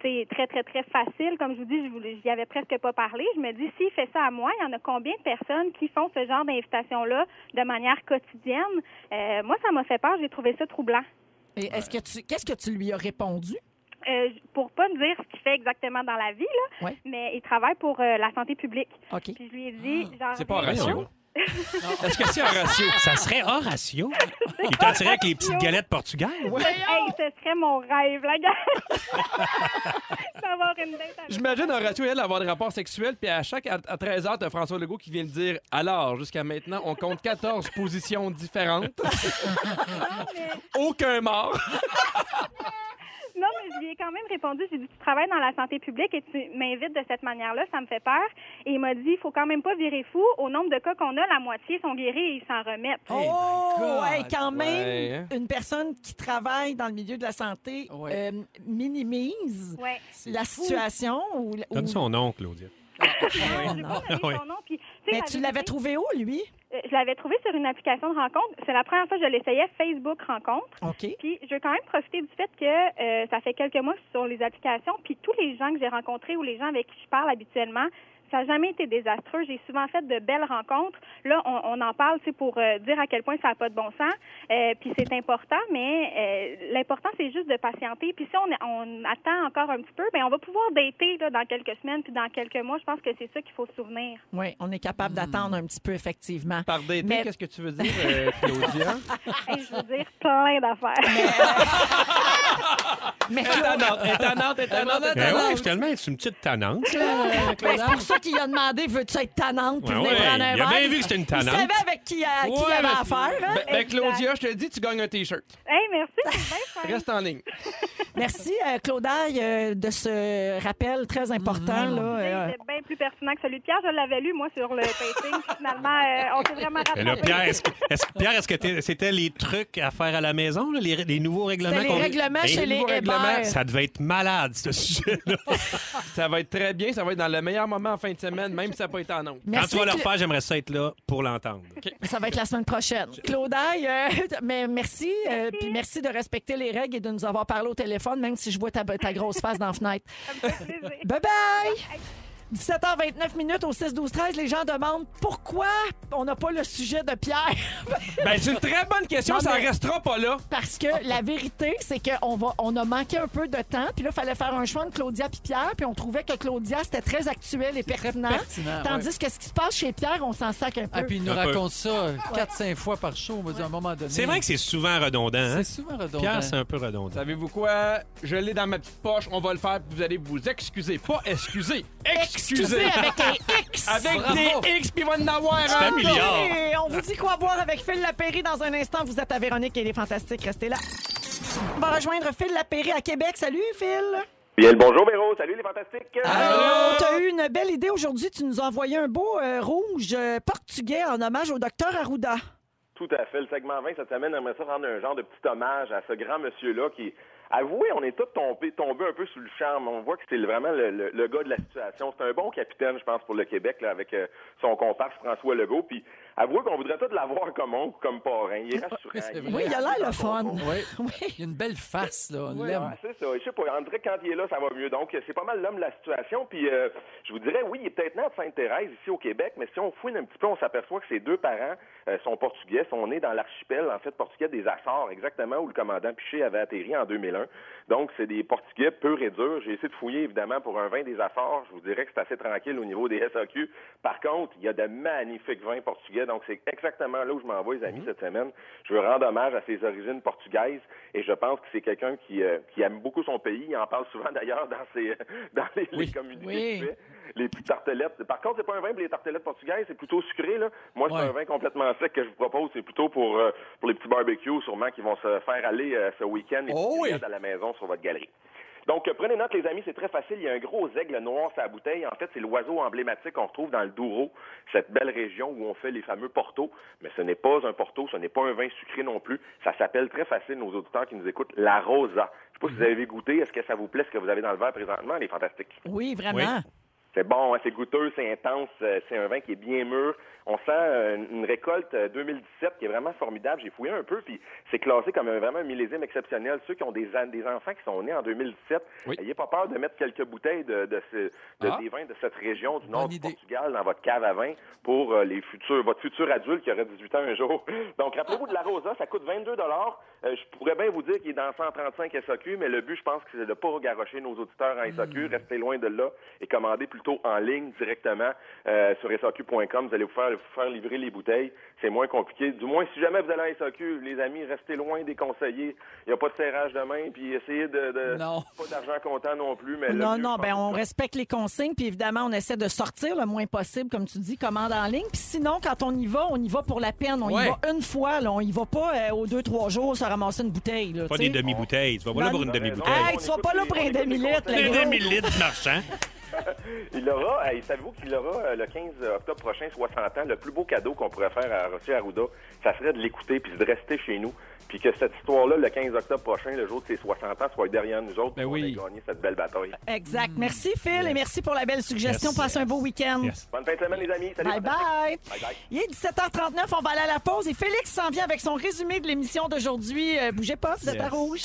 Speaker 15: tu sais, très, très, très facile. Comme je vous dis, je voulais- j'y avais presque pas parlé. Je me dis, s'il fait ça à moi, il y en a combien de personnes qui font ce genre d'invitation-là de manière quotidienne? Euh, moi, ça m'a fait peur. J'ai trouvé ça troublant.
Speaker 2: Et est-ce que tu, qu'est-ce que tu lui as répondu?
Speaker 15: Euh, pour pas me dire ce qu'il fait exactement dans la vie, là,
Speaker 2: Ouais.
Speaker 15: mais il travaille pour euh, la santé publique.
Speaker 2: OK.
Speaker 15: Puis je lui ai dit, genre,
Speaker 3: Ah. C'est pas
Speaker 1: Voyons.
Speaker 3: Horatio. Est-ce que c'est Horatio?
Speaker 1: Ça serait Horatio. Il t'en tirait avec les petites galettes
Speaker 2: Hein?
Speaker 1: portugaises.
Speaker 2: oh!
Speaker 15: hey, ce serait mon rêve, la gars. D'avoir une date avec.
Speaker 3: J'imagine Horatio, elle, avoir des rapports sexuels, puis à chaque à, 13h, t'as François Legault qui vient de dire Alors, jusqu'à maintenant, on compte 14 positions différentes. Aucun mort.
Speaker 15: Non, mais je lui ai quand même répondu. J'ai dit, tu travailles dans la santé publique et tu m'invites de cette manière-là, ça me fait peur. Et il m'a dit, il faut quand même pas virer fou. Au nombre de cas qu'on a, la moitié sont guéris et ils s'en remettent.
Speaker 2: Oh,
Speaker 4: God!
Speaker 2: hey, quand même,
Speaker 3: Ouais,
Speaker 2: une personne qui travaille dans le milieu de la santé
Speaker 4: Ouais.
Speaker 2: euh, minimise
Speaker 15: Ouais.
Speaker 2: la situation. Ou, ou-
Speaker 1: Donne son nom, Claudia. Ah,
Speaker 15: Non, je veux pas donner
Speaker 1: Ouais.
Speaker 15: son nom. Puis, sais,
Speaker 2: Mais
Speaker 15: la
Speaker 2: Ben, tu
Speaker 15: vérité,
Speaker 2: l'avais trouvé où, lui?
Speaker 15: euh, Je l'avais trouvé sur une application de rencontre. C'est la première fois que je l'essayais, Facebook rencontre.
Speaker 2: OK.
Speaker 15: Puis je veux quand même profiter du fait que euh, ça fait quelques mois que je suis sur les applications, puis tous les gens que j'ai rencontrés ou les gens avec qui je parle habituellement Ça n'a jamais été désastreux. J'ai souvent fait de belles rencontres. Là, on, on en parle c'est pour euh, dire à quel point ça n'a pas de bon sens. Euh, puis c'est important, mais euh, l'important, c'est juste de patienter. Puis si on, on attend encore un petit peu, ben on va pouvoir dater là, dans quelques semaines puis dans quelques mois. Je pense que c'est ça qu'il faut se souvenir.
Speaker 2: Oui, on est capable d'attendre un petit peu, effectivement.
Speaker 3: Hmm. Par dater,
Speaker 2: Mais-
Speaker 3: qu'est-ce que tu veux dire, euh, Claudia?
Speaker 15: Hey, je veux dire plein d'affaires.
Speaker 2: Mais
Speaker 3: Étonnante, étonnante,
Speaker 2: Ah,
Speaker 3: étonnante,
Speaker 1: Ben
Speaker 3: étonnante.
Speaker 1: ouais, finalement, c'est une petite tannante.
Speaker 2: Ben, c'est pour ça qu'il a demandé veux-tu être tannante pour
Speaker 1: Ouais,
Speaker 2: venir
Speaker 1: ouais,
Speaker 2: prendre un
Speaker 1: il a
Speaker 2: verre.
Speaker 1: bien vu que c'était une tannante.
Speaker 2: Il savait avec qui, à- qui
Speaker 3: Ouais,
Speaker 2: il avait
Speaker 3: mais-
Speaker 2: affaire. hein?
Speaker 3: Ben, ben, Claudia, je te le dis, tu gagnes un T-shirt.
Speaker 15: Hey, merci. c'est bien fin.
Speaker 3: Reste en ligne.
Speaker 2: Merci, euh, Claudaille, euh, de ce rappel très important.
Speaker 15: Mm-hmm.
Speaker 2: là, euh,
Speaker 15: C'était bien plus pertinent que celui de Pierre. Je l'avais lu, moi, sur le painting. Finalement, euh, on s'est vraiment
Speaker 1: Ben là,
Speaker 15: rattrapé.
Speaker 1: Pierre, est-ce que est-ce que- Pierre, est-ce que t'es- c'était les trucs à faire à la maison, là, les, les nouveaux règlements?
Speaker 2: C'était les
Speaker 1: qu'on- Ben,
Speaker 2: règlements chez les
Speaker 1: nouveaux
Speaker 2: Hébert.
Speaker 1: règlements. Ça devait être malade, ce sujet-là.
Speaker 3: Ça va être très bien, ça va être dans le meilleur moment en fin de semaine, même si ça n'a pas été en oncle.
Speaker 1: Quand tu vas le
Speaker 2: Cla-
Speaker 1: refaire, j'aimerais ça être là pour l'entendre.
Speaker 2: Ça va être la semaine prochaine. Claudaille, euh, mais merci. euh, puis merci de respecter les règles et de nous avoir parlé au téléphone, même si je vois ta, ta grosse face dans la fenêtre. Ben, Bye-bye! 17h29 minutes au 6 12 13 les gens demandent pourquoi on n'a pas le sujet de Pierre
Speaker 3: Ben, c'est une très bonne question,
Speaker 2: Non,
Speaker 3: ça
Speaker 2: mais-
Speaker 3: restera pas là.
Speaker 2: parce que la vérité c'est qu'on va on a manqué un peu de temps puis là fallait faire un choix entre Claudia puis Pierre puis on trouvait que Claudia c'était très actuel et pertinent,
Speaker 4: pertinent,
Speaker 2: tandis
Speaker 4: ouais.
Speaker 2: que ce qui se passe chez Pierre on s'en sac un peu
Speaker 4: Ah, puis il nous
Speaker 1: Un peu.
Speaker 4: raconte ça 4-5 fois par show, on va dire, à un moment donné.
Speaker 1: C'est vrai que c'est souvent redondant. hein?
Speaker 4: C'est souvent redondant.
Speaker 1: Pierre, c'est un peu redondant.
Speaker 3: Savez-vous quoi? Je l'ai dans ma petite poche, on va le faire, puis vous allez vous excuser. Pas excuser, excuser!
Speaker 2: Excusez avec un X
Speaker 3: Avec
Speaker 4: Bravo.
Speaker 3: des X, puis il va en avoir
Speaker 1: C'est un milliard.
Speaker 2: Et on vous dit quoi boire avec Phil Lapéry dans un instant. Vous êtes à Véronique et les Fantastiques. Restez là. On va rejoindre Phil Lapéry à Québec. Salut, Phil.
Speaker 6: Bien, le bonjour, Véro. Salut, les fantastiques.
Speaker 2: Tu as eu une belle idée aujourd'hui. Tu nous as envoyé un beau euh, rouge euh, portugais en hommage au docteur Arruda.
Speaker 6: Tout à fait. Le segment 20, cette semaine, aimerait ça rendre un genre de petit hommage à ce grand monsieur-là qui, avouez, on est tous tombés, tombés un peu sous le charme. On voit que c'est vraiment le, le- le gars de la situation. C'est un bon capitaine, je pense, pour le Québec, là, avec euh, son comparse François Legault. Puis, avouez qu'on voudrait tous l'avoir comme oncle, comme parrain. Il est
Speaker 4: Oui,
Speaker 6: rassurant.
Speaker 4: c'est
Speaker 6: Il est
Speaker 2: Oui,
Speaker 4: vrai.
Speaker 2: il a l'air le fun.
Speaker 4: Ouais.
Speaker 2: Oui.
Speaker 4: Il y a une belle face, là. On
Speaker 6: Oui,
Speaker 4: l'aime.
Speaker 6: ah, c'est ça. Je sais pas. On dirait que quand il est là, ça va mieux. Donc, c'est pas mal l'homme de la situation. Puis, euh, je vous dirais, oui, il est peut-être né à Sainte-Thérèse, ici au Québec, mais si on fouine un petit peu, on s'aperçoit que ses deux parents euh, sont portugais, sont nés dans l'archipel, en fait, portugais des Açores, exactement où le commandant Piché avait atterri en 2001. Donc, c'est des portugais purs et durs. J'ai essayé de fouiller, évidemment, pour un vin des Açores. Je vous dirais que c'est assez tranquille au niveau des SAQ. Par contre, il y a de magnifiques vins portugais. Donc, c'est exactement là où je m'en vais, les
Speaker 2: Mhm.
Speaker 6: amis, cette semaine. Je veux rendre hommage à ses origines portugaises et je pense que c'est quelqu'un qui, euh, qui aime beaucoup son pays. Il en parle souvent d'ailleurs dans ses dans les, les communiqués
Speaker 2: Oui.
Speaker 6: qu'il fait. Les petites tartelettes. Par contre, c'est pas un vin pour les tartelettes portugaises, c'est plutôt sucré. Là. Moi, c'est
Speaker 4: Ouais.
Speaker 6: un vin complètement sec que je vous propose. C'est plutôt pour, euh, pour les petits barbecues, sûrement, qui vont se faire aller euh, ce week-end et
Speaker 4: Oh
Speaker 6: puis,
Speaker 4: oui.
Speaker 6: regarde à la maison sur votre galerie. Donc, euh, prenez note, les amis, c'est très facile. Il y a un gros aigle noir sur la bouteille. En fait, c'est l'oiseau emblématique qu'on retrouve dans le Douro, cette belle région où on fait les fameux portos. Mais ce n'est pas un porto, ce n'est pas un vin sucré non plus. Ça s'appelle très facile, nos auditeurs qui nous écoutent, la rosa. Je ne sais pas si vous avez goûté. Est-ce que ça vous plaît ce que vous avez dans le verre présentement? Elle est fantastique.
Speaker 2: Oui, vraiment.
Speaker 6: C'est bon, hein, c'est goûteux, c'est intense, euh, c'est un vin qui est bien mûr. On sent euh, une récolte euh, 2017 qui est vraiment formidable. J'ai fouillé un peu, puis c'est classé comme un, vraiment un millésime exceptionnel. Ceux qui ont des, an- des enfants qui sont nés en 2017,
Speaker 3: Oui.
Speaker 6: n'ayez pas peur de mettre quelques bouteilles de, de ce- de-
Speaker 3: Ah.
Speaker 6: des vins de cette région du nord du
Speaker 4: idée.
Speaker 6: Portugal dans votre cave à vin pour euh, les futurs, votre futur adulte qui aura 18 ans un jour. Donc, rappelez-vous de la Rosa, ça coûte 22 Euh, Je pourrais bien vous dire qu'il est dans 135 SAQ, mais le but, je pense que c'est de ne pas garocher nos auditeurs en
Speaker 4: Hmm.
Speaker 6: SAQ. Restez loin de là et commandez plutôt en ligne directement euh, sur SAQ.com. Vous allez vous faire, vous faire livrer les bouteilles. C'est moins compliqué. Du moins, si jamais vous allez en SAQ, les amis, restez loin des conseillers. Il n'y a pas de serrage de main, puis essayez de... de-
Speaker 4: Non.
Speaker 6: Pas d'argent comptant non plus, mais... le
Speaker 2: Non,
Speaker 6: mieux,
Speaker 2: non,
Speaker 6: je pense,
Speaker 2: ben on
Speaker 6: c'est-
Speaker 2: respecte les consignes, puis évidemment, on essaie de sortir le moins possible, comme tu dis, commande en ligne. Puis sinon, quand on y va, on y va pour la peine. On y
Speaker 4: Ouais.
Speaker 2: va une fois, là. On y va pas euh, aux deux, trois jours se ramasser une bouteille. là,
Speaker 1: Pas
Speaker 2: tu
Speaker 1: des
Speaker 2: sais.
Speaker 1: demi-bouteilles. Tu vas pas là
Speaker 2: Non,
Speaker 1: pour une
Speaker 6: non, non,
Speaker 1: demi-bouteille.
Speaker 2: Hey, tu vas pas là pour un demi-litre,
Speaker 1: Des
Speaker 2: le gros.
Speaker 1: demi-litres marchands.
Speaker 6: Il aura, euh, savez-vous qu'il aura euh, le 15 octobre prochain, 60 ans, le plus beau cadeau qu'on pourrait faire à Rossi Arruda, ça serait de l'écouter puis de rester chez nous. Puis que cette histoire-là, le 15 octobre prochain, le jour de ses 60 ans, soit derrière nous autres
Speaker 3: Ben
Speaker 6: pour
Speaker 3: oui.
Speaker 6: gagner cette belle bataille.
Speaker 2: Exact. Merci, Phil, et merci pour la belle suggestion.
Speaker 1: Yes.
Speaker 2: Passe un beau week-end.
Speaker 1: Yes.
Speaker 6: Bonne fin de semaine, les amis. Salut.
Speaker 2: Bye
Speaker 6: fantastique.
Speaker 2: bye.
Speaker 6: Bye bye.
Speaker 2: Il est 17h39, on va aller à la pause et Félix s'en vient avec son résumé de l'émission d'aujourd'hui. Euh, bougez pas, vous êtes à rouge.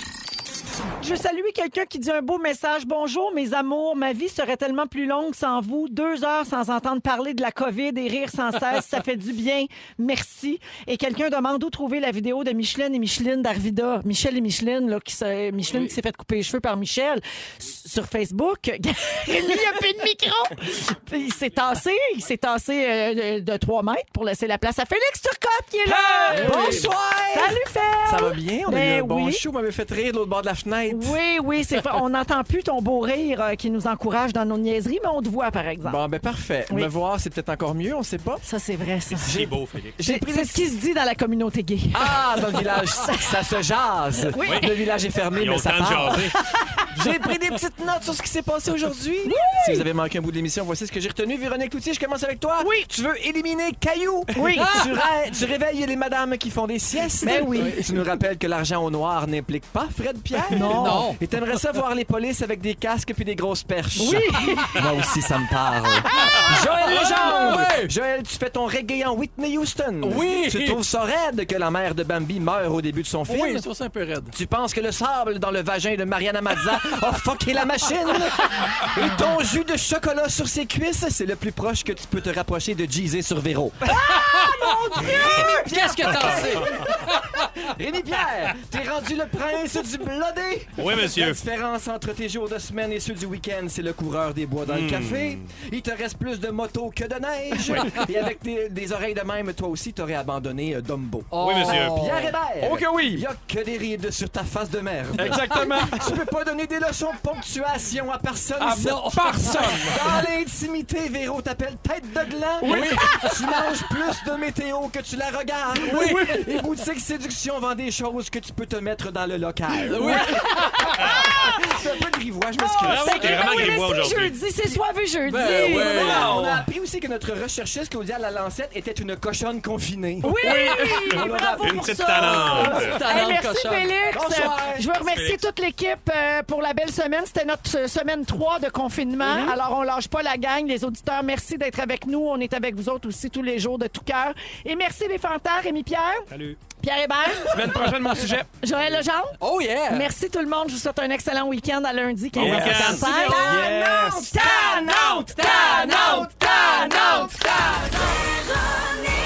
Speaker 2: Je salue quelqu'un qui dit un beau message. Bonjour, mes amours. Ma vie serait tellement plus longue sans vous. Deux heures sans entendre parler de la COVID et rire sans cesse. Ça fait du bien. Merci. Et quelqu'un demande où trouver la vidéo de Micheline et Micheline d'Arvida. Michel et Micheline, là, qui se- Micheline qui s'est fait couper les cheveux par Michel S- sur Facebook. Rémi, il a plus de micro. Puis Il s'est tassé. Il s'est tassé euh, de- de trois mètres pour laisser la place à Félix Turcotte qui est là.
Speaker 14: Hey! Bonsoir!
Speaker 2: Salut, Félix.
Speaker 14: Ça va bien? On a
Speaker 2: Ben
Speaker 14: eu un bon
Speaker 2: oui.
Speaker 14: show, vous m'avez fait rire de l'autre bord de la fenêtre.
Speaker 2: Oui, oui, c'est vrai. On n'entend plus ton beau rire euh, qui nous encourage dans nos niaiseries, mais on te voit, par exemple.
Speaker 14: Bon, ben parfait.
Speaker 2: Oui.
Speaker 14: Me voir, c'est peut-être encore mieux, on sait pas.
Speaker 2: Ça, c'est vrai, ça.
Speaker 16: C'est beau, Félix.
Speaker 14: J'ai
Speaker 2: C'est-
Speaker 14: pris
Speaker 2: C'est ce qui se dit dans la communauté gay.
Speaker 14: Ah, dans le village, ça, ça se jase.
Speaker 2: Oui.
Speaker 14: Le village est fermé,
Speaker 16: Ils ont
Speaker 14: mais
Speaker 16: le
Speaker 14: ça
Speaker 16: temps de
Speaker 14: parle.
Speaker 16: jaser.
Speaker 14: J'ai pris des petites notes sur ce qui s'est passé aujourd'hui. Si vous avez manqué un bout de l'émission, voici ce que j'ai retenu. Véronique Loutier, je commence avec toi. Oui. Tu veux éliminer Caillou.
Speaker 2: Oui.
Speaker 14: Tu, ra- tu réveilles les madames qui font des siestes.
Speaker 2: Ben oui.
Speaker 14: Tu nous rappelles que l'argent au noir n'implique pas Fred Pierre.
Speaker 2: Non. Non.
Speaker 14: Et t'aimerais ça voir les polices avec des casques puis des grosses perches.
Speaker 2: Oui.
Speaker 14: Moi aussi, ça me parle. Ah! Joël Legendre.
Speaker 3: Ouais.
Speaker 14: Joël, tu fais ton reggae en Whitney Houston.
Speaker 3: Oui.
Speaker 14: Tu trouves ça raide que la mère de Bambi meurt au début de son film.
Speaker 17: Oui, je trouve ça un peu raide.
Speaker 14: Tu penses que le sable dans le vagin de Mariana Mazza a fucké la machine? Et ton jus de chocolat sur ses cuisses, c'est le plus proche que tu peux te rapprocher de Jeezy sur Véro.
Speaker 2: Ah!
Speaker 17: Qu'est-ce que t'en sais?
Speaker 14: Rémi Pierre, t'es rendu le prince du blodé.
Speaker 16: Oui, monsieur.
Speaker 14: La différence entre tes jours de semaine et ceux du week-end, c'est le coureur des bois dans le
Speaker 16: Hmm.
Speaker 14: café. Il te reste plus de moto que de neige. Et avec tes- des oreilles de même, toi aussi, t'aurais abandonné euh, Dumbo.
Speaker 16: Oui, monsieur.
Speaker 14: Pierre Hébert.
Speaker 3: Oh que
Speaker 14: Il
Speaker 3: oui!
Speaker 14: y a que des rides sur ta face de merde.
Speaker 3: Exactement.
Speaker 14: Tu peux pas donner des leçons de ponctuation à personne.
Speaker 3: Ah,
Speaker 14: ici.
Speaker 3: non, personne.
Speaker 14: Dans l'intimité, Véro t'appelle tête de gland.
Speaker 3: Oui.
Speaker 14: Tu manges plus de météo que tu la regardes.
Speaker 3: Oui.
Speaker 14: Les boutiques séduction vendent des choses que tu peux te mettre dans le local.
Speaker 3: Oui.
Speaker 14: C'est un peu grivois, je m'excuse.
Speaker 16: Bravo,
Speaker 2: C'est
Speaker 16: t'es vraiment
Speaker 2: Ben oui, mais
Speaker 16: grivois
Speaker 2: c'est
Speaker 16: aujourd'hui.
Speaker 2: jeudi, c'est soivé jeudi.
Speaker 14: Oui,
Speaker 3: ouais.
Speaker 14: mais
Speaker 3: Wow.
Speaker 14: On a appris aussi que notre recherchiste Claudia Lalancette était une cochonne confinée.
Speaker 2: Oui, bravo
Speaker 16: Une
Speaker 2: pour
Speaker 16: petite
Speaker 2: ça.
Speaker 16: talente.
Speaker 2: Hey, merci Félix.
Speaker 14: Bonsoir.
Speaker 2: Euh, Je veux remercier toute l'équipe euh, pour la belle semaine. C'était notre euh, semaine 3 de confinement.
Speaker 14: Mm-hmm.
Speaker 2: Alors on lâche pas la gang, les auditeurs. Merci d'être avec nous. On est avec vous autres aussi tous les jours de tout cœur. Et merci les fantards, Rémi Pierre,
Speaker 16: Salut.
Speaker 2: Pierre Hébert,
Speaker 3: Semaine prochaine, mon sujet.
Speaker 2: Joël Legendre.
Speaker 14: Oh yeah!
Speaker 2: Merci tout le monde. Je vous souhaite un excellent week-end à lundi 15
Speaker 3: Oh,
Speaker 16: Bon
Speaker 2: h
Speaker 16: week-end.
Speaker 2: 55.
Speaker 14: Oh, Yes.
Speaker 13: Tanante, tanante, tanante, tanante.